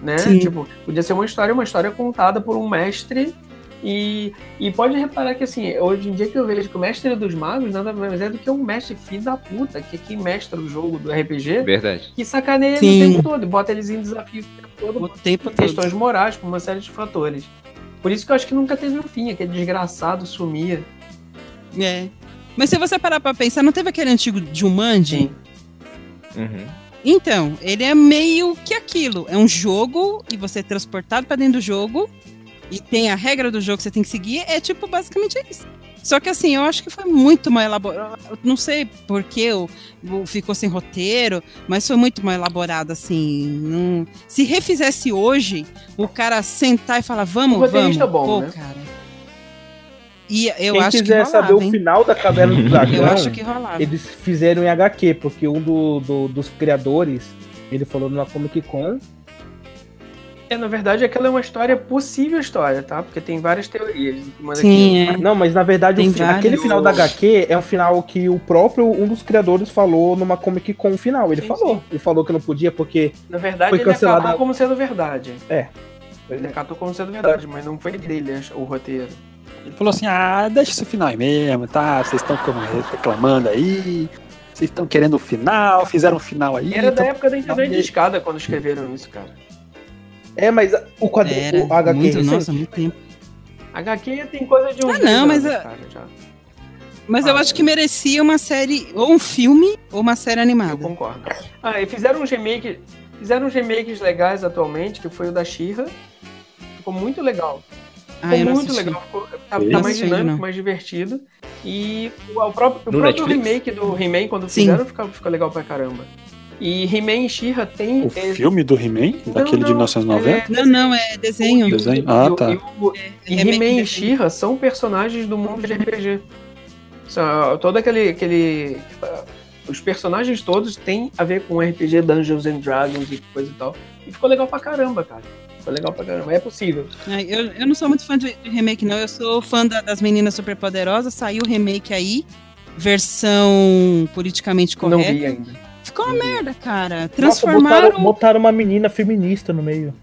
Speaker 5: Né?
Speaker 6: Sim.
Speaker 5: Tipo, podia ser uma história, uma história contada por um mestre. E, e pode reparar que assim, hoje em dia que eu vejo que o mestre dos magos nada mais é do que um mestre filho da puta, que é quem mestra o jogo do RPG,
Speaker 8: Verdade.
Speaker 5: que sacaneia ele
Speaker 6: Sim.
Speaker 5: o tempo todo, bota eles em desafio o tempo todo,
Speaker 6: O tempo
Speaker 5: por
Speaker 6: todo.
Speaker 5: questões morais, por uma série de fatores. Por isso que eu acho que nunca teve um fim, aquele desgraçado sumia.
Speaker 6: É. Mas se você parar pra pensar, não teve aquele antigo Jumanji?
Speaker 8: Uhum.
Speaker 6: Então, ele é meio que aquilo. É um jogo e você é transportado pra dentro do jogo. E tem a regra do jogo que você tem que seguir. É tipo, basicamente isso. Só que assim, eu acho que foi muito mal elaborado. Eu Não sei por que eu- eu- ficou sem roteiro, mas foi muito mal elaborado, assim. não- Se refizesse hoje, o cara sentar e falar, vamos,
Speaker 12: O
Speaker 6: vamos.
Speaker 12: roteirista é bom,
Speaker 6: Pô,
Speaker 12: né?
Speaker 6: cara. E eu
Speaker 7: Quem
Speaker 6: acho que
Speaker 7: quiser
Speaker 6: rolava,
Speaker 7: saber
Speaker 6: hein?
Speaker 7: o final da Caverna do Dragão,
Speaker 6: Eu acho que rolava.
Speaker 7: eles fizeram em HQ, porque um do- do- dos criadores, ele falou numa Comic Con,
Speaker 5: É, na verdade, aquela é uma história, possível história, tá? Porque tem várias teorias. Mas
Speaker 6: é.
Speaker 5: aqui-
Speaker 7: Não, mas na verdade,
Speaker 5: Tem
Speaker 7: o fi- aquele
Speaker 5: vários.
Speaker 7: final da HQ é um final que o próprio, um dos criadores falou numa Comic Con final. Ele falou. Ele falou que não podia porque.
Speaker 6: é.
Speaker 5: Na verdade,
Speaker 7: Foi
Speaker 5: ele
Speaker 7: cancelada-
Speaker 5: acatou como sendo verdade.
Speaker 7: É.
Speaker 5: Ele acatou como sendo verdade, mas não foi dele acho, o roteiro.
Speaker 2: Ele falou assim: ah, deixa esse final aí mesmo, tá? Vocês estão como reclamando aí, vocês estão querendo o final, fizeram um final aí.
Speaker 5: Era da
Speaker 2: então-
Speaker 5: época da internet
Speaker 2: Não,
Speaker 5: de escada quando escreveram isso, cara.
Speaker 7: É, mas a- o quadrinho. O HQ.
Speaker 6: muito,
Speaker 7: recente-
Speaker 6: nossa, muito tempo.
Speaker 5: HQ tem coisa de um.
Speaker 6: Ah, não, mas a-
Speaker 5: cara, já.
Speaker 6: Mas eu acho que merecia uma série, ou um filme, ou uma série animada. Eu
Speaker 5: concordo. Ah, e fizeram uns remakes. Fizeram uns remakes legais atualmente, que foi o da She-Ra. Ficou muito legal.
Speaker 6: Ah, eu
Speaker 5: Ficou
Speaker 6: não
Speaker 5: muito
Speaker 6: assisti.
Speaker 5: legal. Ficou, tá,
Speaker 6: Não
Speaker 5: tá mais
Speaker 6: assisti ainda,
Speaker 5: dinâmico,
Speaker 6: não.
Speaker 5: mais divertido. E o, o próprio, o
Speaker 6: No
Speaker 5: próprio
Speaker 6: Netflix?
Speaker 5: remake do He-Man, quando
Speaker 6: Sim.
Speaker 5: fizeram, ficou, ficou legal pra caramba. E He-Man e She-Ra tem.
Speaker 2: O
Speaker 5: é,
Speaker 2: filme do He-Man, daquele de 1990?
Speaker 6: Não, não, é desenho. É,
Speaker 2: Desenho? Ah, tá.
Speaker 5: E He-Man e She-Ra são personagens do mundo de RPG. São- Todo aquele, aquele. tipo, Os personagens todos têm a ver com RPG, Dungeons and Dragons e coisa e tal. E ficou legal pra caramba, cara. Ficou legal pra caramba. É possível.
Speaker 6: Ah, Eu, eu não sou muito fã de, de remake, não. Eu sou fã da- das meninas superpoderosas. Saiu o remake aí, versão politicamente correta.
Speaker 7: vi ainda.
Speaker 6: Ficou uma merda, cara.
Speaker 7: Nossa,
Speaker 6: Transformaram.
Speaker 7: botaram, botaram uma menina feminista no meio.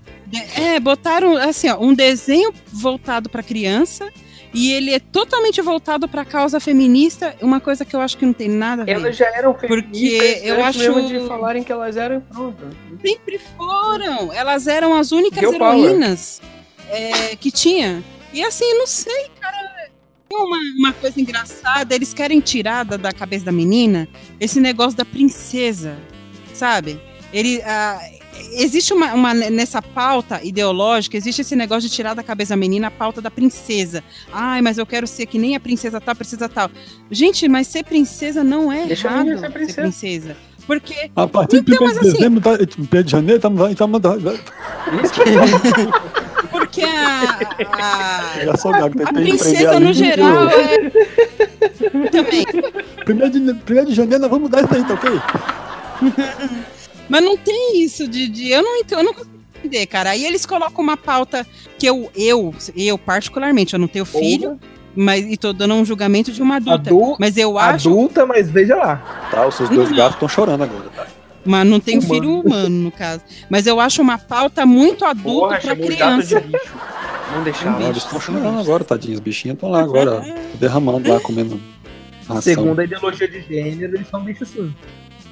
Speaker 6: É, botaram assim, ó, um desenho voltado pra criança e ele é totalmente voltado pra causa feminista, uma coisa que eu acho que não tem nada a ver.
Speaker 5: Elas já eram
Speaker 6: Porque eu
Speaker 5: antes
Speaker 6: acho
Speaker 5: mesmo de falarem que elas eram prontas.
Speaker 6: sempre foram, elas eram as únicas
Speaker 5: Girl power.
Speaker 6: heroínas é, que tinha. E assim, não sei, cara, tem uma, uma coisa engraçada, eles querem tirar da, da cabeça da menina esse negócio da princesa, sabe? Ele, ah, existe uma, uma- nessa pauta ideológica, existe esse negócio de tirar da cabeça da menina a pauta da princesa. Ai, mas eu quero ser que nem a princesa tal, princesa tal. Gente, mas ser princesa não é
Speaker 5: Deixa a
Speaker 6: errado
Speaker 5: menina ser
Speaker 6: ser
Speaker 5: princesa.
Speaker 6: princesa. Porque
Speaker 2: A
Speaker 5: Então,
Speaker 2: partir de 1 de
Speaker 5: assim
Speaker 2: dezembro, tá, 1 de janeiro, estamos. estamos
Speaker 6: Porque a. a-
Speaker 2: Já soube,
Speaker 6: a princesa no geral é. Também.
Speaker 2: Primeiro de, primeiro de janeiro nós vamos mudar isso aí, tá ok?
Speaker 6: Mas não tem isso de. de- eu, não, ent- eu não consigo entender, cara. Aí eles colocam uma pauta que eu, eu, eu particularmente, eu não tenho filho, mas e tô dando um julgamento de uma adulta.
Speaker 7: Adu-
Speaker 6: mas eu acho.
Speaker 7: Adulta, mas veja lá.
Speaker 2: Tá, os seus dois gatos estão chorando agora, tá?
Speaker 6: Mas não tem
Speaker 2: Humano.
Speaker 6: filho humano, no caso. Mas eu acho uma pauta muito
Speaker 5: Porra,
Speaker 6: adulta pra
Speaker 5: chamou os gatos de
Speaker 6: criança.
Speaker 5: lixo. Não
Speaker 2: Não,
Speaker 5: deixaram.
Speaker 2: eles estão chorando agora, tadinhos. Os bichinhos estão lá agora, ó, derramando lá, comendo ração.
Speaker 7: Segundo a ideologia de gênero, eles são bichos sim.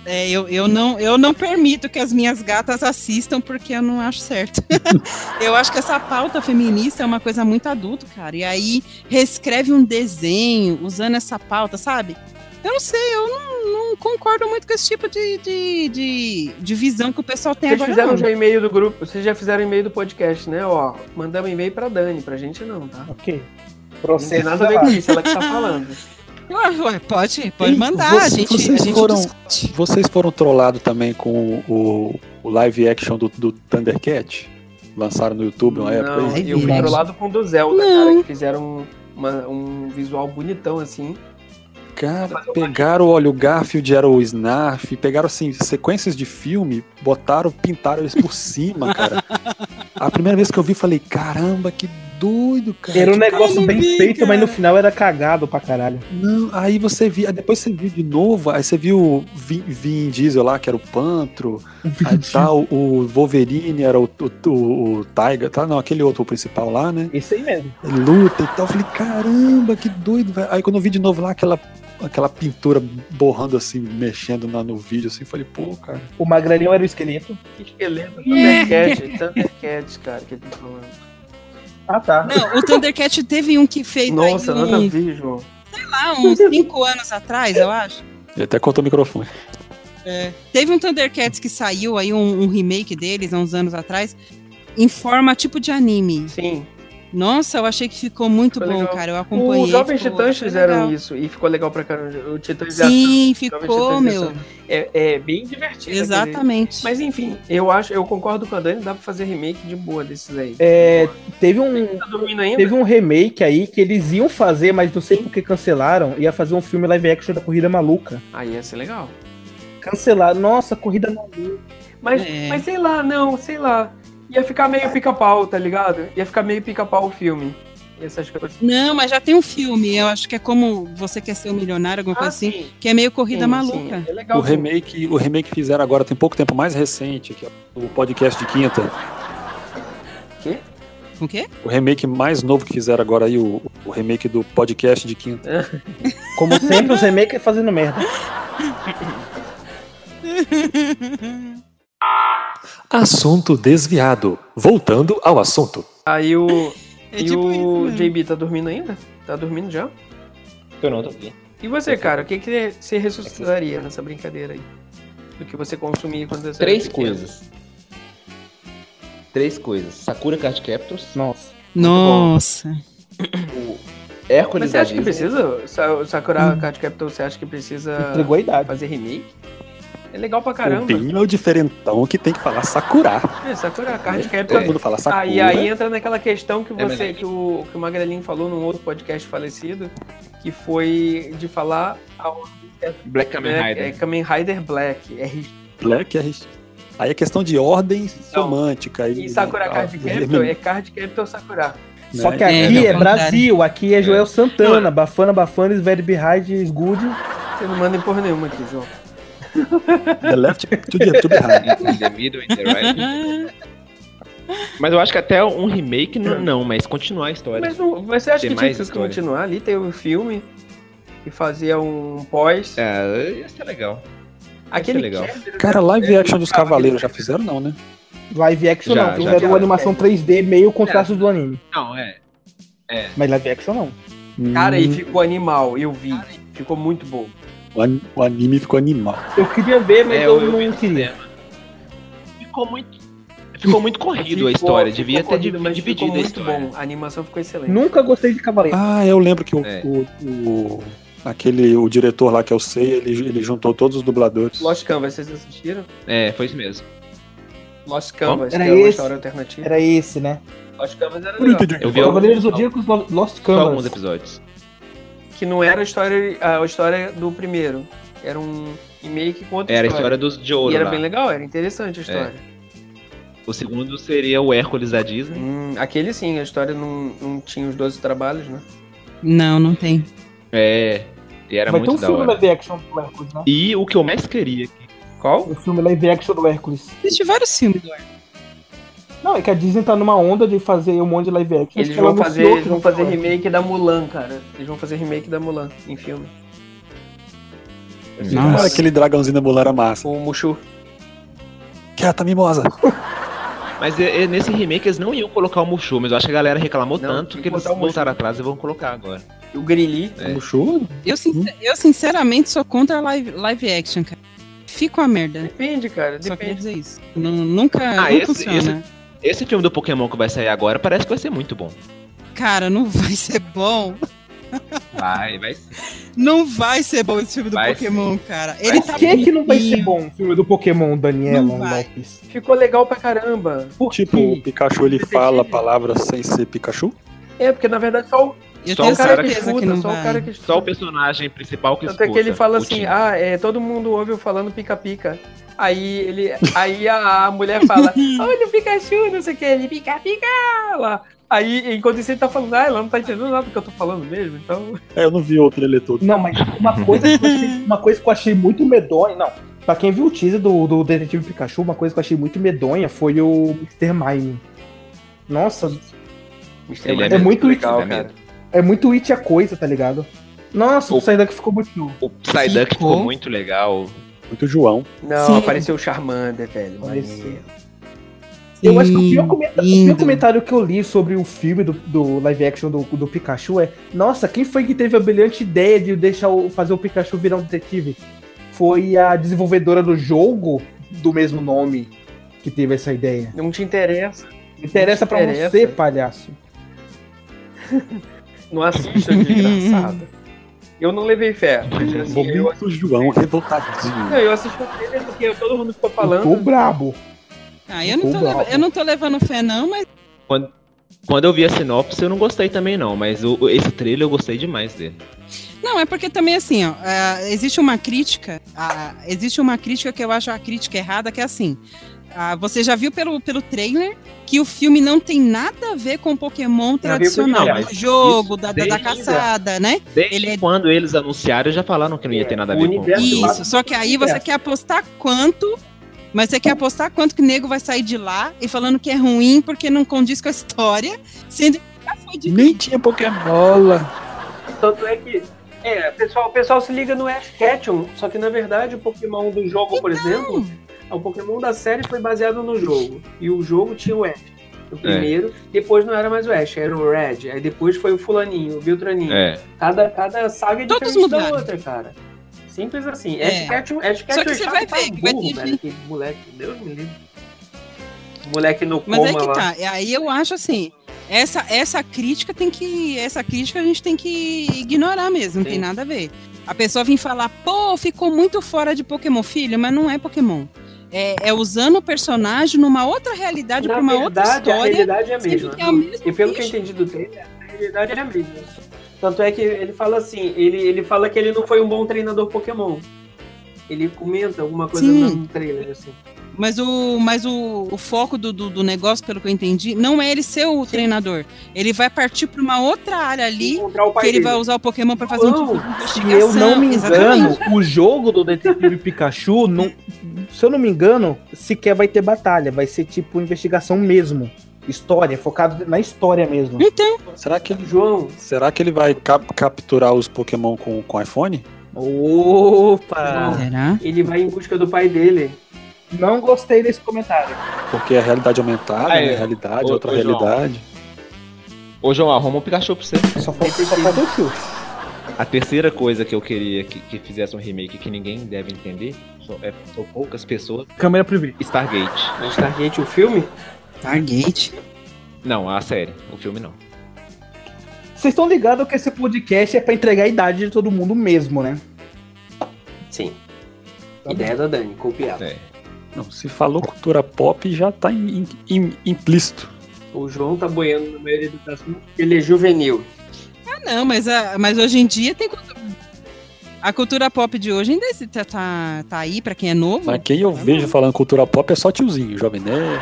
Speaker 6: É, eu, eu, não, eu não permito que as minhas gatas assistam porque eu não acho certo. eu acho que essa pauta feminista é uma coisa muito adulta, cara. E aí reescreve um desenho usando essa pauta, sabe? Eu não sei, eu não, não concordo muito com esse tipo de, de, de, de visão que o pessoal tem
Speaker 5: Vocês
Speaker 6: agora.
Speaker 5: fizeram um
Speaker 6: não.
Speaker 5: já e-mail do grupo, vocês já fizeram e-mail do podcast, né? Ó, mandamos e-mail pra Dani, pra gente não, tá?
Speaker 7: Ok.
Speaker 5: Não tem
Speaker 7: Processo
Speaker 5: nada a ver com isso, ela que tá falando.
Speaker 6: Ué, ué, pode, pode mandar, a
Speaker 2: Vocês-
Speaker 6: gente.
Speaker 2: Vocês,
Speaker 6: a gente
Speaker 2: foram,
Speaker 6: discute.
Speaker 2: vocês foram trollados também com o, o live action do, do Thundercat? Lançaram no YouTube uma época?
Speaker 5: Não,
Speaker 2: aí?
Speaker 5: eu fui trollado com o do Zelda, cara, que fizeram uma- um visual bonitão assim.
Speaker 2: Cara, pegaram, olha, o Garfield era o Snarf, pegaram, assim, sequências de filme, botaram, pintaram eles por cima, cara. A primeira vez que eu vi, falei, caramba, que doido, cara.
Speaker 7: Era um
Speaker 2: que
Speaker 7: negócio
Speaker 2: cara
Speaker 7: bem
Speaker 2: doido."
Speaker 7: feito, mas no final era cagado pra caralho.
Speaker 2: Não, aí você via, aí depois você viu de novo, aí você viu o Vin, Vin Diesel lá, que era o Pantro, aí tá, o, o Wolverine era o, o, o, o Tiger, tá? Não, aquele outro, o principal lá, né?
Speaker 7: Isso aí mesmo.
Speaker 2: Luta e tal, eu falei, caramba, que doido, velho. Aí quando eu vi de novo lá aquela, aquela pintura borrando assim, mexendo lá no vídeo, assim, eu falei, pô, cara.
Speaker 7: O Magranião era o esqueleto.
Speaker 5: Que
Speaker 6: É.
Speaker 5: esqueleto, Thundercat, Thundercat, cara, que ele tá falando.
Speaker 7: Ah, tá.
Speaker 6: Não, o Thundercat teve um que fez. aí
Speaker 5: Nossa,
Speaker 6: um-
Speaker 5: nada a ver, João.
Speaker 6: Sei lá, uns 5 anos atrás, eu acho.
Speaker 10: Ele até cortou o microfone.
Speaker 6: É. Teve um Thundercats que saiu aí, um, um remake deles há uns anos atrás, em forma tipo de anime.
Speaker 5: Sim.
Speaker 6: Nossa, eu achei que ficou muito
Speaker 5: Ficou
Speaker 6: bom,
Speaker 5: legal.
Speaker 6: cara. Eu acompanhei.
Speaker 5: Os Jovens
Speaker 6: ficou-
Speaker 5: Titãs
Speaker 6: achei
Speaker 5: fizeram
Speaker 6: legal.
Speaker 5: isso e ficou legal pra caramba. O Titãs
Speaker 6: Sim,
Speaker 5: Jovens
Speaker 6: ficou,
Speaker 5: Titãs
Speaker 6: meu.
Speaker 5: Ação. É, é bem divertido. aquele-
Speaker 6: Exatamente.
Speaker 5: Mas enfim, eu acho, eu concordo com a Dani, dá pra fazer remake de boa desses aí.
Speaker 7: É, teve um,
Speaker 5: Tá dormindo ainda?
Speaker 7: teve um remake aí que eles iam fazer, mas não sei por que cancelaram. Ia fazer um filme live action da Corrida Maluca.
Speaker 5: Aí ia ser legal.
Speaker 7: Cancelaram. Nossa, Corrida Maluca.
Speaker 5: Mas,
Speaker 6: É.
Speaker 5: mas sei lá, não, sei lá. Ia ficar meio pica-pau, tá ligado? Ia ficar meio pica-pau o filme. E essas coisas.
Speaker 6: Não, mas já tem um filme. Eu acho que é como você quer ser um milionário, alguma coisa assim.
Speaker 5: Ah, sim,
Speaker 6: Que é meio corrida
Speaker 5: sim,
Speaker 6: maluca.
Speaker 5: sim, É legal.
Speaker 10: O
Speaker 5: sim.
Speaker 10: remake, o remake que fizeram agora tem pouco tempo, mais recente, que é o podcast de quinta.
Speaker 6: O quê?
Speaker 10: O remake mais novo que fizeram agora aí, o, o remake do podcast de quinta.
Speaker 7: Como sempre, os remakes fazendo merda.
Speaker 10: Assunto desviado. Voltando ao assunto.
Speaker 5: Aí o.
Speaker 6: É
Speaker 5: e
Speaker 6: tipo isso
Speaker 5: o
Speaker 6: mesmo.
Speaker 5: JB tá dormindo ainda? Tá dormindo já?
Speaker 8: Eu não tô aqui.
Speaker 5: E você, cara, o que, que você ressuscitaria nessa brincadeira aí? Do que você consumia quando você
Speaker 8: Três
Speaker 5: era pequeno?
Speaker 8: coisas. Três coisas. Sakura Card Captors,
Speaker 7: Nossa.
Speaker 6: Nossa.
Speaker 8: o Hércules
Speaker 5: Mas você acha
Speaker 8: da
Speaker 5: que
Speaker 8: Disney.
Speaker 5: precisa? Sa- o Sakura Card Capital, você acha que precisa
Speaker 7: Entregou a idade.
Speaker 5: fazer remake? É legal pra
Speaker 10: O
Speaker 5: caramba.
Speaker 10: Binho é o diferentão que tem que falar Sakura.
Speaker 5: É, Sakura Card
Speaker 10: Todo
Speaker 5: Capital.
Speaker 10: mundo fala é. Sakura.
Speaker 5: É. Aí, aí entra naquela questão que
Speaker 8: É
Speaker 5: você,
Speaker 8: verdade.
Speaker 5: que, o, que o Magrelinho falou num outro podcast falecido, que foi de falar ao
Speaker 8: Black Kamen
Speaker 5: Black-
Speaker 8: Rider.
Speaker 5: é, Kamen Rider Black. É ri-
Speaker 10: Black é... Aí é questão de ordem semântica. né,
Speaker 5: E Sakura Card Capital é Card Capital Sakura.
Speaker 7: Só que
Speaker 10: É,
Speaker 7: aqui
Speaker 6: é
Speaker 7: é,
Speaker 6: o contrário.
Speaker 7: Brasil, aqui é Joel Santana, Bafana Bafana, Very Behind, Good.
Speaker 5: Você não manda em porra nenhuma aqui, João.
Speaker 10: é The left é to the, to the right.
Speaker 8: In the middle, in the right. Mas eu acho que até um remake não, não, mas continuar a história.
Speaker 5: Mas não- você acha
Speaker 8: Tem
Speaker 5: que tinha
Speaker 8: mais
Speaker 5: que
Speaker 8: história.
Speaker 5: continuar ali, ter um filme e fazer um pós?
Speaker 8: É, ia ser legal.
Speaker 5: Aquele
Speaker 8: isso é legal.
Speaker 5: Kerber-
Speaker 10: Cara, live action dos Cavaleiros já fizeram, não, né?
Speaker 7: Live action
Speaker 8: Já,
Speaker 7: não,
Speaker 8: já,
Speaker 7: fizeram
Speaker 5: já.
Speaker 7: uma animação 3D meio contraste do anime.
Speaker 8: Não, é.
Speaker 7: Mas live action não.
Speaker 5: Cara, e
Speaker 10: Hum,
Speaker 5: ficou animal, eu vi. Ficou muito bom.
Speaker 10: o an- O anime ficou animal.
Speaker 7: Eu queria ver, mas
Speaker 8: É,
Speaker 7: eu,
Speaker 8: eu- eu
Speaker 7: não
Speaker 8: vi
Speaker 7: queria.
Speaker 8: Ficou muito. Ficou muito corrido
Speaker 5: Ficou-
Speaker 8: a história.
Speaker 5: ficou
Speaker 8: Devia ter
Speaker 5: corrido,
Speaker 8: div-
Speaker 5: mas ficou
Speaker 8: dividido a
Speaker 5: muito
Speaker 8: história.
Speaker 5: bom. A animação ficou excelente.
Speaker 7: Nunca gostei de Cavaleiro.
Speaker 10: Ah, eu lembro que o,
Speaker 8: É.
Speaker 10: o- o- aquele, o diretor lá que eu sei, ele, ele juntou todos os dubladores.
Speaker 5: Lost Canvas, vocês assistiram?
Speaker 8: É, foi isso mesmo.
Speaker 5: Lost Canvas,
Speaker 7: Era
Speaker 5: que era uma
Speaker 7: esse?
Speaker 5: história alternativa.
Speaker 7: Era esse, né?
Speaker 5: Lost Canvas era
Speaker 10: Eu não
Speaker 5: legal.
Speaker 10: entendi.
Speaker 8: Eu vi alguns,
Speaker 7: Cavaleiros do Zodíaco é Lo- Lost
Speaker 8: só alguns
Speaker 7: Canvas.
Speaker 8: episódios.
Speaker 5: Que não era a história, a história do primeiro. Era um remake com outra
Speaker 8: Era a história dos de ouro.
Speaker 5: E era
Speaker 8: lá.
Speaker 5: bem legal, era interessante a história.
Speaker 8: O segundo seria o Hércules da Disney.
Speaker 5: Hum, aquele sim, a história não, não tinha os 12 trabalhos, né?
Speaker 6: Não, não tem.
Speaker 8: É. E era
Speaker 7: Vai ter
Speaker 8: muito
Speaker 7: um
Speaker 8: da
Speaker 7: filme
Speaker 8: hora.
Speaker 7: live action do Hércules, né?
Speaker 8: E o que eu mais queria.
Speaker 5: Qual?
Speaker 7: Um filme live action do Hércules.
Speaker 6: Existe vários filmes do Arthur.
Speaker 7: Não, é que a Disney tá numa onda de fazer um monte de live action.
Speaker 5: Eles
Speaker 7: Acho que ela
Speaker 5: vão, fazer,
Speaker 7: anunciou
Speaker 5: eles
Speaker 7: né, que
Speaker 5: vão
Speaker 7: vai ter
Speaker 5: fazer
Speaker 7: live
Speaker 5: remake da Mulan, cara. Eles vão fazer remake da Mulan em filme.
Speaker 10: Cara,
Speaker 6: Nossa.
Speaker 10: aquele dragãozinho da Mulan era massa. é
Speaker 5: O Mushu.
Speaker 10: Quieta, mimosa.
Speaker 8: Mas é- é nesse remake eles não iam colocar o Mushu, mas eu acho que a galera reclamou
Speaker 5: Não,
Speaker 8: tanto
Speaker 5: tinha
Speaker 8: que
Speaker 5: que
Speaker 8: eles
Speaker 5: botar o Mushu.
Speaker 8: voltaram atrás e vão colocar agora.
Speaker 5: O Grilli.
Speaker 8: É.
Speaker 10: Puxou?
Speaker 6: Eu, sin-
Speaker 5: Uhum.
Speaker 6: eu, sinceramente sou contra live, live action, cara. Fica uma merda.
Speaker 5: Depende, cara.
Speaker 6: Só queria
Speaker 5: Depende.
Speaker 6: dizer isso. Nu- nunca
Speaker 8: Ah,
Speaker 6: não
Speaker 8: esse-
Speaker 6: funciona.
Speaker 8: Esse filme do Pokémon que vai sair agora parece que vai ser muito bom.
Speaker 6: Cara, não vai ser bom.
Speaker 8: Vai, vai ser.
Speaker 6: Não vai ser bom esse filme do
Speaker 8: Vai
Speaker 6: Pokémon, cara.
Speaker 8: Vai
Speaker 6: Ele
Speaker 7: action.
Speaker 6: tá
Speaker 7: Por que, que não vai ser
Speaker 6: bonitinho.
Speaker 7: bom o filme do Pokémon, Daniela um
Speaker 6: Não vai.
Speaker 7: Lopes?
Speaker 5: Ficou legal pra caramba.
Speaker 10: Tipo, o Pikachu ele fala palavras sem ser Pikachu?
Speaker 5: É, porque na verdade só o,
Speaker 6: Eu
Speaker 8: Só
Speaker 6: tenho
Speaker 8: o cara que
Speaker 6: certeza que,
Speaker 5: escuta,
Speaker 6: não
Speaker 5: só
Speaker 6: vai.
Speaker 5: o cara que escuta.
Speaker 8: Só o personagem principal que
Speaker 5: Tanto é
Speaker 8: escuta.
Speaker 5: que ele fala
Speaker 8: o
Speaker 5: assim,
Speaker 8: Tim.
Speaker 5: ah, é, todo mundo ouve eu falando pica-pica. Aí ele. Aí a, a mulher fala, olha o Pikachu, não sei o que, ele pica-pica lá. Aí, enquanto isso, ele tá falando, ah, ela não tá entendendo nada do que eu tô falando mesmo, então.
Speaker 10: É, eu não vi outro ele todo.
Speaker 7: Não, mas uma coisa que eu achei, uma coisa que eu achei muito medonha. Não, pra quem viu o teaser do, do Detetive Pikachu, uma coisa que eu achei muito medonha foi o Mr. Mime. Nossa,
Speaker 8: Ele é
Speaker 7: é muito
Speaker 8: legal,
Speaker 7: legal, cara. É muito it a coisa, tá ligado? Nossa, o
Speaker 8: O-
Speaker 7: Psyduck ficou muito novo.
Speaker 8: O Psyduck ficou
Speaker 6: Ficou.
Speaker 8: muito legal.
Speaker 10: Muito João.
Speaker 5: Não,
Speaker 6: Sim.
Speaker 5: apareceu o Charmander, velho.
Speaker 7: Apareceu.
Speaker 5: maneiro.
Speaker 7: Eu acho que o pior, comenta- o pior comentário que eu li sobre o filme do, do live action do, do Pikachu é: Nossa, quem foi que teve a brilhante ideia de deixar o, fazer o Pikachu virar um detetive? Foi a desenvolvedora do jogo do mesmo nome que teve essa ideia.
Speaker 5: Não te interessa.
Speaker 7: Interessa pra
Speaker 5: Interessa.
Speaker 7: você, palhaço.
Speaker 5: Não assista, desgraçado. Eu não levei fé. mas, assim, eu,
Speaker 10: Momento João revoltadinho.
Speaker 5: não, eu assisti o trailer porque todo mundo ficou falando.
Speaker 7: Tô brabo.
Speaker 6: Ah, eu não, tô
Speaker 7: Oba.
Speaker 6: leva- eu não tô levando fé, não, mas.
Speaker 8: Quando eu vi a sinopse, eu não gostei também, não. Mas o- esse trailer eu gostei demais dele.
Speaker 6: Não, é porque também assim, ó, ah, existe uma crítica, ah, existe uma crítica que eu acho a crítica errada, que é assim. ah, você já viu pelo, pelo trailer que o filme não tem nada a ver com Pokémon
Speaker 5: a ver com o
Speaker 6: tradicional,
Speaker 5: Pokémon.
Speaker 6: do jogo,
Speaker 8: Isso,
Speaker 6: da, da, da
Speaker 8: desde-
Speaker 6: caçada, né?
Speaker 8: Desde
Speaker 6: Ele é-
Speaker 8: quando eles anunciaram, já falaram que não ia ter nada a ver
Speaker 5: É, o
Speaker 8: com
Speaker 5: universo
Speaker 8: com-
Speaker 6: Isso, só que aí
Speaker 5: É.
Speaker 6: você quer apostar quanto, mas você quer apostar quanto que o nego vai sair de lá e falando que é ruim porque não condiz com a história, sendo que já foi de
Speaker 10: Nem tinha Pokébola.
Speaker 5: Tanto é que. É, o pessoal, o pessoal se liga no Ash Ketchum, só que na verdade o Pokémon do jogo, por
Speaker 6: Então.
Speaker 5: exemplo, o Pokémon da série foi baseado no jogo. E o jogo tinha o Ash. O primeiro, depois não era mais o Ash, era o Red. Aí depois foi o Fulaninho, o Beltraninho.
Speaker 8: É.
Speaker 5: Cada, cada saga é
Speaker 6: Todos
Speaker 5: diferente da
Speaker 6: mudaram.
Speaker 5: outra, cara. Simples assim.
Speaker 6: É.
Speaker 5: Ash Ketchum, Ash Ketchum
Speaker 6: que
Speaker 5: é
Speaker 6: você
Speaker 5: chato
Speaker 6: vai
Speaker 5: pra
Speaker 6: ver que vai
Speaker 5: burro,
Speaker 6: ter
Speaker 5: velho,
Speaker 6: gente-
Speaker 5: aquele moleque, Deus me livre. Moleque no
Speaker 6: Mas
Speaker 5: coma
Speaker 6: aí que
Speaker 5: lá.
Speaker 6: tá. E Aí eu acho assim, essa, essa crítica tem que. Essa crítica a gente tem que ignorar mesmo, não
Speaker 5: Sim.
Speaker 6: tem nada a ver. A pessoa vem falar, pô, ficou muito fora de Pokémon, filho, mas não é Pokémon. É, é usando o personagem numa outra realidade,
Speaker 5: Na
Speaker 6: pra É tipo uma outra
Speaker 5: verdade, a
Speaker 6: história.
Speaker 5: realidade é a
Speaker 6: sendo
Speaker 5: mesma.
Speaker 6: que é o mesmo
Speaker 5: E pelo que eu
Speaker 6: bicho.
Speaker 5: entendi do trailer, a realidade é a mesma. Tanto é que ele fala assim, ele, ele fala que ele não foi um bom treinador Pokémon. Ele comenta alguma coisa
Speaker 6: Sim.
Speaker 5: no trailer, assim.
Speaker 6: Mas o, mas o, o foco do, do, do negócio, pelo que eu entendi, não é ele ser o treinador. Ele vai partir pra uma outra área ali,
Speaker 5: Encontrar o pai
Speaker 6: que ele
Speaker 5: dele.
Speaker 6: vai usar o Pokémon pra fazer um
Speaker 5: Não,
Speaker 6: tipo de
Speaker 7: Se eu
Speaker 6: investigação.
Speaker 7: não me
Speaker 6: exatamente.
Speaker 7: engano, o jogo do Detetive Pikachu, não- se eu não me engano, sequer vai ter batalha. Vai ser tipo investigação mesmo. História, focado na história mesmo.
Speaker 6: Então,
Speaker 10: Será que ele,
Speaker 5: João,
Speaker 10: será que ele vai cap- capturar os Pokémon com, com iPhone?
Speaker 7: Opa!
Speaker 6: será?
Speaker 5: ele vai em busca do pai dele.
Speaker 7: Não gostei desse comentário.
Speaker 10: Porque é realidade aumentada,
Speaker 8: Ah, é.
Speaker 10: né? realidade,
Speaker 8: Ô,
Speaker 10: outra
Speaker 8: ô, João.
Speaker 10: realidade.
Speaker 8: Ô, João, arruma um Pikachu pra você.
Speaker 7: Só faltou, só faltou o chute.
Speaker 8: A terceira coisa que eu queria que, que fizesse um remake que ninguém deve entender, são, é, são poucas pessoas,
Speaker 7: Câmera privê.
Speaker 8: Stargate.
Speaker 5: Na Stargate, o filme?
Speaker 6: Target.
Speaker 8: Não, a série. O filme não.
Speaker 7: Vocês estão ligados que esse podcast é pra entregar a idade de todo mundo mesmo, né?
Speaker 5: Sim.
Speaker 7: Tá
Speaker 5: Ideia da Dani, copiada.
Speaker 8: É.
Speaker 10: Não, se falou cultura pop, já tá im- im- im- implícito.
Speaker 5: O João tá boiando no meio do assunto porque ele é juvenil.
Speaker 6: Ah, não, mas, a, mas hoje em dia tem cultura. A cultura pop de hoje ainda exi- tá, tá, tá aí pra quem é novo.
Speaker 10: Mas quem eu
Speaker 6: Tá
Speaker 10: vejo
Speaker 6: bom.
Speaker 10: falando cultura pop é só tiozinho, jovem nerd,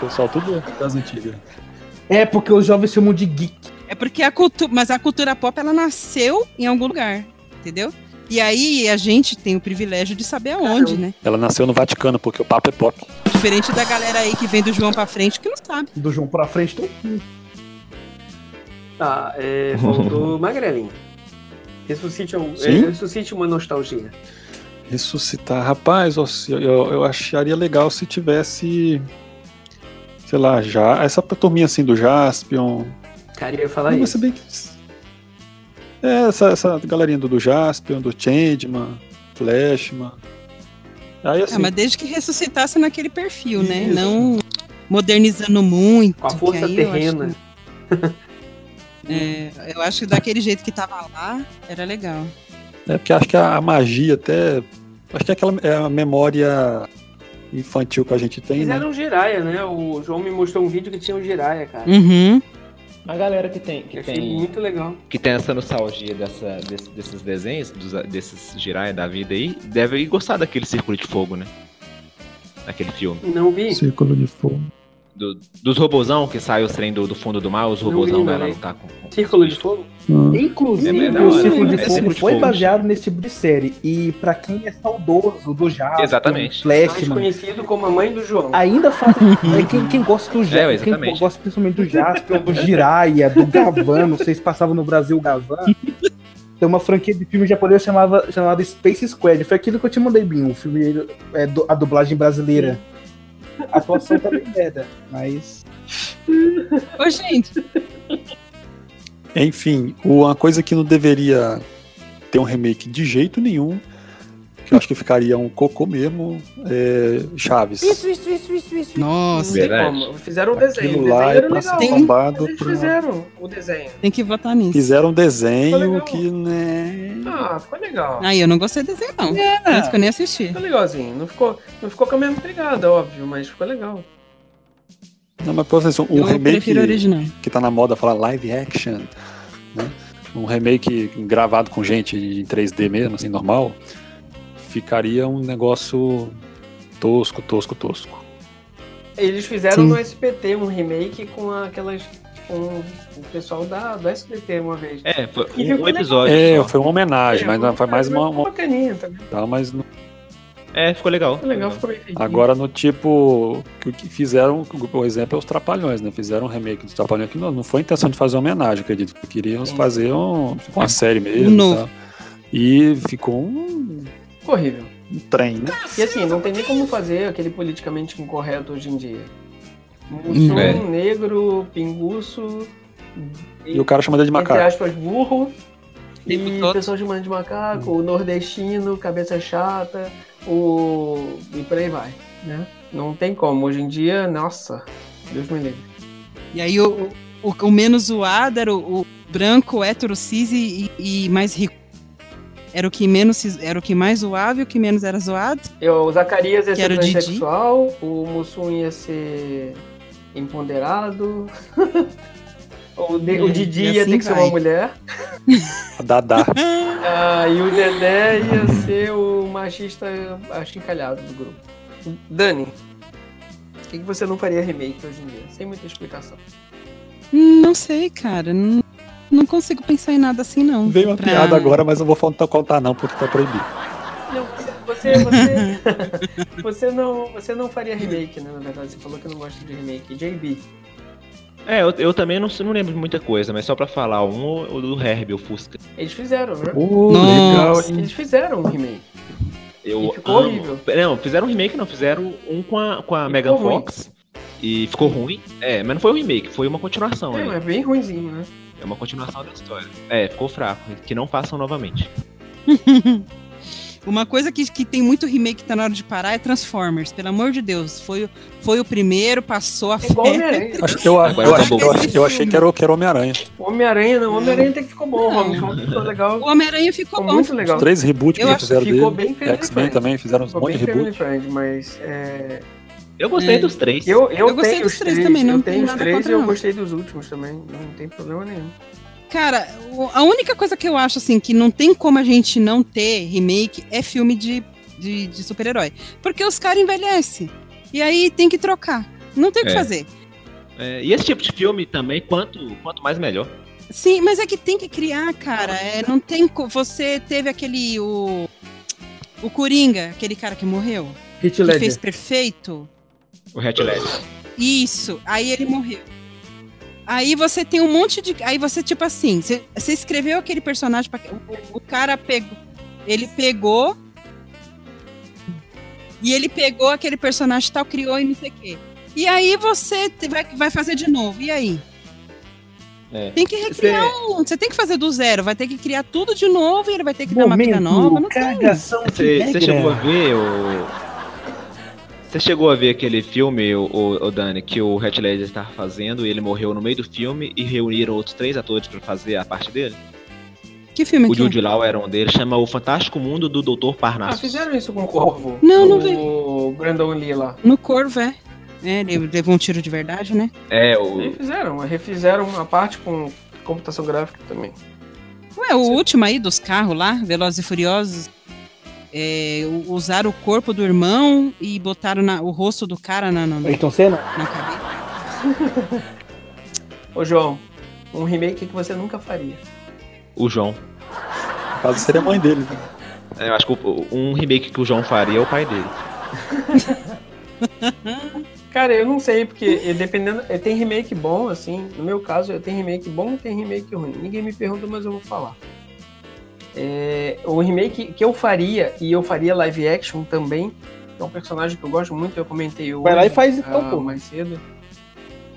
Speaker 10: pessoal tudo das antigas.
Speaker 7: É porque os jovens chamam de geek.
Speaker 6: É porque a cultura. Mas a cultura pop ela nasceu em algum lugar, entendeu? E aí a gente tem o privilégio de saber aonde, né?
Speaker 10: Ela nasceu no Vaticano, porque o papo é pop.
Speaker 6: Diferente da galera aí que vem do João pra frente que não sabe.
Speaker 7: Do João pra frente, tô...
Speaker 5: Tá, é, faltou Magrelinho. Ressuscite, um- é,
Speaker 10: Sim.
Speaker 5: ressuscite uma nostalgia.
Speaker 10: Ressuscitar. Rapaz, ó, se- eu, eu acharia legal se tivesse. Sei lá, já. Essa turminha assim do Jaspion.
Speaker 5: Cara, eu ia falar
Speaker 10: Não, mas
Speaker 5: isso.
Speaker 10: se bem que. É, essa, essa galerinha do, do Jaspion, do Changeman, Flashman. Aí assim.
Speaker 6: Ah, mas desde que ressuscitasse naquele perfil, né?
Speaker 10: Isso.
Speaker 6: Não modernizando muito.
Speaker 5: Com a força
Speaker 6: que aí eu acho
Speaker 5: terrena.
Speaker 6: que- é, eu acho que daquele jeito que tava lá, era legal.
Speaker 10: É porque acho que a, a magia até. Acho que é aquela é a memória infantil que a gente tem, né?
Speaker 5: Fizeram um Jiraya, né? O João me mostrou um vídeo que tinha um Jiraya, cara.
Speaker 2: Hum,
Speaker 6: Uhum.
Speaker 8: A galera que tem,
Speaker 5: Eu
Speaker 8: que
Speaker 5: achei
Speaker 8: tem,
Speaker 5: muito legal.
Speaker 8: que tem essa nostalgia dessa, desse- desses desenhos, dos- desses girais da vida aí, deve gostar daquele Círculo de Fogo, né? Daquele filme.
Speaker 5: Não vi.
Speaker 10: Círculo de fogo.
Speaker 8: Do- dos robozão que sai os trem do, do fundo do mar, os
Speaker 5: Não
Speaker 8: robozão
Speaker 5: lembro,
Speaker 8: vai lá
Speaker 5: né?
Speaker 8: lutar com. com-
Speaker 5: Círculo de Fogo?
Speaker 7: Inclusive,
Speaker 8: É, mas
Speaker 7: o
Speaker 8: não,
Speaker 7: Círculo
Speaker 8: é,
Speaker 7: de
Speaker 8: é
Speaker 7: Fogo
Speaker 8: Círculo de
Speaker 7: foi
Speaker 8: Fogo.
Speaker 7: baseado nesse tipo de série. E pra quem é saudoso do Jasper,
Speaker 8: Exatamente.
Speaker 5: Mais
Speaker 7: Flashman,
Speaker 5: conhecido como a mãe do João.
Speaker 7: ainda faz...
Speaker 6: uhum.
Speaker 7: é, quem, quem gosta do Jasper, quem
Speaker 8: exatamente.
Speaker 7: gosta principalmente do Jasper, do Jiraiya, do Gavan, não sei se passava no Brasil o Gavan. Tem uma franquia de filme japonês chamava, chamada Space Squad. Foi aquilo que eu te mandei, Binho, o filme, é, do- a dublagem brasileira. A atuação tá bem merda, mas.
Speaker 6: Ô, gente.
Speaker 2: Enfim, uma coisa que não deveria ter um remake de jeito nenhum, que eu acho que ficaria um cocô mesmo, é Chaves.
Speaker 5: Isso, isso, isso, isso, isso.
Speaker 6: Nossa.
Speaker 5: Não tem
Speaker 2: Verdade.
Speaker 5: como. Fizeram o desenho.
Speaker 2: Aquilo
Speaker 5: O desenho
Speaker 2: lá é
Speaker 5: era
Speaker 2: pra
Speaker 5: legal.
Speaker 2: ser
Speaker 5: mas
Speaker 2: tombado
Speaker 5: Eles
Speaker 2: pra-
Speaker 5: fizeram o desenho.
Speaker 6: Tem que votar nisso.
Speaker 2: Fizeram um
Speaker 5: Ficou
Speaker 2: desenho
Speaker 5: legal.
Speaker 2: que, né?
Speaker 5: Ah, ficou legal.
Speaker 6: Aí eu não gostei desse, não.
Speaker 5: É.
Speaker 6: Por isso que eu nem assisti.
Speaker 5: Ficou legalzinho. Não ficou, não ficou com a mesma pegada, óbvio, mas ficou legal.
Speaker 2: Não, mas professor, um
Speaker 6: eu
Speaker 2: remake
Speaker 6: prefiro o original.
Speaker 2: que tá na moda falar live action, né? Um remake gravado com gente em 3D mesmo, assim, normal, ficaria um negócio tosco, tosco, tosco.
Speaker 5: Eles fizeram
Speaker 6: Sim.
Speaker 5: no SPT um remake com aquelas. com o pessoal da, do SBT uma vez.
Speaker 8: É, foi
Speaker 5: E ficou
Speaker 8: um, um episódio.
Speaker 2: É,
Speaker 8: só.
Speaker 2: foi uma homenagem, mas não, foi mais uma. uma
Speaker 5: bacaninha também.
Speaker 2: tá, mas não-
Speaker 8: É, ficou legal.
Speaker 5: Ficou legal, ficou bem feito.
Speaker 2: agora no tipo. que O que fizeram, o exemplo é os Trapalhões, né? Fizeram um remake dos Trapalhões que não, não foi a intenção de fazer homenagem, acredito. Queriam
Speaker 5: Sim.
Speaker 2: fazer um, tipo, uma série mesmo.
Speaker 6: Um
Speaker 2: e
Speaker 6: novo.
Speaker 2: tal. E ficou um,
Speaker 5: Ficou horrível.
Speaker 2: um trem, né?
Speaker 5: E assim, não tem nem como fazer aquele politicamente incorreto hoje em dia.
Speaker 6: Hum,
Speaker 5: Mussum,
Speaker 8: é.
Speaker 5: negro, pinguço,
Speaker 2: E o cara chama ele de
Speaker 5: entre
Speaker 2: macaco.
Speaker 5: aspas, burro.
Speaker 6: Tempo
Speaker 5: E
Speaker 6: todo.
Speaker 5: pessoal chamando de macaco,
Speaker 2: Hum.
Speaker 5: o nordestino, cabeça chata, o. e por aí vai, né? Não tem como. Hoje em dia, nossa, Deus me livre.
Speaker 6: E aí o, o, o menos zoado era o, o branco, hétero, cis e, e- e mais rico. Era o que menos se- era o que mais zoava e o que menos era zoado.
Speaker 5: Eu, o Zacarias ia
Speaker 6: Que
Speaker 5: ser
Speaker 6: era o Didi.
Speaker 5: transexual, o Mussum ia ser empoderado, o, de, o
Speaker 6: É,
Speaker 5: Didi
Speaker 6: e
Speaker 5: ia
Speaker 6: assim
Speaker 5: ter que ser
Speaker 6: vai.
Speaker 5: uma mulher.
Speaker 2: A Dadá.
Speaker 5: Ah, e o Dedé ia ser o machista achincalhado do grupo. Dani, por que que você não faria remake hoje em dia? Sem muita explicação.
Speaker 6: Não sei, cara. Não, não consigo pensar em nada assim, não.
Speaker 2: Veio uma
Speaker 6: Pra-
Speaker 2: piada agora, mas eu vou fal- contar não, porque tá proibido.
Speaker 5: Não, você, você, você, não, você não faria remake, né? Na verdade, você falou que não gosta de remake. JB,
Speaker 8: É, eu, eu também não, não lembro de muita coisa, mas só pra falar, um o do Herbie, o Fusca.
Speaker 5: eles fizeram, né?
Speaker 2: Oh,
Speaker 6: Nossa.
Speaker 5: Eles fizeram um remake.
Speaker 8: Eu
Speaker 5: E ficou
Speaker 8: amo.
Speaker 5: horrível.
Speaker 8: Não, fizeram um remake, não, fizeram um com a, com a
Speaker 5: E
Speaker 8: Megan
Speaker 5: ficou ruim.
Speaker 8: Fox. E ficou ruim. É, mas não foi um remake, foi uma continuação.
Speaker 5: É,
Speaker 8: né?
Speaker 5: mas bem ruimzinho, né?
Speaker 8: É uma continuação da história. É, ficou fraco. Que não façam novamente.
Speaker 6: Uma coisa que, que tem muito remake que tá na hora de parar é Transformers. Pelo amor de Deus. Foi, o- foi o primeiro, passou a
Speaker 5: É igual
Speaker 6: fé.
Speaker 5: Homem-Aranha. tipo,
Speaker 2: Acho que eu,
Speaker 8: Agora
Speaker 2: eu
Speaker 8: tá
Speaker 2: achei,
Speaker 8: bom.
Speaker 2: eu achei- eu achei que era, o- que era o Homem-Aranha.
Speaker 5: Homem-Aranha não, Homem-Aranha até que ficou bom.
Speaker 6: Não.
Speaker 5: Homem-Aranha ficou legal.
Speaker 6: O Homem-Aranha ficou
Speaker 5: Ficou
Speaker 6: bom.
Speaker 5: muito legal.
Speaker 2: Os três reboots que
Speaker 6: Eu
Speaker 2: já
Speaker 6: acho
Speaker 2: fizeram
Speaker 5: Ficou
Speaker 2: dele.
Speaker 5: bem family
Speaker 2: X-Men
Speaker 5: friend.
Speaker 2: também fizeram um
Speaker 5: Ficou
Speaker 2: monte
Speaker 5: bem
Speaker 2: de
Speaker 5: family
Speaker 2: reboot.
Speaker 5: friend, mas é,
Speaker 8: Eu gostei
Speaker 6: É.
Speaker 8: dos três.
Speaker 5: Eu, eu,
Speaker 6: Eu gostei
Speaker 5: tenho
Speaker 6: dos
Speaker 5: os
Speaker 6: três também, não
Speaker 5: eu
Speaker 6: tem
Speaker 5: tenho os
Speaker 6: nada
Speaker 5: três
Speaker 6: contra,
Speaker 5: e eu
Speaker 6: não.
Speaker 5: gostei dos últimos também, não tem problema nenhum.
Speaker 6: Cara, o- a única coisa que eu acho, assim, que não tem como a gente não ter remake é filme de, de, de super-herói. Porque os caras envelhecem. E aí tem que trocar. Não tem o que
Speaker 8: É.
Speaker 6: fazer.
Speaker 8: É, e esse tipo de filme também, quanto, quanto mais melhor.
Speaker 6: Sim, mas é que tem que criar, cara. É, não tem. co- Você teve aquele. O, o Coringa, aquele cara que morreu,
Speaker 7: Hit
Speaker 6: que
Speaker 7: Ledger.
Speaker 6: fez perfeito.
Speaker 8: O Hatch Ledger.
Speaker 6: Isso, aí ele morreu. Aí você tem um monte de. Aí você, tipo assim, você, você escreveu aquele personagem para o, o cara pegou. Ele pegou. E ele pegou aquele personagem tal, criou e não sei o quê. E aí você te- vai, vai fazer de novo. E aí?
Speaker 8: É.
Speaker 6: Tem que recriar um. Você tem que fazer do zero. Vai ter que criar tudo de novo e ele vai ter que dar uma vida nova. Não tem.
Speaker 7: cagação de
Speaker 8: Você
Speaker 7: regra.
Speaker 8: você chegou a ver o. Você chegou a ver aquele filme, o, o, o Dani, que o Hatch Ledger estava fazendo e ele morreu no meio do filme e reuniram outros três atores pra fazer a parte dele?
Speaker 6: Que filme
Speaker 8: O
Speaker 6: que é?
Speaker 8: Jude Law era um deles, chama O Fantástico Mundo do Doutor
Speaker 5: Ah,
Speaker 8: Parnassus.
Speaker 5: fizeram isso com o Corvo.
Speaker 6: Não, não vi.
Speaker 5: O Brandon Lee lá.
Speaker 6: No Corvo, é. É, ele levou um tiro de verdade, né?
Speaker 8: É,
Speaker 5: E
Speaker 8: o.
Speaker 5: fizeram, refizeram uma parte com computação gráfica também.
Speaker 6: Ué, o último aí dos carros lá, Velozes e Furiosos, é, u- usaram o corpo do irmão e botaram na- o rosto do cara na, na,
Speaker 7: Ayrton Senna?
Speaker 6: na cabeça.
Speaker 5: Ô João, um remake que você nunca faria.
Speaker 8: O João.
Speaker 2: No caso, seria a mãe dele. né?
Speaker 8: É, Eu acho que o- um remake que o João faria é o pai dele.
Speaker 5: Cara, eu não sei, porque eh, dependendo. eh, Tem remake bom, assim. No meu caso, eu tenho remake bom e tem remake ruim. Ninguém me pergunta, mas eu vou falar. É, o remake que eu faria, e eu faria live action também, é um personagem que eu gosto muito, eu comentei hoje.
Speaker 7: Vai lá e faz então,
Speaker 5: ah,
Speaker 7: pô.
Speaker 5: Mais cedo.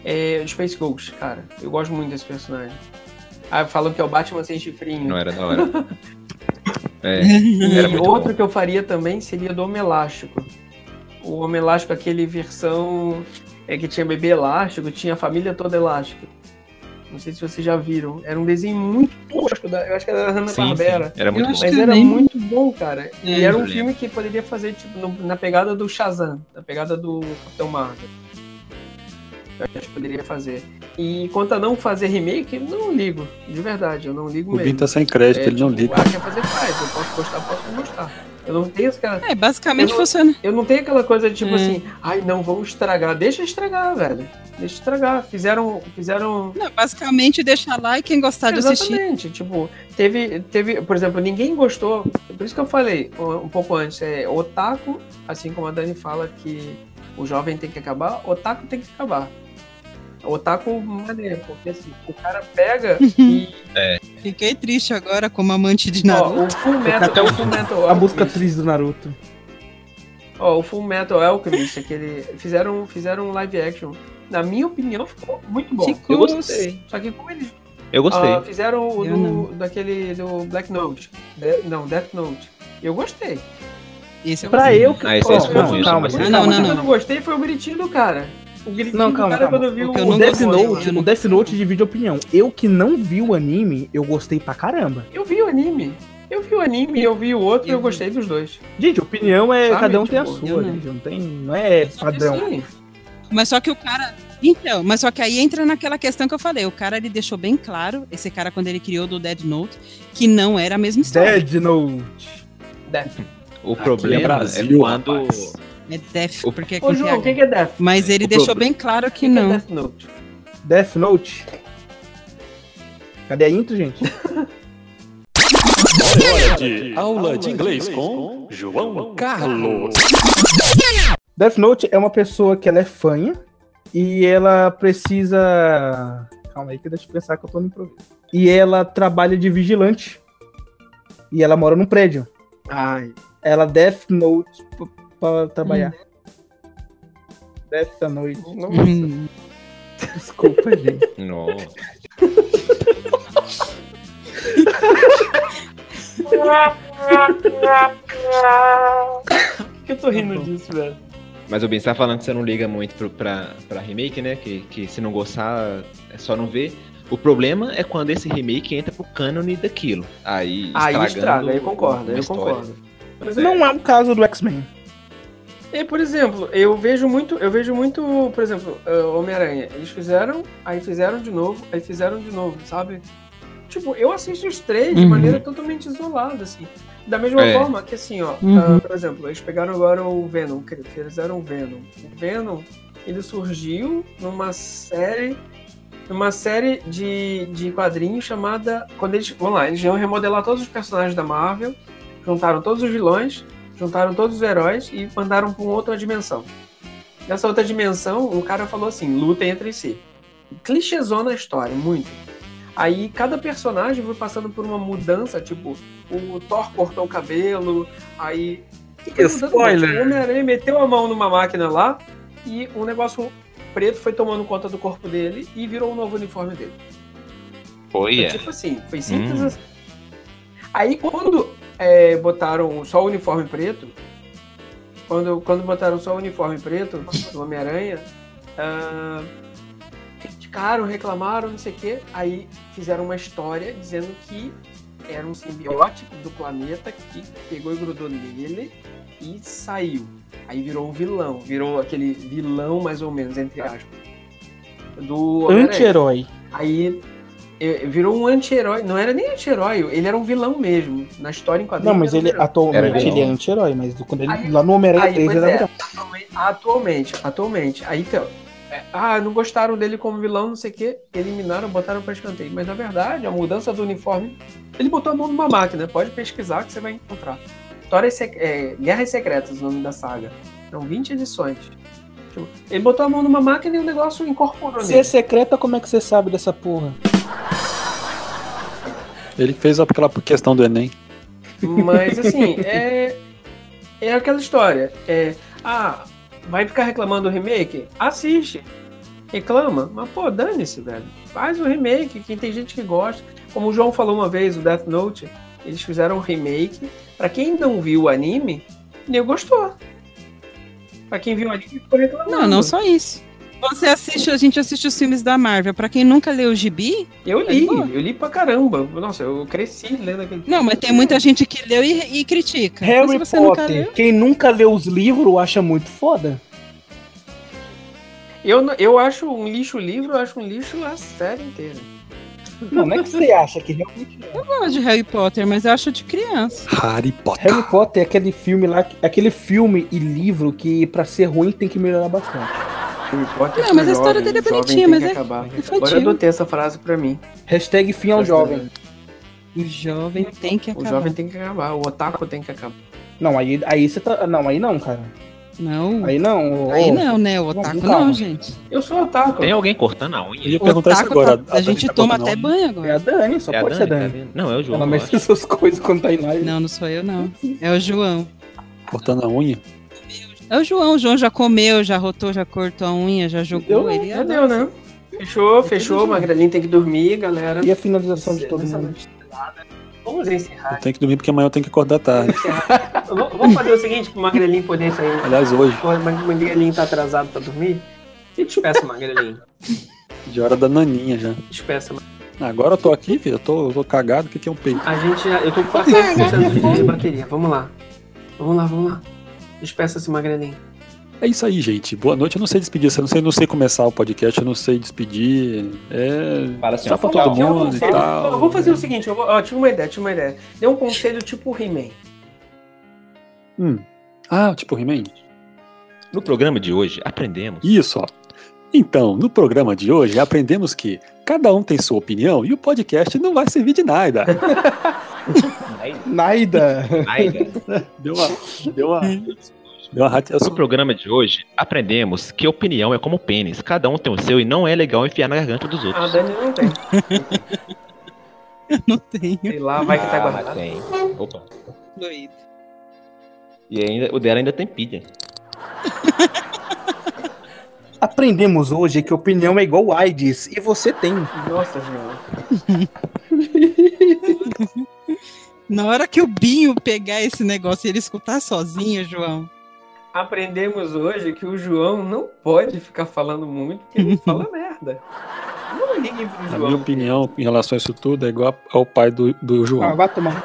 Speaker 5: É o Space Ghost, cara. Eu gosto muito desse personagem. Ah, falou que é o Batman sem chifrinho.
Speaker 8: Não era da hora. É,
Speaker 5: E
Speaker 8: era muito bom.
Speaker 5: outro que eu faria também seria do Homem Elástico. O Homem Elástico, aquele versão é, que tinha bebê elástico, tinha a família toda elástica. Não sei se vocês já viram. Era um desenho muito tosco, da- eu acho que era da Hanna-Barbera.
Speaker 8: Era muito
Speaker 5: Eu
Speaker 8: bom.
Speaker 5: acho Mas
Speaker 8: que eu
Speaker 5: era
Speaker 8: nem-
Speaker 5: muito bom, cara.
Speaker 8: É,
Speaker 5: E era
Speaker 8: eu
Speaker 5: um
Speaker 8: lembro.
Speaker 5: filme que poderia fazer tipo, no- na pegada do Shazam, na pegada do Capitão Marvel. Eu acho que poderia fazer. E quanto a não fazer remake, não ligo. De verdade, eu não ligo
Speaker 2: O
Speaker 5: mesmo.
Speaker 2: Bin tá sem crédito, ele não liga.
Speaker 5: Ah, quer fazer faz. Eu posso gostar, posso não gostar. Eu não tenho aquela.
Speaker 6: É, basicamente
Speaker 5: eu não,
Speaker 6: funciona.
Speaker 5: Eu não tenho aquela coisa de tipo
Speaker 6: É.
Speaker 5: assim, ai não, vamos estragar. Deixa estragar, velho. Deixa estragar. Fizeram. fizeram...
Speaker 6: Não, basicamente deixa lá e quem gostar de assistir.
Speaker 5: Exatamente, tipo, teve, teve, por exemplo, ninguém gostou, por isso que eu falei um um pouco antes, é otaku, assim como a Dani fala que o jovem tem que acabar, otaku tem que acabar. Otaku maneiro, porque assim, o cara pega e
Speaker 6: Fiquei triste agora como amante de Naruto.
Speaker 5: o Full Metal,
Speaker 7: Até
Speaker 5: o
Speaker 7: o-
Speaker 5: Full Metal
Speaker 7: a música triste do Naruto.
Speaker 5: Ó, o Full Metal Alchemist, aquele. Fizeram, fizeram um live action. Na minha opinião, ficou muito bom.
Speaker 8: Eu gostei.
Speaker 5: Só que como eles
Speaker 8: Eu gostei.
Speaker 5: ah, fizeram o
Speaker 6: Eu
Speaker 5: do-
Speaker 6: não.
Speaker 5: daquele do Black Note. De- não, Death Note. Eu gostei.
Speaker 6: Esse eu
Speaker 7: Pra
Speaker 6: gostei.
Speaker 7: eu que.
Speaker 8: Ah, esse é
Speaker 7: Ó,
Speaker 8: isso, isso,
Speaker 7: calma,
Speaker 8: mas esse-
Speaker 6: Ah, não,
Speaker 5: Mas
Speaker 6: não,
Speaker 5: o que eu
Speaker 6: não.
Speaker 5: não gostei foi o gritinho do cara. O gritinho
Speaker 7: Não,
Speaker 5: do
Speaker 7: calma,
Speaker 5: cara
Speaker 7: calma.
Speaker 5: quando viu
Speaker 6: O que eu
Speaker 7: O
Speaker 6: não
Speaker 7: Death,
Speaker 6: gostei,
Speaker 7: Note,
Speaker 6: eu não-
Speaker 7: o Death Note divide opinião. Eu que não vi o anime, eu gostei pra caramba.
Speaker 5: Eu vi o anime. Eu vi o anime, eu vi o outro e eu
Speaker 6: Eu vi.
Speaker 5: gostei dos dois.
Speaker 7: Gente, opinião é.
Speaker 5: Sabe,
Speaker 7: cada um tem a
Speaker 5: tipo,
Speaker 7: sua,
Speaker 6: eu não.
Speaker 7: gente. Não, tem, não é
Speaker 5: Ah,
Speaker 7: padrão.
Speaker 5: Sim.
Speaker 6: Mas só que o cara. Então, mas só que aí entra naquela questão que eu falei. O cara ele deixou bem claro, esse cara, quando ele criou do Dead Note, que não era a mesma história.
Speaker 7: Dead Note.
Speaker 8: O
Speaker 2: Aqui
Speaker 8: problema
Speaker 2: é
Speaker 8: é,
Speaker 2: Brasil,
Speaker 8: quando.
Speaker 2: rapaz.
Speaker 6: É Death,
Speaker 8: O-
Speaker 6: porque é com
Speaker 5: Ô, João, o que
Speaker 6: TH.
Speaker 5: que é Death?
Speaker 6: Mas ele
Speaker 8: o
Speaker 6: deixou
Speaker 8: problema-
Speaker 6: bem claro que
Speaker 5: O que que é
Speaker 6: não.
Speaker 5: Death Note?
Speaker 7: Death Note. Cadê a intro, gente?
Speaker 2: Hora de é, aula de inglês com João Carlos.
Speaker 7: Death Note é uma pessoa que ela é fanha e ela precisa. Calma aí que deixa eu pensar que eu tô no improviso. E ela trabalha de vigilante. E ela mora num prédio.
Speaker 5: Ai,
Speaker 7: Ela Death Note p- pra trabalhar.
Speaker 5: Hum.
Speaker 7: Death Note.
Speaker 5: não.
Speaker 6: Hum,
Speaker 7: Desculpa, gente.
Speaker 8: Nossa.
Speaker 5: Por que eu tô rindo disso, velho?
Speaker 8: Mas o Ben, você tá falando que você não liga muito pro, pra, pra remake, né? Que, que se não gostar, é só não ver. O problema é quando esse remake entra pro cânone daquilo. Aí,
Speaker 5: Aí
Speaker 8: estragando
Speaker 5: Ah, estraga, aí eu concordo,
Speaker 8: uma
Speaker 5: aí eu
Speaker 8: história.
Speaker 5: concordo. Mas é-
Speaker 7: Não é o caso do X-Men.
Speaker 5: E, por exemplo, eu vejo muito, eu vejo muito, por exemplo, ah, Homem-Aranha. Eles fizeram, aí fizeram de novo, aí fizeram de novo, sabe? Tipo, eu assisto os três de
Speaker 6: Uhum.
Speaker 5: maneira totalmente isolada, assim. Da mesma
Speaker 8: É.
Speaker 5: forma que, assim, ó,
Speaker 6: Uhum.
Speaker 5: ah, por exemplo, eles pegaram agora o Venom, que eles fizeram o Venom. O Venom, ele surgiu numa série, numa série de, de quadrinhos chamada... Quando eles, vamos lá, eles iam remodelar todos os personagens da Marvel, juntaram todos os vilões, juntaram todos os heróis e mandaram para outra dimensão. Nessa outra dimensão, o cara falou assim: lutem entre si. Clichêzou na história, muito. Aí cada personagem foi passando por uma mudança, tipo, o Thor cortou o cabelo, aí. E foi mudando
Speaker 7: Spoiler.
Speaker 5: muito. tá O Homem-Aranha meteu a mão numa máquina lá e um negócio preto foi tomando conta do corpo dele e virou o novo uniforme dele.
Speaker 8: Foi,
Speaker 5: Foi
Speaker 8: é.
Speaker 5: Tipo assim, foi simples
Speaker 8: Hum.
Speaker 5: assim. Aí quando é, botaram só o uniforme preto, quando, quando botaram só o uniforme preto do Homem-Aranha, ah, criticaram, reclamaram, não sei o quê. Aí fizeram uma história dizendo que era um simbiótico do planeta que pegou e grudou nele e saiu. Aí virou um vilão, virou aquele vilão mais ou menos, entre aspas. Do Homem-Aranha.
Speaker 7: Anti-herói.
Speaker 5: Aí eh, virou um anti-herói. Não era nem anti-herói, ele era um vilão mesmo. Na história em quadrinhos.
Speaker 7: Não, mas
Speaker 5: era um
Speaker 7: ele
Speaker 5: vilão.
Speaker 8: Era
Speaker 7: atualmente
Speaker 8: vilão.
Speaker 7: ele é anti-herói, mas quando ele,
Speaker 5: Aí-
Speaker 7: lá no Homem-Aranha
Speaker 5: aí,
Speaker 7: 3
Speaker 5: pois
Speaker 7: ele era
Speaker 5: é.
Speaker 7: vilão.
Speaker 5: Atualmente, atualmente, atualmente. Aí então. é, ah, não gostaram dele como vilão, não sei o quê. Eliminaram, botaram pra escanteio. Mas na verdade, a mudança do uniforme. Ele botou a mão numa máquina, pode pesquisar que você vai encontrar. Histórias sec- é, Guerras Secretas, o nome da saga. São 20 edições. Tipo, Ele botou a mão numa máquina e o negócio incorporou
Speaker 7: Se é
Speaker 5: nele.
Speaker 7: secreta, como é que você sabe dessa porra?
Speaker 2: Ele fez aquela questão do Enem.
Speaker 5: Mas assim, é, é aquela história. É, Ah, vai ficar reclamando do remake? Assiste. Reclama, mas pô, dane-se, velho. Faz o remake, que tem gente que gosta. Como o João falou uma vez, o Death Note, eles fizeram um remake. Pra quem não viu o anime, nem gostou. Pra quem viu o anime, ficou reclamando.
Speaker 6: Não, não só isso. Você assiste, a gente assiste os filmes da Marvel. Pra quem nunca leu o gibi.
Speaker 5: Eu
Speaker 6: tá
Speaker 5: li,
Speaker 6: de boa.
Speaker 5: eu li pra caramba. Nossa, eu cresci lendo aquele.
Speaker 6: Não, mas tem muita gente que leu e, e critica. Tá. Mas
Speaker 7: Harry
Speaker 6: se você nunca
Speaker 7: Potter.
Speaker 6: leu-
Speaker 7: Quem nunca leu os livros acha muito foda.
Speaker 5: Eu, não- eu acho um lixo o livro, eu acho um lixo a série inteira.
Speaker 7: Não, não é que você acha que realmente é.
Speaker 6: Eu gosto de Harry Potter, mas eu acho de criança.
Speaker 2: Harry Potter.
Speaker 7: Harry Potter é aquele filme lá, aquele filme e livro que pra ser ruim tem que melhorar bastante.
Speaker 6: Não, mas a história dele é bonitinha, mas é infantil.
Speaker 5: Agora eu adotei essa frase pra mim.
Speaker 7: Hashtag fim ao jovem.
Speaker 6: O jovem tem que
Speaker 5: O
Speaker 6: acabar.
Speaker 5: jovem tem que acabar, o otaku tem que acabar.
Speaker 7: Não, aí, aí você tá. Não, aí não, cara.
Speaker 6: Não.
Speaker 7: Aí não. ô-
Speaker 6: Aí não, né? O otaku
Speaker 7: calma.
Speaker 6: não, gente.
Speaker 5: Eu sou otaku.
Speaker 8: Tem alguém cortando a unha?
Speaker 2: Eu ia
Speaker 6: O
Speaker 2: perguntar isso
Speaker 6: otaku,
Speaker 2: agora.
Speaker 6: tá- a, gente toma até
Speaker 7: É
Speaker 6: banho agora.
Speaker 7: a Dani, só
Speaker 8: É a
Speaker 7: pode
Speaker 8: Dani,
Speaker 7: ser a
Speaker 8: tá
Speaker 7: Dani.
Speaker 8: vendo? Não, é o João.
Speaker 7: Ela
Speaker 8: eu
Speaker 7: mexe
Speaker 8: acho.
Speaker 7: essas coisas quando tá em live.
Speaker 6: Não, não sou eu, não. É o João.
Speaker 2: Cortando a unha.
Speaker 6: É o João. O João já comeu, já rotou, já cortou a unha, já jogou.
Speaker 7: Deu,
Speaker 6: ele
Speaker 5: Já deu, né? Fechou, fechou, Magrelinho tem que dormir, galera.
Speaker 7: E a finalização de todo mundo?
Speaker 5: Vamos encerrar.
Speaker 2: Eu tenho que dormir porque amanhã eu tenho que acordar tarde.
Speaker 5: V- Vamos fazer o seguinte pro Magrelinho poder sair.
Speaker 2: Aliás, hoje,
Speaker 5: O Magrelinho tá atrasado pra dormir. Despeça, Magrelinho.
Speaker 2: de hora da naninha já.
Speaker 5: Despeça.
Speaker 2: Agora eu tô aqui, filho. Eu tô, eu tô cagado. O que que é um peito?
Speaker 5: A gente já. Eu tô quase
Speaker 6: é
Speaker 5: precisando de bateria. Vamos lá. Vamos lá, vamos lá. Despeça-se, Magrelinho.
Speaker 2: É isso aí, gente. Boa noite. Eu não sei despedir. Eu não sei, não sei começar o podcast. Eu não sei despedir. É.
Speaker 8: Fala assim,
Speaker 2: Só
Speaker 8: ó,
Speaker 2: pra
Speaker 8: tchau.
Speaker 2: todo
Speaker 5: Tinha um
Speaker 2: mundo e
Speaker 5: conselho.
Speaker 2: tal.
Speaker 5: Eu vou fazer o seguinte, eu vou, ó, tive uma ideia, tive uma ideia. Dê um conselho tipo He-Man.
Speaker 2: Hum. Ah, tipo He-Man?
Speaker 8: No programa de hoje, aprendemos.
Speaker 2: Isso, ó. Então, no programa de hoje, aprendemos que cada um tem sua opinião e o podcast não vai servir de nada.
Speaker 7: Naida!
Speaker 2: Deu uma. Deu uma. Deu uma rate- eu sou-
Speaker 8: No programa de hoje, aprendemos que opinião é como pênis. Cada um tem o seu e não é legal enfiar na garganta dos
Speaker 5: Ah,
Speaker 8: outros.
Speaker 5: Dani não tem.
Speaker 6: Não tenho.
Speaker 5: Sei lá, vai que tá
Speaker 8: Ah,
Speaker 5: guardado.
Speaker 8: mas tem. Opa.
Speaker 6: Doido.
Speaker 8: E ainda, o dela ainda tem pilha.
Speaker 7: Aprendemos hoje que opinião é igual AIDS e você tem.
Speaker 5: Nossa, João.
Speaker 6: Na hora que o Binho pegar esse negócio e ele escutar sozinho, João.
Speaker 5: Aprendemos hoje que o João não pode ficar falando muito, porque ele fala merda. Não liguem pro
Speaker 2: Na minha
Speaker 5: João.
Speaker 2: opinião, em relação a isso tudo, é igual ao pai do, do
Speaker 7: Ah,
Speaker 2: João.
Speaker 7: vai tomar.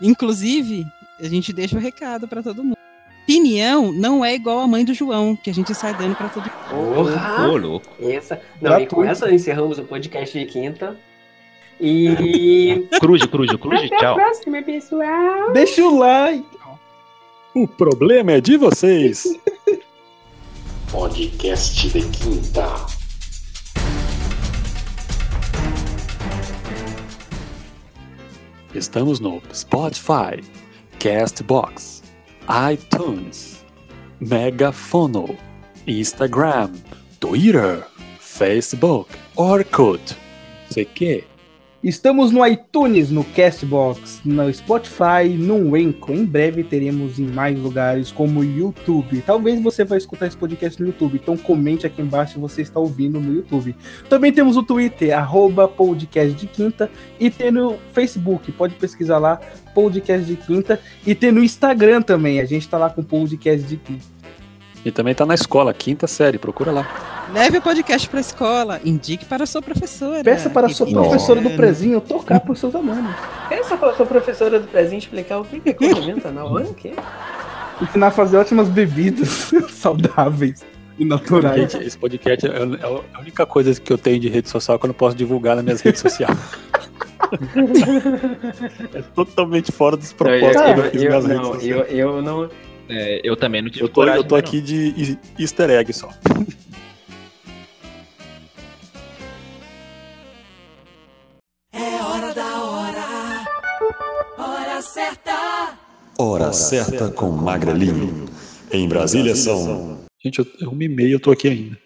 Speaker 6: Inclusive, a gente deixa o recado pra todo mundo. Opinião não é igual a mãe do João, que a gente sai dando pra todo mundo.
Speaker 5: Porra!
Speaker 8: Ô, louco.
Speaker 5: Essa. Não, e com
Speaker 7: Gratuito.
Speaker 5: essa encerramos o podcast de quinta. E.
Speaker 8: Cruze, cruze, cruze, tchau.
Speaker 5: próxima, é pessoal!
Speaker 7: Deixa o like.
Speaker 2: O problema é de vocês.
Speaker 13: Podcast de Quinta.
Speaker 2: Estamos no Spotify, Castbox, iTunes, Megafono, Instagram, Twitter, Facebook, Orkut, CQ.
Speaker 7: Estamos no iTunes, no Castbox, no Spotify, no Enco. Em breve teremos em mais lugares, como o YouTube. Talvez você vai escutar esse podcast no YouTube, então comente aqui embaixo se você está ouvindo no YouTube. Também temos o Twitter, arroba podcast de quinta, e tem no Facebook, pode pesquisar lá, podcast de quinta, e tem no Instagram também, a gente está lá com podcast de quinta.
Speaker 2: E também tá na escola, quinta série, procura lá.
Speaker 6: Leve o podcast pra escola, indique para a sua professora.
Speaker 7: Peça para a sua
Speaker 6: Evite
Speaker 7: professora do
Speaker 6: engano.
Speaker 7: prezinho tocar para os seus alunos.
Speaker 5: Pensa pra sua professora do presente explicar o que que é corrimento anal. Olha o quê?
Speaker 7: Ensinar a fazer ótimas bebidas saudáveis e naturais.
Speaker 2: Gente, esse podcast é é a única coisa que eu tenho de rede social que eu não posso divulgar nas minhas redes sociais. é totalmente fora dos propósitos que eu não fiz
Speaker 5: eu,
Speaker 2: minhas redes
Speaker 5: não,
Speaker 2: sociais.
Speaker 5: eu, eu não.
Speaker 8: É, eu também não tive
Speaker 2: Eu tô,
Speaker 8: coragem.
Speaker 2: eu tô
Speaker 8: ainda,
Speaker 2: aqui de easter egg só.
Speaker 14: Hora certa com Magrelinho. Em Brasília são
Speaker 2: Gente, eu, eu me meio, eu tô aqui ainda.